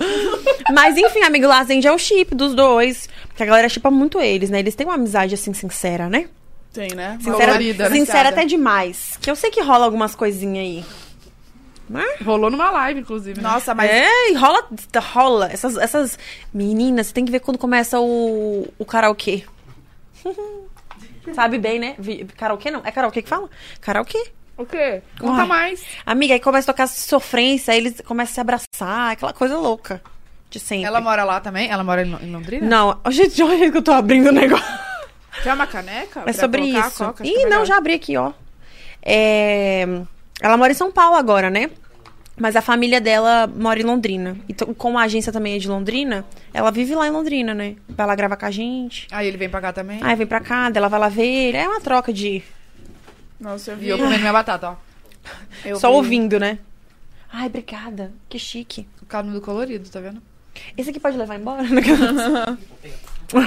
Mas enfim, amigo, Lazende é o chip dos dois. Porque a galera chipa muito eles, né? Eles têm uma amizade assim sincera, né?
Tem, né?
Sincera,
Colorida, né?
sincera até demais. Que eu sei que rola algumas coisinhas aí. Mas.
Rolou numa live, inclusive. né?
Nossa, mas
É, e rola, rola. Essas, essas meninas, você tem que ver quando começa o, o karaokê. Sabe bem, né? Vi- Karaokê não? É karaokê que fala? Karaokê.
O quê? Conta
Uai.
mais.
Amiga, aí começa a tocar sofrência, aí eles começam a se abraçar, aquela coisa louca de sempre.
Ela mora lá também? Ela mora em Lo- em Londrina?
Não, ó, gente, olha que eu tô abrindo o negócio.
Quer uma caneca?
É
pra
sobre
colocar a
isso.
coca? Acho que
Ih,
é
não,
melhor.
já abri aqui, ó. É, Ela mora em São Paulo agora, né? Mas a família dela mora em Londrina. Então, como a agência também é de Londrina, ela vive lá em Londrina, né? Vai lá gravar com a gente.
Aí ele vem pra cá também.
Aí vem pra cá, daí ela vai lá ver ele. É uma troca de.
Nossa, eu vi.
E eu comendo minha batata, ó.
Eu
Só
vi.
ouvindo, né? Ai, obrigada. Que chique.
O canudo colorido, tá vendo?
Esse aqui pode levar embora?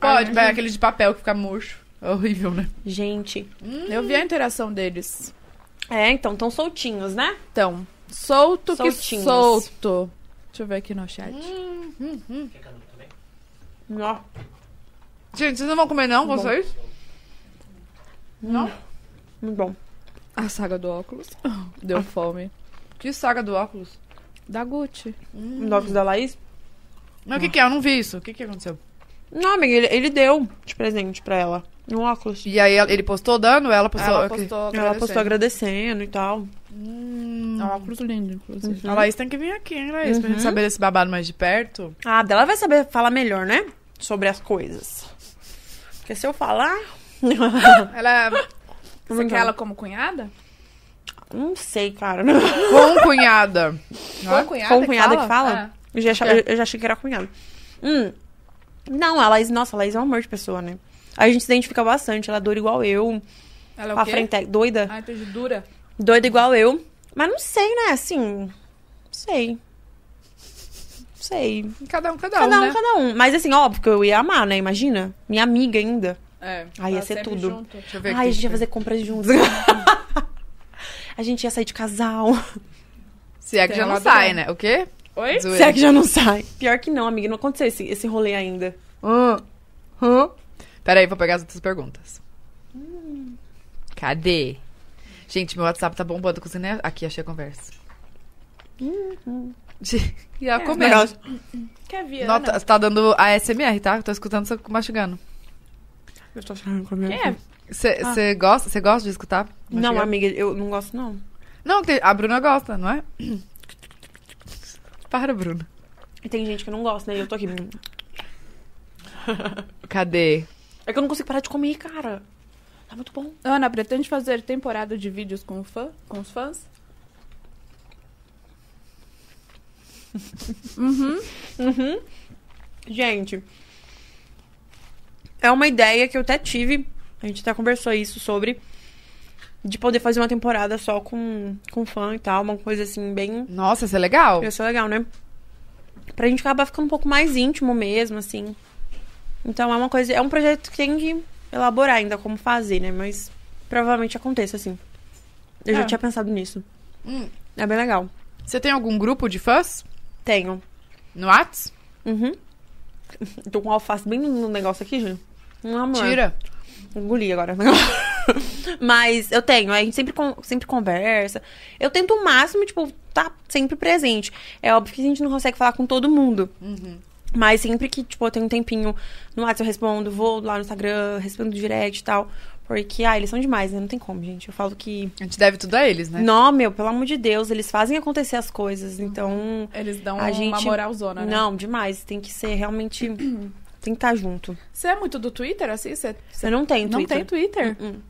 Pode, pega aquele de papel que fica murcho. É horrível, né?
gente.
Hum. Eu vi a interação deles.
É, então, tão soltinhos, né?
Então, solto que
Soltinhos.
solto. Deixa eu ver aqui no chat.
Ó.
Gente, vocês não vão comer, não, vocês? Não?
Muito bom.
A saga do óculos. Deu fome.
Que saga do óculos.
Da Gucci.
Hum. Novos da Laís?
Mas o que, que é? Eu não vi isso. O que, que aconteceu?
Não, amiga, ele, ele deu de presente pra ela. Um óculos.
E aí ela- ele postou dando? Ela postou.
Ela
ok.
postou.
Ela postou
agradecendo.
agradecendo e tal.
Hum.
É um óculos lindo, inclusive.
A Laís tem que vir aqui, hein, Laís? Pra gente saber desse babado mais de perto.
Ah, dela vai saber falar melhor, né? Sobre as coisas. Porque se eu falar.
Uhum.
Ela
é- Você quer ela como cunhada?
Não sei, cara.
com cunhada. Não é?
cunhada
Foi um cunhada que fala? É.
Ah.
Eu, já achava- eu já achei que era cunhada. Hum. Não, a Laís, nossa, a Laís é um amor de pessoa, né? A gente se identifica bastante. Ela é doida igual eu.
Ela é o
Pra
quê?
frente, é doida.
Ah, entendi. Dura.
Doida igual eu. Mas não sei, né? Assim. Não sei. Não sei.
Cada um, cada um,
Cada um,
né?
cada um. Mas assim, óbvio que eu ia amar, né? Imagina. Minha amiga ainda.
É.
Aí ia
ela
ser
sempre
tudo.
junto.
Deixa eu ver
Ai,
aqui. tipo,
a
né?
gente ia fazer compras juntos. a gente ia sair de casal.
Se é que
Tem
já
um
não
lado
sai,
bom.
né? O quê?
Oi?
Zoeira.
Será é que já não sai? Pior que não, amiga. Não aconteceu esse, esse rolê ainda.
Peraí, vou pegar as outras perguntas.
Hum.
Cadê? Gente, meu WhatsApp tá bombando com né? Aqui, achei a conversa. De- E ela comendo.
Uhum. É, Negócio. né?
Quer vir,
Nota, você tá dando a SMR, tá? Tô escutando você mastigando.
Eu tô chorando com a
Quem
minha.
é?
Você você gosta, você gosta de escutar?
Ah. Não,
mastigando?
amiga, eu não gosto, não.
Não, tem- a Bruna gosta, não é? Para, Bruna.
E tem gente que não gosta, né? E eu tô aqui.
Cadê?
É que eu não consigo parar de comer, cara. Tá muito bom.
Ana, pretende fazer temporada de vídeos com, o fã, com os fãs?
Uhum. Gente, é uma ideia que eu até tive. A gente até conversou isso sobre. De poder fazer uma temporada só com, com fã e tal. Uma coisa assim, bem.
Nossa, isso é legal.
Ia ser legal, né? Pra gente acabar ficando um pouco mais íntimo mesmo, assim. Então é uma coisa. É um projeto que tem que elaborar ainda como fazer, né? Mas provavelmente aconteça, assim. Eu
Ah.
já tinha pensado nisso.
Hum.
É bem legal.
Você tem algum grupo de fãs
Tenho.
no Whats?
Uhum. Tô com um alface bem no negócio aqui, gente. Um amor.
Tira.
Engoli agora. Mas eu tenho, é, a gente sempre, con- sempre conversa. Eu tento o máximo, tipo, tá sempre presente. É óbvio que a gente não consegue falar com todo mundo. Mas sempre que, tipo, eu tenho um tempinho no WhatsApp, eu respondo, vou lá no Instagram, respondo direct e tal. Porque, ah, eles são demais, né? Não tem como, gente. Eu falo que.
A gente deve tudo a eles, né?
Não, meu, pelo amor de Deus, eles fazem acontecer as coisas. Então.
Eles dão
A
uma
gente-
moralzona, né?
Não, demais. Tem que ser realmente. tem que estar junto.
Você é muito do Twitter, assim? Você, você
Eu não tenho
não tem
Twitter.
Twitter?
Hum, hum.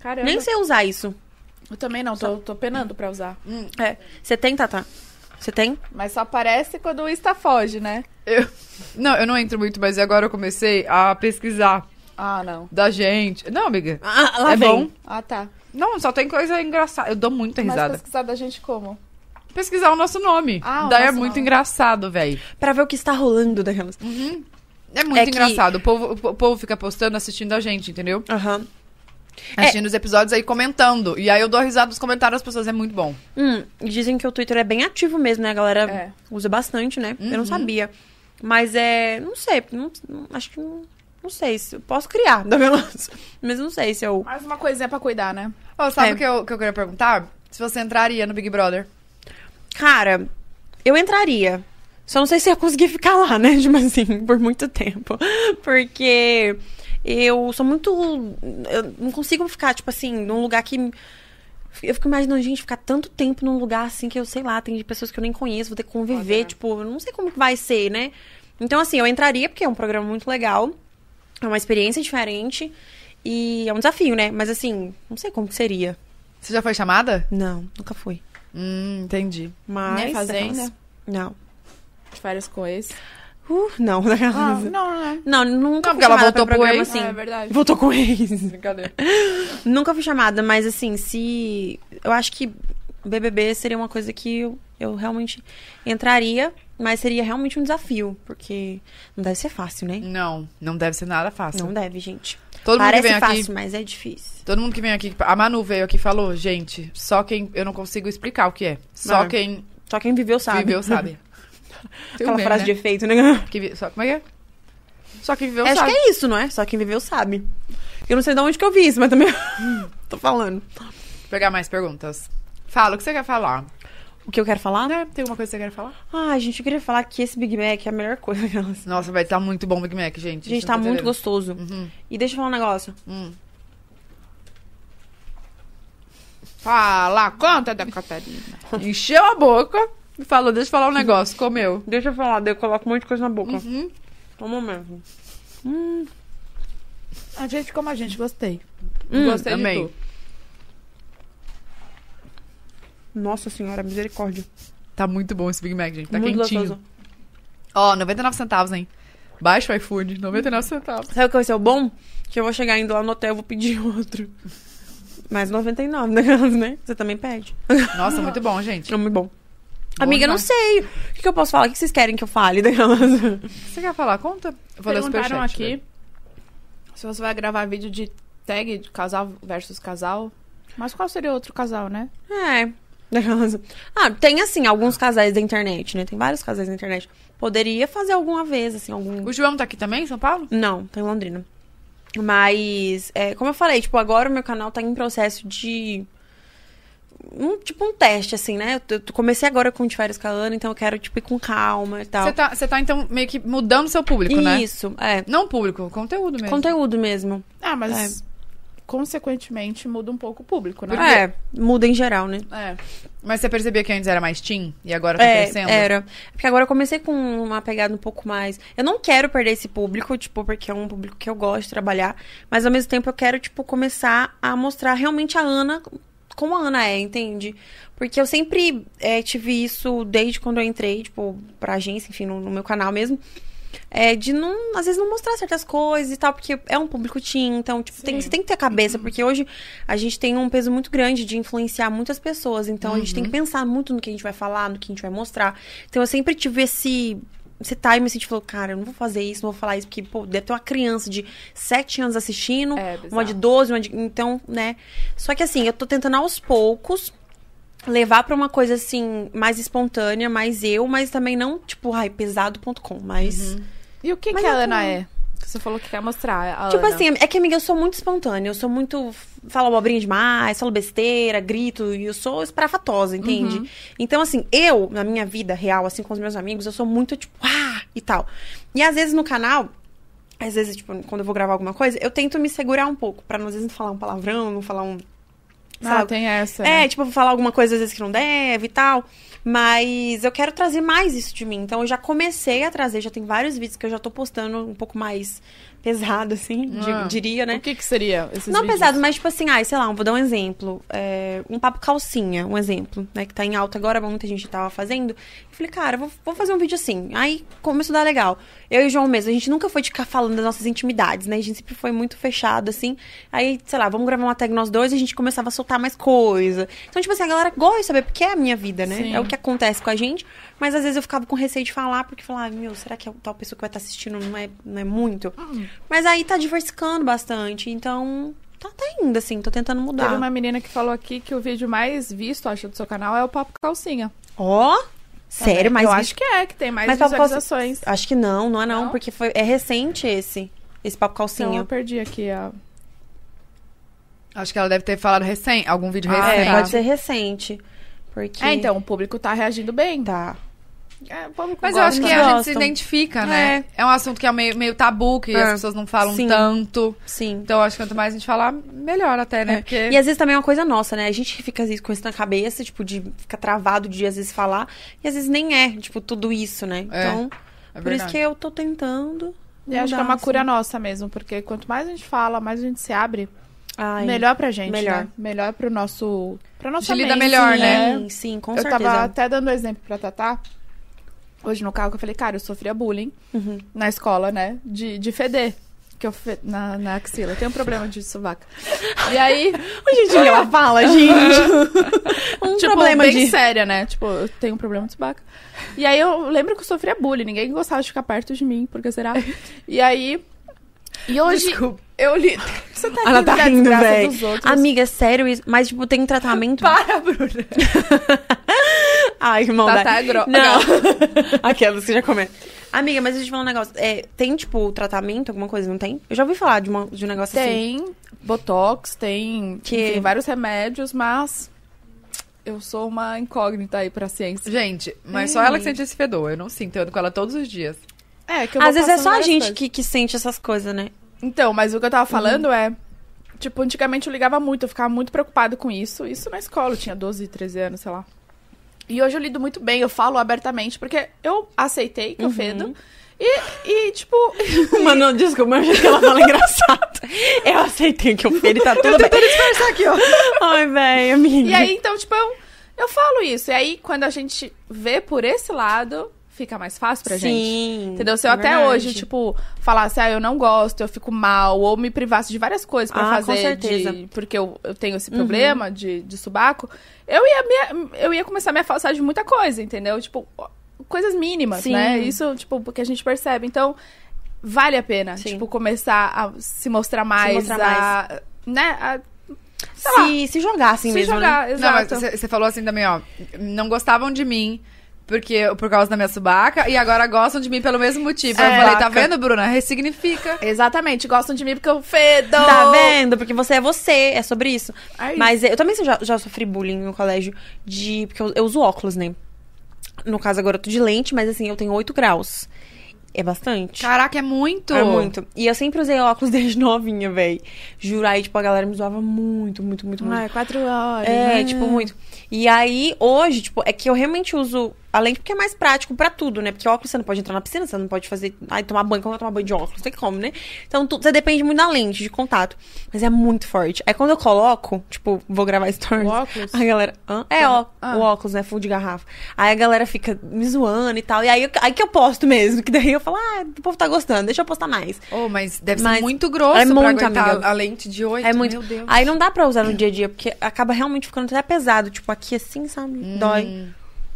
Caramba.
Nem sei usar isso.
Eu também não, tô, tô penando pra usar.
É. Você tem, Tata? Você tem?
Mas só aparece quando o Insta foge, né?
Eu... Não, eu não entro muito, mas agora eu comecei a pesquisar
Ah, não.
da gente. Não, amiga.
Ah,
é bom.
Ah, tá.
Não, só tem coisa engraçada. Eu dou muita
Mas
risada.
pesquisar da gente como?
Pesquisar o nosso nome.
Ah, o
Daí é
nosso
muito
nome.
engraçado, velho.
Pra ver o que está rolando daquelas.
É muito
É que-
engraçado. O, povo, o povo fica postando, assistindo a gente, entendeu?
Aham.
Assistindo os episódios aí, comentando. E aí eu dou risada dos comentários das pessoas. É muito bom.
Hum, e dizem que o Twitter é bem ativo mesmo, né? A galera
É.
usa bastante, né? Eu não sabia. Mas é. Não sei. não- não- acho que. Não, não sei se. Eu posso criar, da menos. Mas não sei se eu.
Mais uma coisinha pra cuidar, né?
Ô, sabe
É.
o que eu, que eu queria perguntar? Se você entraria no Big Brother.
Cara, eu entraria. Só não sei se ia conseguir ficar lá, né? Tipo assim, por muito tempo. Porque eu sou muito. Eu não consigo ficar, tipo assim, num lugar que. Eu fico imaginando, gente, ficar tanto tempo num lugar assim que eu sei lá, tem pessoas que eu nem conheço, vou ter que conviver, tipo, eu não sei como que vai ser, né? Então, assim, eu entraria porque é um programa muito legal, é uma experiência diferente e é um desafio, né? Mas assim, não sei como que seria.
Você já foi chamada?
Não, nunca fui.
Hum, entendi.
Mas.
Nem fazenda?
daquelas- Não.
De férias com esse.
Uh, não, daquelas-
Ah, não, né?
Não, nunca
Não,
fui
porque ela
chamada
voltou
pra programa,
pro ex.
assim.
Ah, é verdade.
voltou com ex.
Brincadeira.
nunca fui chamada, mas assim, se... Eu acho que BBB seria uma coisa que eu, eu realmente entraria, mas seria realmente um desafio, porque não deve ser fácil, né?
Não, não deve ser nada fácil.
Não deve, gente.
Todo mundo que
Parece
vem
fácil,
aqui.
mas é difícil.
Todo mundo que vem aqui. A Manu veio aqui e falou, gente, só quem. Eu não consigo explicar o que é. Só
Ah,
quem
Só quem viveu sabe.
viveu sabe. Tem um
Aquela
meme,
frase de
né?
efeito, né?
Que vi- Só, como é que é? Só quem viveu
Acho
sabe.
que é isso, não é? Só quem viveu sabe. Eu não sei de onde que eu vi isso, mas também tô falando.
Vou pegar mais perguntas. Fala, o que você quer falar?
O que eu quero falar?
Né? Tem alguma coisa que você quer falar?
Ah, gente, eu queria falar que esse Big Mac é a melhor coisa. Gente,
Nossa, vai estar muito bom o Big Mac, gente.
gente
Vocês
tá
não
muito
entenderam.
gostoso.
Uhum. hum.
E deixa eu falar um negócio.
Fala, conta da Catarina. Encheu a boca e falou, deixa eu falar um
Uhum.
negócio, comeu.
Deixa eu falar, daí eu coloco um monte de coisa na boca. Toma um momento.
A gente como a gente, gostei.
Hum,
gostei
amei.
de tu.
Nossa senhora, misericórdia.
Tá muito bom esse Big Mac, gente. Tá
Muito
quentinho.
gostoso.
Ó, 99 centavos, hein? Baixa o iFood, 99 centavos.
Sabe o que vai ser o bom? Que eu vou chegar indo lá no hotel e vou pedir outro. Mais 99 daquelas, né? Você também pede.
Nossa, muito bom, gente.
É muito bom. Amiga, eu não
demais.
sei. O que, que eu posso falar? O que vocês querem que eu fale daquelas?
O que você quer falar? Conta. Eu vou ler o
Perguntaram
superchat,
aqui
velho.
se você vai gravar vídeo de tag de casal versus casal. Mas qual seria outro casal, né?
É. Daquelas. Ah, tem assim, alguns casais da internet, né? Tem vários casais da internet. Poderia fazer alguma vez, assim, algum.
O João tá aqui também, em São Paulo?
Não, tá em Londrina. Mas, é, como eu falei, tipo, agora o meu canal tá em processo de. Um, tipo um teste, assim, né? Eu, eu comecei agora com o de férias com a Ana, então eu quero, tipo, ir com calma e tal.
Você tá, você tá, então, meio que mudando seu público, né?
Isso, é.
Não público, conteúdo mesmo.
Conteúdo mesmo.
Ah, mas consequentemente muda um pouco o público, né?
É, muda em geral, né?
É.
Mas você percebia que antes era mais teen e agora tá
É,
crescendo?
era. Porque agora eu comecei com uma pegada um pouco mais. Eu não quero perder esse público, tipo, porque é um público que eu gosto de trabalhar. Mas ao mesmo tempo eu quero, tipo, começar a mostrar realmente a Ana como a Ana é, entende? Porque eu sempre é, tive isso desde quando eu entrei, tipo, pra agência, enfim, no, no meu canal mesmo. É, de não, às vezes não mostrar certas coisas e tal, porque é um público teen, então, tipo, tem, você tem que ter cabeça, porque hoje a gente tem um peso muito grande de influenciar muitas pessoas, então a gente tem que pensar muito no que a gente vai falar, no que a gente vai mostrar. Então eu sempre tive esse citar e me sentir, falou, cara, eu não vou fazer isso, não vou falar isso, porque, pô, deve ter uma criança de 7 anos assistindo,
É,
uma de
bizarro.
12, uma de. Então, né? Só que assim, eu tô tentando aos poucos levar pra uma coisa assim, mais espontânea, mais eu, mas também não, tipo, ai, pesado.com, mas.
E o que,
Mas
que a
eu
Ana
tô-
é? Que Você falou que quer mostrar. a
Tipo
Ana.
assim, é que, amiga, eu sou muito espontânea. Eu sou muito. Falo abobrinha demais, falo besteira, grito. E eu sou esparafatosa, entende? Então, assim, eu, na minha vida real, assim, com os meus amigos, eu sou muito tipo, ah, e tal. E às vezes no canal. Às vezes, tipo, quando eu vou gravar alguma coisa, eu tento me segurar um pouco. Pra, às vezes, não falar um palavrão, não falar um. sei
Ah,
lá,
tem essa. né?
é, tipo, vou falar alguma coisa às vezes que não deve e tal. Mas eu quero trazer mais isso de mim. Então eu já comecei a trazer, já tem vários vídeos que eu já tô postando um pouco mais pesado, assim, di-
Ah.
diria, né?
O que que seria esses
Não
vídeos?
pesado, mas tipo assim, ai, sei lá, vou dar um exemplo. É, um papo calcinha, um exemplo, né? Que tá em alta agora, muita gente tava fazendo. Eu falei, cara, vou, vou fazer um vídeo assim. Aí começou a dar legal. Eu e o João mesmo, a gente nunca foi de ficar falando das nossas intimidades, né? A gente sempre foi muito fechado, assim. Aí, sei lá, vamos gravar uma tag nós dois e a gente começava a soltar mais coisa. Então, tipo assim, a galera gosta de saber, porque é a minha vida, né?
Sim.
É o que acontece com a gente. Mas às vezes eu ficava com receio de falar, porque falava, "Ah, meu, será que a tal pessoa que vai estar assistindo não é, não é muito?
Hum.
Mas aí tá diversificando bastante, então tá, tá indo, assim, tô tentando mudar.
Teve uma menina que falou aqui que o vídeo mais visto, acho, do seu canal é o Papo Calcinha.
Ó, sério, mas
Tá Eu
vi-
acho que é, que tem mais
Mas Papo Calcinha-
visualizações.
acho que não, não é não,
Não?
porque foi, é recente esse, esse papo
Então eu
calcinha.
perdi aqui a...
Acho que ela deve ter falado recém, algum vídeo
Ah,
recente.
é,
tá.
pode ser recente, porque...
É, então, o público tá reagindo bem.
Tá.
É, o público
Mas eu
gosta.
acho que
né?
a gente se
Gostam.
identifica, né? É, um assunto que é meio, meio tabu, que
É.
as pessoas não falam
Sim.
tanto.
Sim.
Então eu acho que quanto mais a gente falar, melhor até, né? Porque...
E às vezes também é uma coisa nossa, né? A gente fica às vezes com isso na cabeça, tipo, de ficar travado de às vezes falar, e às vezes nem é, tipo, tudo isso, né? Então,
É
por isso
verdade.
que eu tô tentando.
E acho que é
mudar,
uma cura
assim.
nossa mesmo, porque quanto mais a gente fala, mais a gente se abre,
Ai,
melhor pra gente,
melhor.
né? Melhor pro nosso... Pra
A
nossa
gente lida
mente,
melhor, né?
Sim, sim, com
eu
certeza.
tava até dando exemplo pra Tatá. Hoje no carro que eu falei, cara, eu sofria bullying
Uhum.
na escola, né? De, de feder. Que eu fe... na, na axila. Eu tenho um problema de sovaco. E aí,
Gente, que ela fala, gente. um
tipo,
problema
bem
de...
séria, né? Tipo, eu tenho um problema de sovaco. E aí eu lembro que eu sofria bullying. Ninguém gostava de ficar perto de mim, porque será? E aí... E hoje
Desculpa.
eu li... Você tá
Ela
rindo
tá
da
rindo,
desgraça
véi.
dos outros. Tá.
Amiga, é sério isso? Mas, tipo, tem um tratamento...
Para, Bruna.
Ai, irmão,
Tatá
Tá,
dá-
é gro-
Não. Aquelas que já comem. Amiga, mas deixa eu te falar um negócio. É, tem, tipo, tratamento, alguma coisa, não tem? Eu já ouvi falar de, uma, de um negócio assim.
Tem botox, tem
Que-
enfim, vários remédios, mas eu sou uma incógnita aí pra ciência.
Gente, mas só ela que sente esse fedor. Eu não sinto, eu ando com ela todos os dias.
É, que eu vou
Às vezes é
passando
só a
várias
gente
coisas.
que, que sente essas coisas, né?
Então, mas o que eu tava falando é. Tipo, antigamente eu ligava muito, eu ficava muito preocupado com isso. Isso na escola, eu tinha 12, 13 anos, sei lá. E hoje eu lido muito bem, eu falo abertamente, porque eu aceitei que eu fedo. E, e, tipo,
Mano, desculpa, mas é que ela fala engraçado. Eu aceitei que eu feri, tá tudo bem.
disfarçar aqui, ó.
Ai, velho, amiga.
E aí, então, tipo, eu, eu falo isso. E aí, quando a gente vê por esse lado, fica mais fácil pra gente.
Sim. é
Entendeu? Se eu até
verdade.
hoje, tipo, falasse, ah, eu não gosto, eu fico mal, ou me privasse de várias coisas pra
Ah,
fazer.
com certeza. Uhum.
de- porque eu, eu tenho esse problema de, de subaco, eu ia, me- eu ia começar a me afastar de muita coisa, entendeu? Tipo, coisas mínimas,
Sim.
né? Isso, tipo, porque a gente percebe. Então, vale a pena,
Sim.
tipo, começar a se mostrar mais,
mostrar
a. Né? A sei lá,
Se, se jogar assim
se
mesmo, né?
jogar,
Não, mas
exato.
você falou assim também, ó. Não gostavam de mim porque, por causa da minha subaca e agora gostam de mim pelo mesmo motivo. Aí eu
É.
falei, tá
Subaca.
vendo, Bruna? Ressignifica.
Exatamente, gostam de mim porque eu fedo.
Tá vendo? Porque você é você, é sobre isso.
Ai.
Mas eh, eu também já, já sofri bullying no colégio de. Porque eu, eu uso óculos, né? No caso, agora eu tô de lente, mas assim, eu tenho 8 graus. É bastante.
Caraca, é muito.
É muito. E eu sempre usei óculos desde novinha, véi. Juro, aí, tipo, a galera me zoava muito, muito, muito, muito.
Ai, quatro horas.
É,
né?
tipo, muito. E aí, hoje, tipo, é que eu realmente uso a lente porque é mais prático pra tudo, né? Porque óculos você não pode entrar na piscina, você não pode fazer. Ai, tomar banho, como eu vou tomar banho de óculos? Não tem como, né? Então, tu- você depende muito da lente, de contato. Mas é muito forte. Aí, quando eu coloco, tipo, vou gravar stories.
O óculos?
A galera. hã? É, ó,
Ah.
o óculos, né? Full de garrafa. Aí a galera fica me zoando e tal. E aí, eu- aí que eu posto mesmo, que daí eu falo, ah, o povo tá gostando, deixa eu postar mais.
Oh, mas deve ser
Mas
muito grosso
é
pra
muito,
aguentar
amiga.
a lente de 8.
É muito.
Meu Deus.
Aí não dá pra usar no dia a dia, porque acaba realmente ficando até pesado. Tipo, aqui assim, sabe? Dói.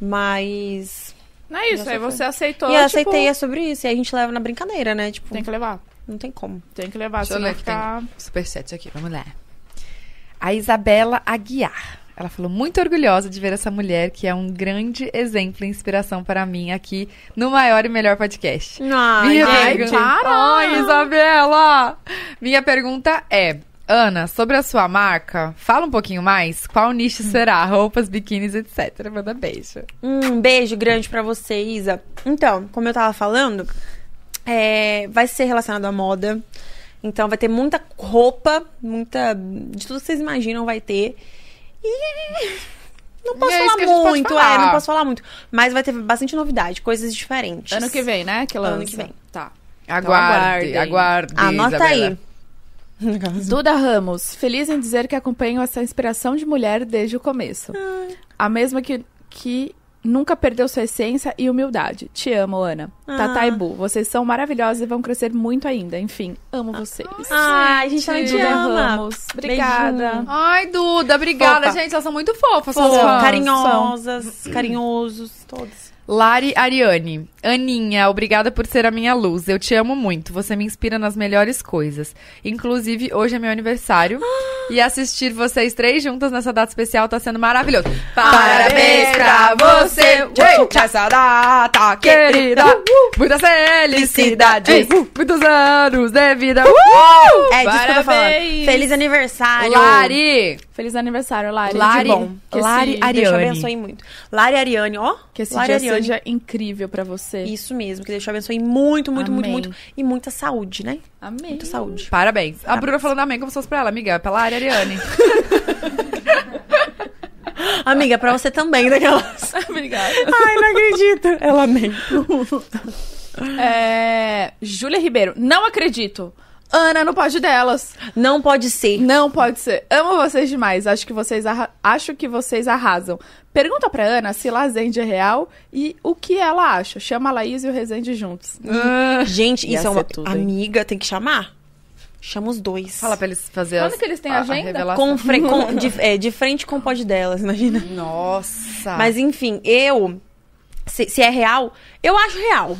Mas.
Não é isso,
Já
aí
sofreu.
você aceitou.
e eu
tipo,
aceitei é sobre isso. E a gente leva na brincadeira, né? Tipo,
Tem que levar.
não tem como.
Tem que levar,
Deixa eu
senão
ler que tem.
fica...
Superchat aqui, vamos lá. A Isabela Aguiar. Ela falou, muito orgulhosa de ver essa mulher que é um grande exemplo e inspiração para mim aqui no maior e melhor podcast.
Ai,
Minha
ai,
pergunta-
para!
Ai, Isabela! Minha pergunta é, Ana, sobre a sua marca, fala um pouquinho mais. Qual nicho será? Roupas, biquínis, etc. Manda beijo.
Um beijo grande pra você, Isa. Então, como eu tava falando, é, vai ser relacionado à moda. Então, vai ter muita roupa, muita. De tudo que vocês imaginam, vai ter. E. Não posso
E é isso
falar
que a gente pode
muito,
falar.
é, não posso falar muito. Mas vai ter bastante novidade, coisas diferentes.
Ano que vem, né? Que lança.
Ano que vem.
Tá.
Aguarde,
aguardem.
aguarde,
Anota
Isabela.
aí.
Duda Ramos, feliz em dizer que acompanho essa inspiração de mulher desde o começo. A mesma que, que nunca perdeu sua essência e humildade. Te amo, Ana. Tata e Bu, vocês são maravilhosos e vão crescer muito ainda. Enfim, amo vocês.
Ai, a gente também te
Duda
ama.
Ramos, obrigada.
Ah, Beijinho.
Ai, Duda, obrigada,
Fofa.
gente. Elas são muito fofas,
Pô,
suas fãs.
carinhosas, carinhosos, todos.
Lari Ariane. Aninha, obrigada por ser a minha luz. Eu te amo muito. Você me inspira nas melhores coisas. Inclusive, hoje é meu aniversário. e assistir vocês três juntas nessa data especial tá sendo maravilhoso.
Parabéns pra você,
Gente, essa data querida. Muitas felicidades.
uh.
Muitos anos de vida. Uh!
É, disso que eu tô falando.
Parabéns.
Feliz aniversário.
Lari.
Feliz aniversário, Lari.
Lari.
De bom. Que
Lari
esse,
Ari-
Deus te
Ariane.
abençoe muito. Lari Ariane, ó.
Que esse
Lari
dia
Ariane.
seja incrível pra você.
Isso mesmo, que Deus te abençoe muito, muito, muito,
Amém.
muito. E muita saúde, né?
Amém.
Muita saúde.
Parabéns. A Bruna falando amém como se fosse pra ela, amiga. É pra Lari Ariane.
Amiga, pra você
né,
também, daquelas.
Obrigada.
Ai, não acredito. Ela amém.
É, Júlia Ribeiro, não acredito. Ana no pódio delas.
Não pode ser.
Não pode ser. Amo vocês demais. Acho que vocês, arra- acho que vocês arrasam. Pergunta pra Ana se Lazende é real e o que ela acha. Chama a Laís e o Rezende juntos.
Gente,
Ah. Ia
isso é
ser
uma.
tudo, hein?
Amiga, tem que chamar. Chama os dois.
Fala pra eles fazer
Quando
as-
que eles têm
a- a
agenda?
revelação.
com, fre- com- de, é, de frente com o pod delas, imagina.
Nossa.
Ah.
Mas enfim, eu. Se, se é real, eu acho real.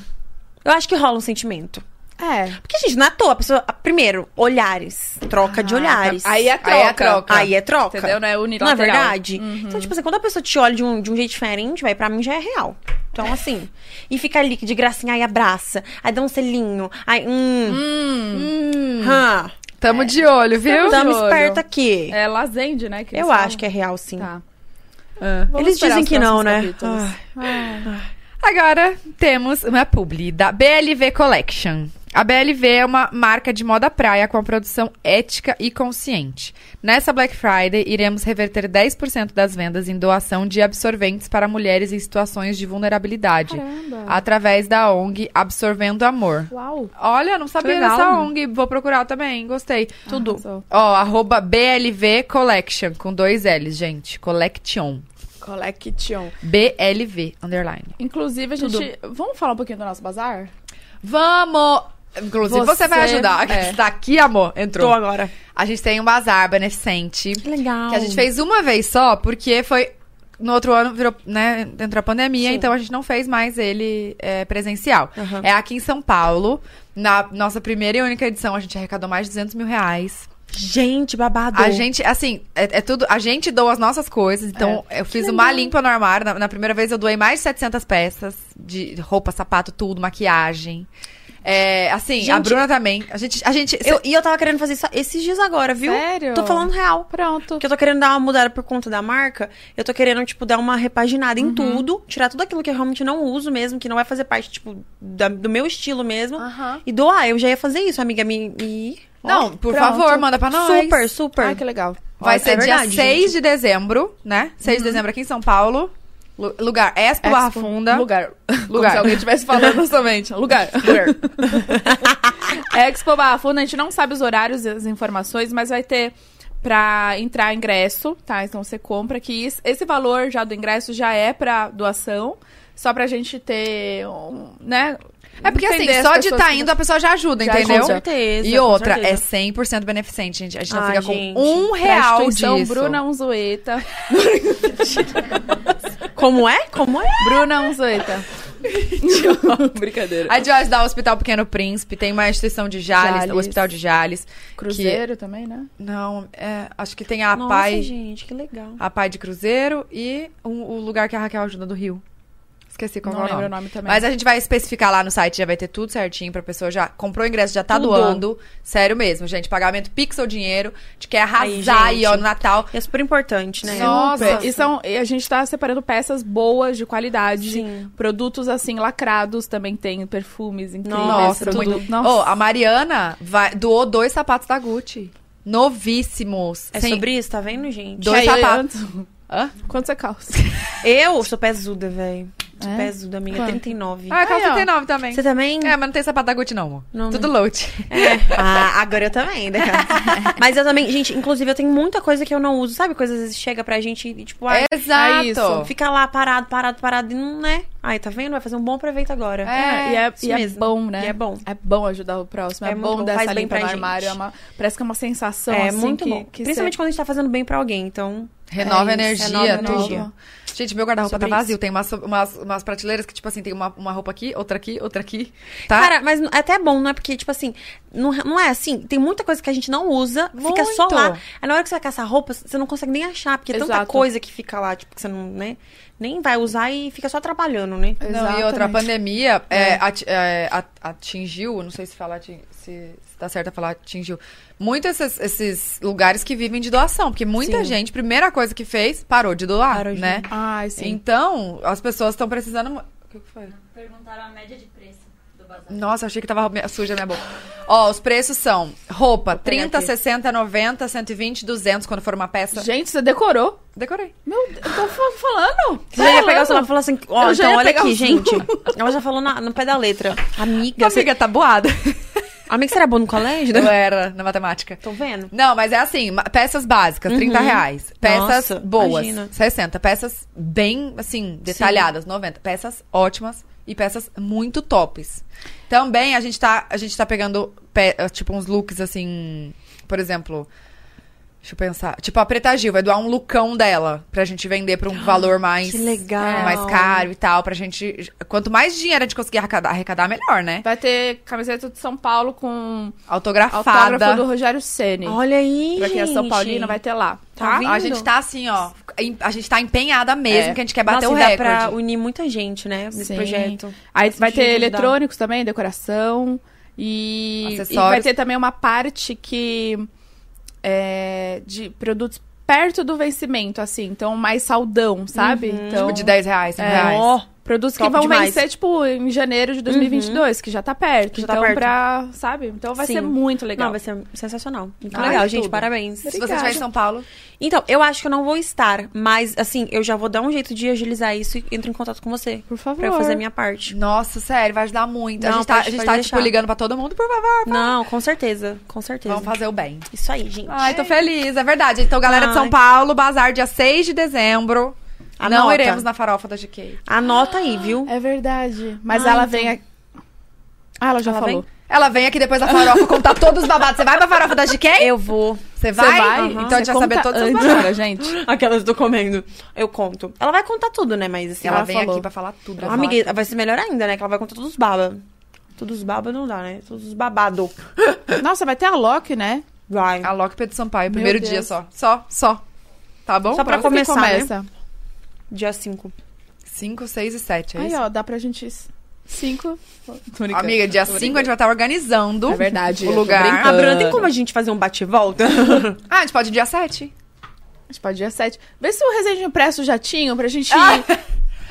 Eu acho que rola um sentimento.
É.
Porque, gente, não é à toa. A pessoa, primeiro, olhares. Troca de olhares.
Aí é troca.
Ah, tá. Aí é troca.
Aí é troca.
Entendeu? Não é
Não é
unilateral.
verdade?
Uhum.
Então, tipo assim, quando a pessoa te olha de um, de um jeito diferente, vai, pra mim já é real. Então, assim. e fica ali que de gracinha, aí abraça, aí dá um selinho, aí. Hum. Hum. hã.
Tamo de olho, viu?
Tamo
olho.
esperta aqui.
É Lazende, né? que eles
Eu
falam.
acho que é real, sim.
Tá.
Ah.
Vamos
Eles
esperar
dizem
os
que não, né?
próximos capítulos. Ai.
Agora temos uma publi da BLV Collection. A BLV é uma marca de moda praia com a produção ética e consciente. Nessa Black Friday, iremos reverter 10% das vendas em doação de absorventes para mulheres em situações de vulnerabilidade,
Caramba.
através da ONG Absorvendo
Ah.
Amor.
Uau.
Olha, não sabia
Legal.
dessa ONG, vou procurar também, gostei.
Tudo.
Arrasou.
Ó, arroba BLV Collection, com dois L's, gente. Collection.
Collection.
BLV, underline.
Inclusive, a gente. Vamos falar um pouquinho do nosso bazar?
Vamos! Inclusive, você,
Você-
vai ajudar.
é.
Está aqui, amor.
Tô
Entrou.
agora.
A gente tem um bazar beneficente.
Que legal.
Que a gente fez uma vez só, porque foi. No outro ano virou, né? Entrou a pandemia,
Sim.
então a gente não fez mais ele é, presencial.
Aham.
É aqui em São Paulo. Na nossa primeira e única edição, a gente arrecadou mais de 200 mil reais.
Gente, babado.
A gente, assim, é, é tudo. A gente doa as nossas coisas. Então, eu fiz uma limpa no armário. Na, na primeira vez, eu doei mais de 700 peças de roupa, sapato, tudo, maquiagem. É, assim, a
Gente-
Bruna também. A gente. A gente
Eu- e eu tava querendo fazer isso esses dias agora, viu?
Sério?
Tô falando real.
Pronto.
Porque eu tô querendo dar uma mudada por conta da marca. Eu tô querendo, tipo, dar uma repaginada em tudo. Tirar tudo aquilo que eu realmente não uso mesmo, que não vai fazer parte, tipo, da- do meu estilo mesmo.
Aham.
E doar. Eu já ia fazer isso, amiga. Me. me...
não, por
pronto.
favor, manda pra nós.
super, super.
Ai, Ah, que legal.
Vai
É
ser
verdade,
dia 6 de dezembro, né? 6 de dezembro aqui em São Paulo. Lu- Lugar Expo Barra
Expo.
Funda.
Lugar.
É, tipo, Lugar.
Como se alguém estivesse falando somente. Lugar. Lugar. Expo Barra Funda, a gente não sabe os horários e as informações, mas vai ter pra entrar ingresso, tá? Então você compra que is- esse valor já do ingresso já é pra doação, só pra gente ter, um, né?
É porque
Entender
assim,
as
só de
pessoas
estar
que-
indo, a pessoa já ajuda,
Já
entendeu?
Com certeza.
E
com
outra, é
certeza.
100% beneficente, gente. A gente não
Ai,
fica
gente.
com um real
Prostituição,
disso.
Bruna Unzueta.
Como é? Como é?
Bruna Unzueta.
Brincadeira.
A Joyce dá o Hospital Pequeno Príncipe, tem uma instituição de Jales,
Jales.
o Hospital de Jales.
Cruzeiro também, né?
Que, não, é, acho que tem a
Nossa,
PAI,
gente, que legal.
a PAI de Cruzeiro e o, o lugar que a Raquel ajuda do Rio. Esqueci qual
Não
que é o
lembro o
nome.
nome também.
Mas a gente vai especificar lá no site, já vai ter tudo certinho pra pessoa já comprou o ingresso, já tá
Tudo.
doando. Sério mesmo, gente. Pagamento pixel dinheiro. A gente quer arrasar aí,
Aí, gente.
ó, no Natal.
E é super importante, né?
Nossa.
E, são, e a gente tá separando peças boas, de qualidade.
Sim.
Produtos, assim, lacrados também tem. Perfumes incríveis.
Nossa,
tudo.
muito.
Nossa.
Ô, a Mariana vai- doou dois sapatos da Gucci. Novíssimos.
É
Sem-
sobre isso, tá vendo, gente?
dois
E aí,
sapatos. Hã?
Quanto você calça?
Eu sou pesuda, velho. Sou
É?
pesuda, amiga.
Quanto?
39.
Ah, calça
Aí, ó.
39 também.
Você também?
É, mas não tem sapato da Gucci, não, amor.
Não,
Tudo load.
Ah, agora eu também, né? Mas eu também, gente, inclusive eu tenho muita coisa que eu não uso, sabe? Coisa às vezes chega pra gente e tipo, ai,
Exato.
é isso.
fica lá parado, parado, parado e não é. Ai, tá vendo? Vai fazer um bom proveito agora.
É,
e é,
isso
e é
mesmo.
bom, né?
E é bom.
É bom ajudar o próximo. É,
É muito
bom
bom,
dar essa
faz bem
limpa
pra
no
gente.
armário. é uma- parece que é uma sensação,
é
assim,
muito
que,
bom.
que
Principalmente
você-
quando a gente tá fazendo bem pra alguém, então.
Renova
É
energia,
isso, renova
tudo.
energia.
Gente, meu guarda-roupa tá
Sobre
vazio.
isso.
Tem umas, so- umas, umas prateleiras que, tipo assim, tem uma, uma roupa aqui, outra aqui, outra aqui. Tá?
Cara, mas é até bom, não é? Porque, tipo assim, não, não é assim. Tem muita coisa que a gente não usa, fica só
Muito.
lá. Aí na hora que você vai caçar roupa, você não consegue nem achar, porque é tanta
Exato.
coisa que fica lá, tipo, que você não, né? Nem vai usar e fica só atrapalhando, né?
não, e outra, a
Exatamente.
pandemia é, ati- é, a- atingiu, não sei se falar ati- se, se tá certo a falar atingiu, muito esses, esses lugares que vivem de doação, porque muita
Sim.
gente, primeira coisa que fez, parou de doar,
Parou de
né?
Ai, sim.
Então, as pessoas estão precisando. mu- O que que foi?
Perguntaram a média de preço do bazar.
Nossa, achei que tava me- suja a minha boca. Ó, os preços são roupa,
pegar
30,
aqui.
60, 90, 120, 200, quando for uma peça.
Gente, você decorou.
Decorei.
Meu Deus, eu tô fa- falando.
Você já ia pegar
Falando.
o celular e falar assim, ó,
Eu já
então
ia
olha
pegar
aqui,
o
gente. Ela já falou na- no pé da letra. Amiga,
Minha
você...
amiga tá boada.
amiga, você era boa no colégio?
Eu era na matemática.
Tô vendo.
Não, mas é assim, ma- peças básicas, 30 reais. Peças
Nossa,
boas,
imagina.
60. Peças bem, assim, detalhadas, 90. Peças ótimas e peças muito tops. Também a gente tá, a gente tá pegando, pe- eh, tipo, uns looks, assim, por exemplo... Deixa eu pensar. Tipo, a Preta Gil vai doar um lookão dela pra gente vender pra um valor mais...
Ah,
é,
que legal.
Mais caro e tal, pra gente... Quanto mais dinheiro a gente conseguir arrecadar, arrecadar melhor, né?
Vai ter camiseta de São Paulo com
Autografada.
autógrafo do Rogério Ceni.
Olha aí,
Pra quem é
gente.
São Paulina, vai ter lá.
Tá
Tá?
vendo?
A gente tá assim, ó. em- A gente tá empenhada mesmo,
É.
que a gente quer bater
Nossa,
o
e dá
recorde.
pra unir muita gente, né? Nesse
Sim.
projeto.
Aí
Nossa,
vai ter
gente, ajudar.
eletrônicos também, decoração. E, e
Acessórios.
vai ter também uma parte que. É, de produtos perto do vencimento, assim. Então, mais saudão, sabe? então,
Tipo,
um-
de 10 reais, 5
É.
reais.
Ó,
Produtos que
Top
vão
demais.
vencer, tipo, em janeiro de 2022, que já tá perto.
Já tá
então,
perto.
pra. Sabe? Então, vai
Sim.
ser muito legal.
não, vai ser sensacional. Muito
Ai,
legal, gente.
tudo.
Parabéns.
Se você estiver em São Paulo,
Então, eu acho que eu não vou estar, mas assim, eu já vou dar um jeito de agilizar isso e entro em contato com você.
Por favor.
Pra eu fazer a minha parte.
nossa, sério, vai ajudar muito. a
Não,
gente tá,
pode-
a gente
pode
tá
deixar.
tipo, ligando pra todo mundo, por favor.
Não, com certeza. Com certeza.
Vamos fazer o bem.
Isso aí, gente.
Ai, tô feliz, é verdade. Então, galera de São
Ai.
Paulo, bazar dia 6 de dezembro. Não
Anota.
iremos na farofa da GK.
Anota aí, viu?
É verdade. Mas
Ah,
ela
então.
vem aqui. Ah, ela já
Ela
falou.
Ela vem aqui depois da farofa contar todos os babados. Você vai pra farofa da GK?
Eu vou.
Você vai?
Aham.
Então a gente
Você
vai saber
conta
todos os
antes
babados.
pra gente.
Aquelas do comendo. Eu conto. Ela vai contar tudo, né? Mas assim,
Ela,
Ela
vem
falou.
aqui pra falar tudo.
Ah, Amiga, vai ser melhor ainda, né? Que ela vai contar todos os baba. Todos os baba não dá, né? Todos os babado.
Nossa, vai ter a Loki, né?
Vai.
A Loki Pedro Sampaio, primeiro dia só. Só, só. Tá bom?
Só pra
Pronto?
Quando que
começar,
começa.
Dia 5.
5, 6 e 7, é
Aí,
isso?
ó, dá pra gente... s- Cinco. Tô brincando.
Amiga, dia 5 a gente vai estar organizando.
É verdade,
O
eu tô
lugar.
brincando.
Ah,
Ah, Bruna, tem como a gente fazer um bate-volta?
Ah, a gente pode dia 7.
A gente pode dia sete. Vê se o Resende empresta o jatinho pra gente...
Ah!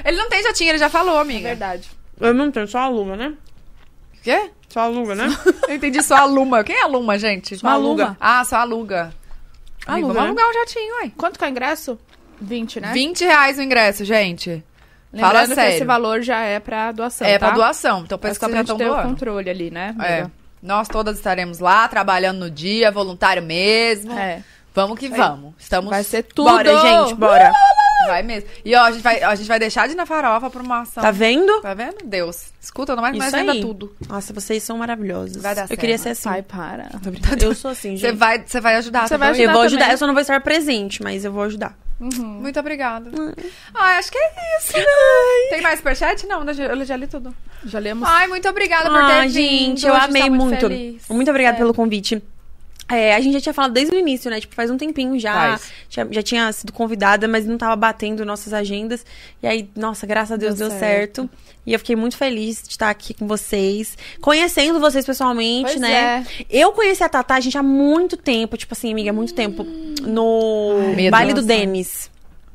Ele não tem jatinho, ele já falou, amiga.
Ah! É Verdade.
Eu não tenho, só a Luma, né?
O quê?
Só a Luma, né?
Eu entendi só aluma. Quem é aluma, gente?
Só aluma.
Ah, só aluga. Amigo,
Aluga,
vamos
né?
alugar um jatinho, ué.
Quanto que é o ingresso? 20, né?
20 reais o ingresso, gente.
Lembrando
Fala
que
sério.
esse valor já é pra doação,
é
tá?
pra doação. Então,
Mas
pensa que
pra
já
gente
estão
ter o
doando.
controle ali, né?
É. Nós todas estaremos lá, trabalhando no dia, voluntário mesmo.
É.
Vamos que vamos. Estamos...
Vai ser tudo!
Bora, gente, bora.
Vai mesmo. E ó, a gente vai, a gente vai deixar de ir na farofa pra uma ação.
Tá vendo?
Tá vendo? Deus. Escuta, não mais,
Isso
mas ainda
aí.
tudo.
Nossa, vocês são maravilhosos.
Vai dar
eu
certo.
queria ser assim.
Sai, para.
Eu sou assim, gente.
Você vai, você vai ajudar.
Você
tá
vai
bom?
ajudar
eu vou ajudar,
também.
eu só não vou estar presente, mas eu vou ajudar.
Uhum.
Ah.
Muito obrigada. Ai, acho que é isso. né? Tem mais superchat? Não, eu já- eu já li tudo.
Já lemos.
Ai, muito obrigada por
Ah,
ter vindo.
gente, eu
A tá
amei muito. Um
feliz.
Muito
É.
obrigada pelo convite. É, a gente já tinha falado desde o início, né? Tipo, faz um tempinho já.
Faz.
Já, já tinha sido convidada, mas não tava batendo nossas agendas. E aí, nossa, graças a Deus
Deu
deu, certo. E eu fiquei muito feliz de estar aqui com vocês. Conhecendo vocês pessoalmente,
Pois
né? Eu conheci a Tatá, gente, há muito tempo. Tipo assim, amiga, há muito tempo. No
medo.
baile do
Nossa.
Denis.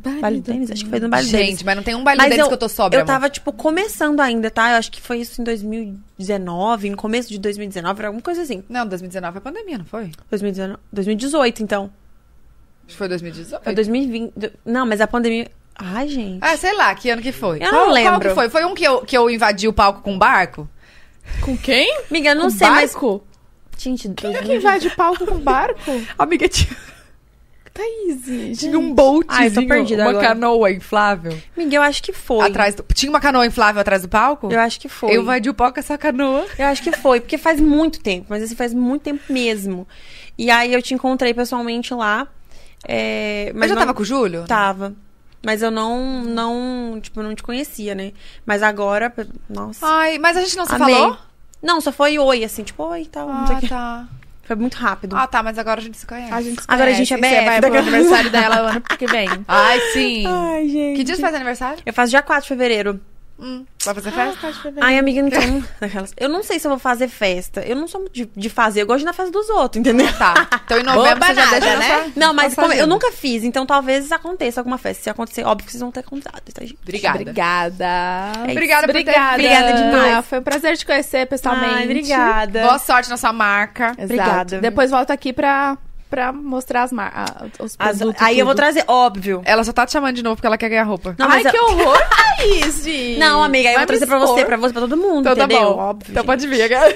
Baile do Denis? Acho que foi no baile do Denis.
Gente, mas não tem um baile
Mas
deles que eu tô sóbria,
Eu tava, tipo, começando ainda, tá? Eu acho que foi isso em 2019, no começo de 2019, era alguma coisa assim.
Não, 2019 é pandemia, não foi?
2019, 2018, então.
Acho que foi 2018.
Foi 2020. do- Não, mas a pandemia. Ai, gente.
Ah, sei lá, que ano que foi.
Eu
qual,
não
Qual
lembro.
que foi? Foi um que eu, que eu invadi o palco com um barco?
Com quem?
Amiga, eu não
Com
sei, mas. Uhum.
barco?
Gente,
é
Quem
2020.
vai de palco com barco?
Amiga, tinha,
Thaís. gente.
tinha um bolt.
Ai, eu tô perdida
Uma
agora.
canoa inflável.
Amiga, eu acho que foi.
Atrás do... Tinha uma canoa inflável atrás do palco?
Eu acho que foi.
Eu invadi o palco com essa canoa.
Eu acho que foi, porque faz muito tempo, mas assim, faz muito tempo mesmo. E aí eu te encontrei pessoalmente lá. é,
Mas
mas
eu já
não-
tava com o Júlio?
Tava. Mas eu não, não, tipo, não te conhecia, né? Mas agora, nossa.
Ai, mas a gente não se
Amei.
falou?
Não, só foi oi, assim, tipo, oi e tal. não sei o
Ah,
quê.
tá.
Foi muito rápido.
Ah, tá, mas agora a gente se conhece.
A gente se
Agora a
conhece.
gente é
E Você
BF,
vai
daqui
pro
a-
aniversário dela ano que vem.
Ai, sim.
Ai, gente.
que dia você faz aniversário?
Eu faço dia 4 de fevereiro.
Hum, vai fazer festa?
Ai, amiga, não tem. um Daquelas- Eu não sei se eu vou fazer festa. Eu não sou muito de, de fazer, eu gosto de ir na festa dos outros, entendeu?
Tá. Então em novembro
Boba
você já
nada,
deixa
né?
nessa-
Não, mas
nessa
como eu
agenda.
nunca fiz, então talvez aconteça alguma festa. Se acontecer, óbvio que vocês vão ter convidado, tá, gente?
Obrigada.
Obrigada.
É isso.
Obrigada por ter
Obrigada.
vindo.
Obrigada demais.
Ah, Foi um prazer te conhecer pessoalmente.
Ai, obrigada.
Boa sorte na sua marca.
Exato.
Obrigada.
Depois volto aqui pra, pra mostrar as mar... a- os
As-
produtos.
aí eu vou
tudo.
trazer, óbvio.
Ela só tá te chamando de novo porque ela quer ganhar roupa.
Não,
Ai,
mas
que
eu-
horror, Thaís!
É
gente.
Não, amiga, eu
Vai
vou trazer
me
pra você,
expor.
pra você, pra todo mundo,
então
entendeu?
tá bom.
Óbvio,
então
gente.
pode vir, cara.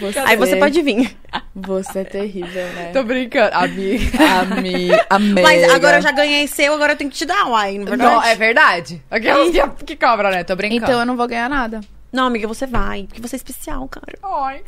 Você,
Aí você pode vir.
Você é terrível, né?
Tô brincando. Amiga. Amiga. Amiga.
Mas agora eu já ganhei seu, agora eu tenho que te dar, uai, na verdade.
Não, é verdade. Aquelas que, que cobra, né? Tô brincando.
Então eu não vou ganhar nada.
Não, amiga, você vai, porque você é especial, cara.
Ai. Tá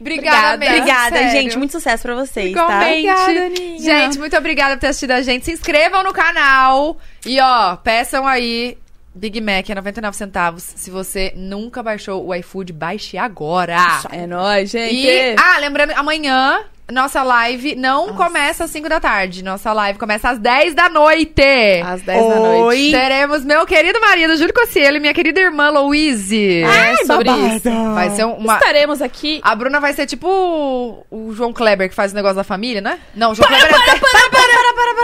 Obrigada,
Obrigada.
mesmo,
Obrigada,
sério.
gente. Muito sucesso pra vocês,
Igualmente.
tá?
Obrigada, Aninha.
gente, muito obrigada por ter assistido a gente. Se inscrevam no canal. E, ó, peçam aí Big Mac é 99 centavos. Se você nunca baixou o iFood, baixe agora.
Ah,
É nóis, gente.
E, ah, lembrando, amanhã nossa live não começa às 5 da tarde. Nossa live começa às 10 da noite.
Às 10 da noite.
Oi.
Teremos meu querido marido, Júlio Cossiello, e minha querida irmã Louise.
É sobre isso.
Vai ser uma.
Estaremos aqui.
A Bruna vai ser tipo o- o João Kleber que faz o negócio da família, né? Não, o João Kleber é.
Para, para, para,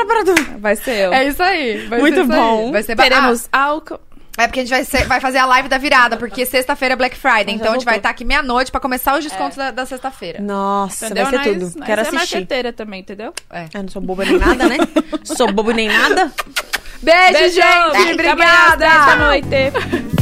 para, para. para.
Vai ser eu.
É isso aí. vai
Muito
ser isso aí.
bom.
Vai ser ba-
Teremos álcool.
Ah, é porque a gente vai, ser- vai fazer a live da virada, porque sexta-feira é Black Friday. Então
já
a gente
voltou.
vai estar aqui meia-noite pra começar os descontos da, da sexta-feira.
Nossa,
Entendeu?
vai ser
Nós-
tudo.
nós
Quero
é
assistir.
marqueteira também, entendeu?
É.
Eu não sou boba nem nada, né? sou bobo nem nada.
Beijo, gente.
Até amanhã às
Obrigada.
10 da noite.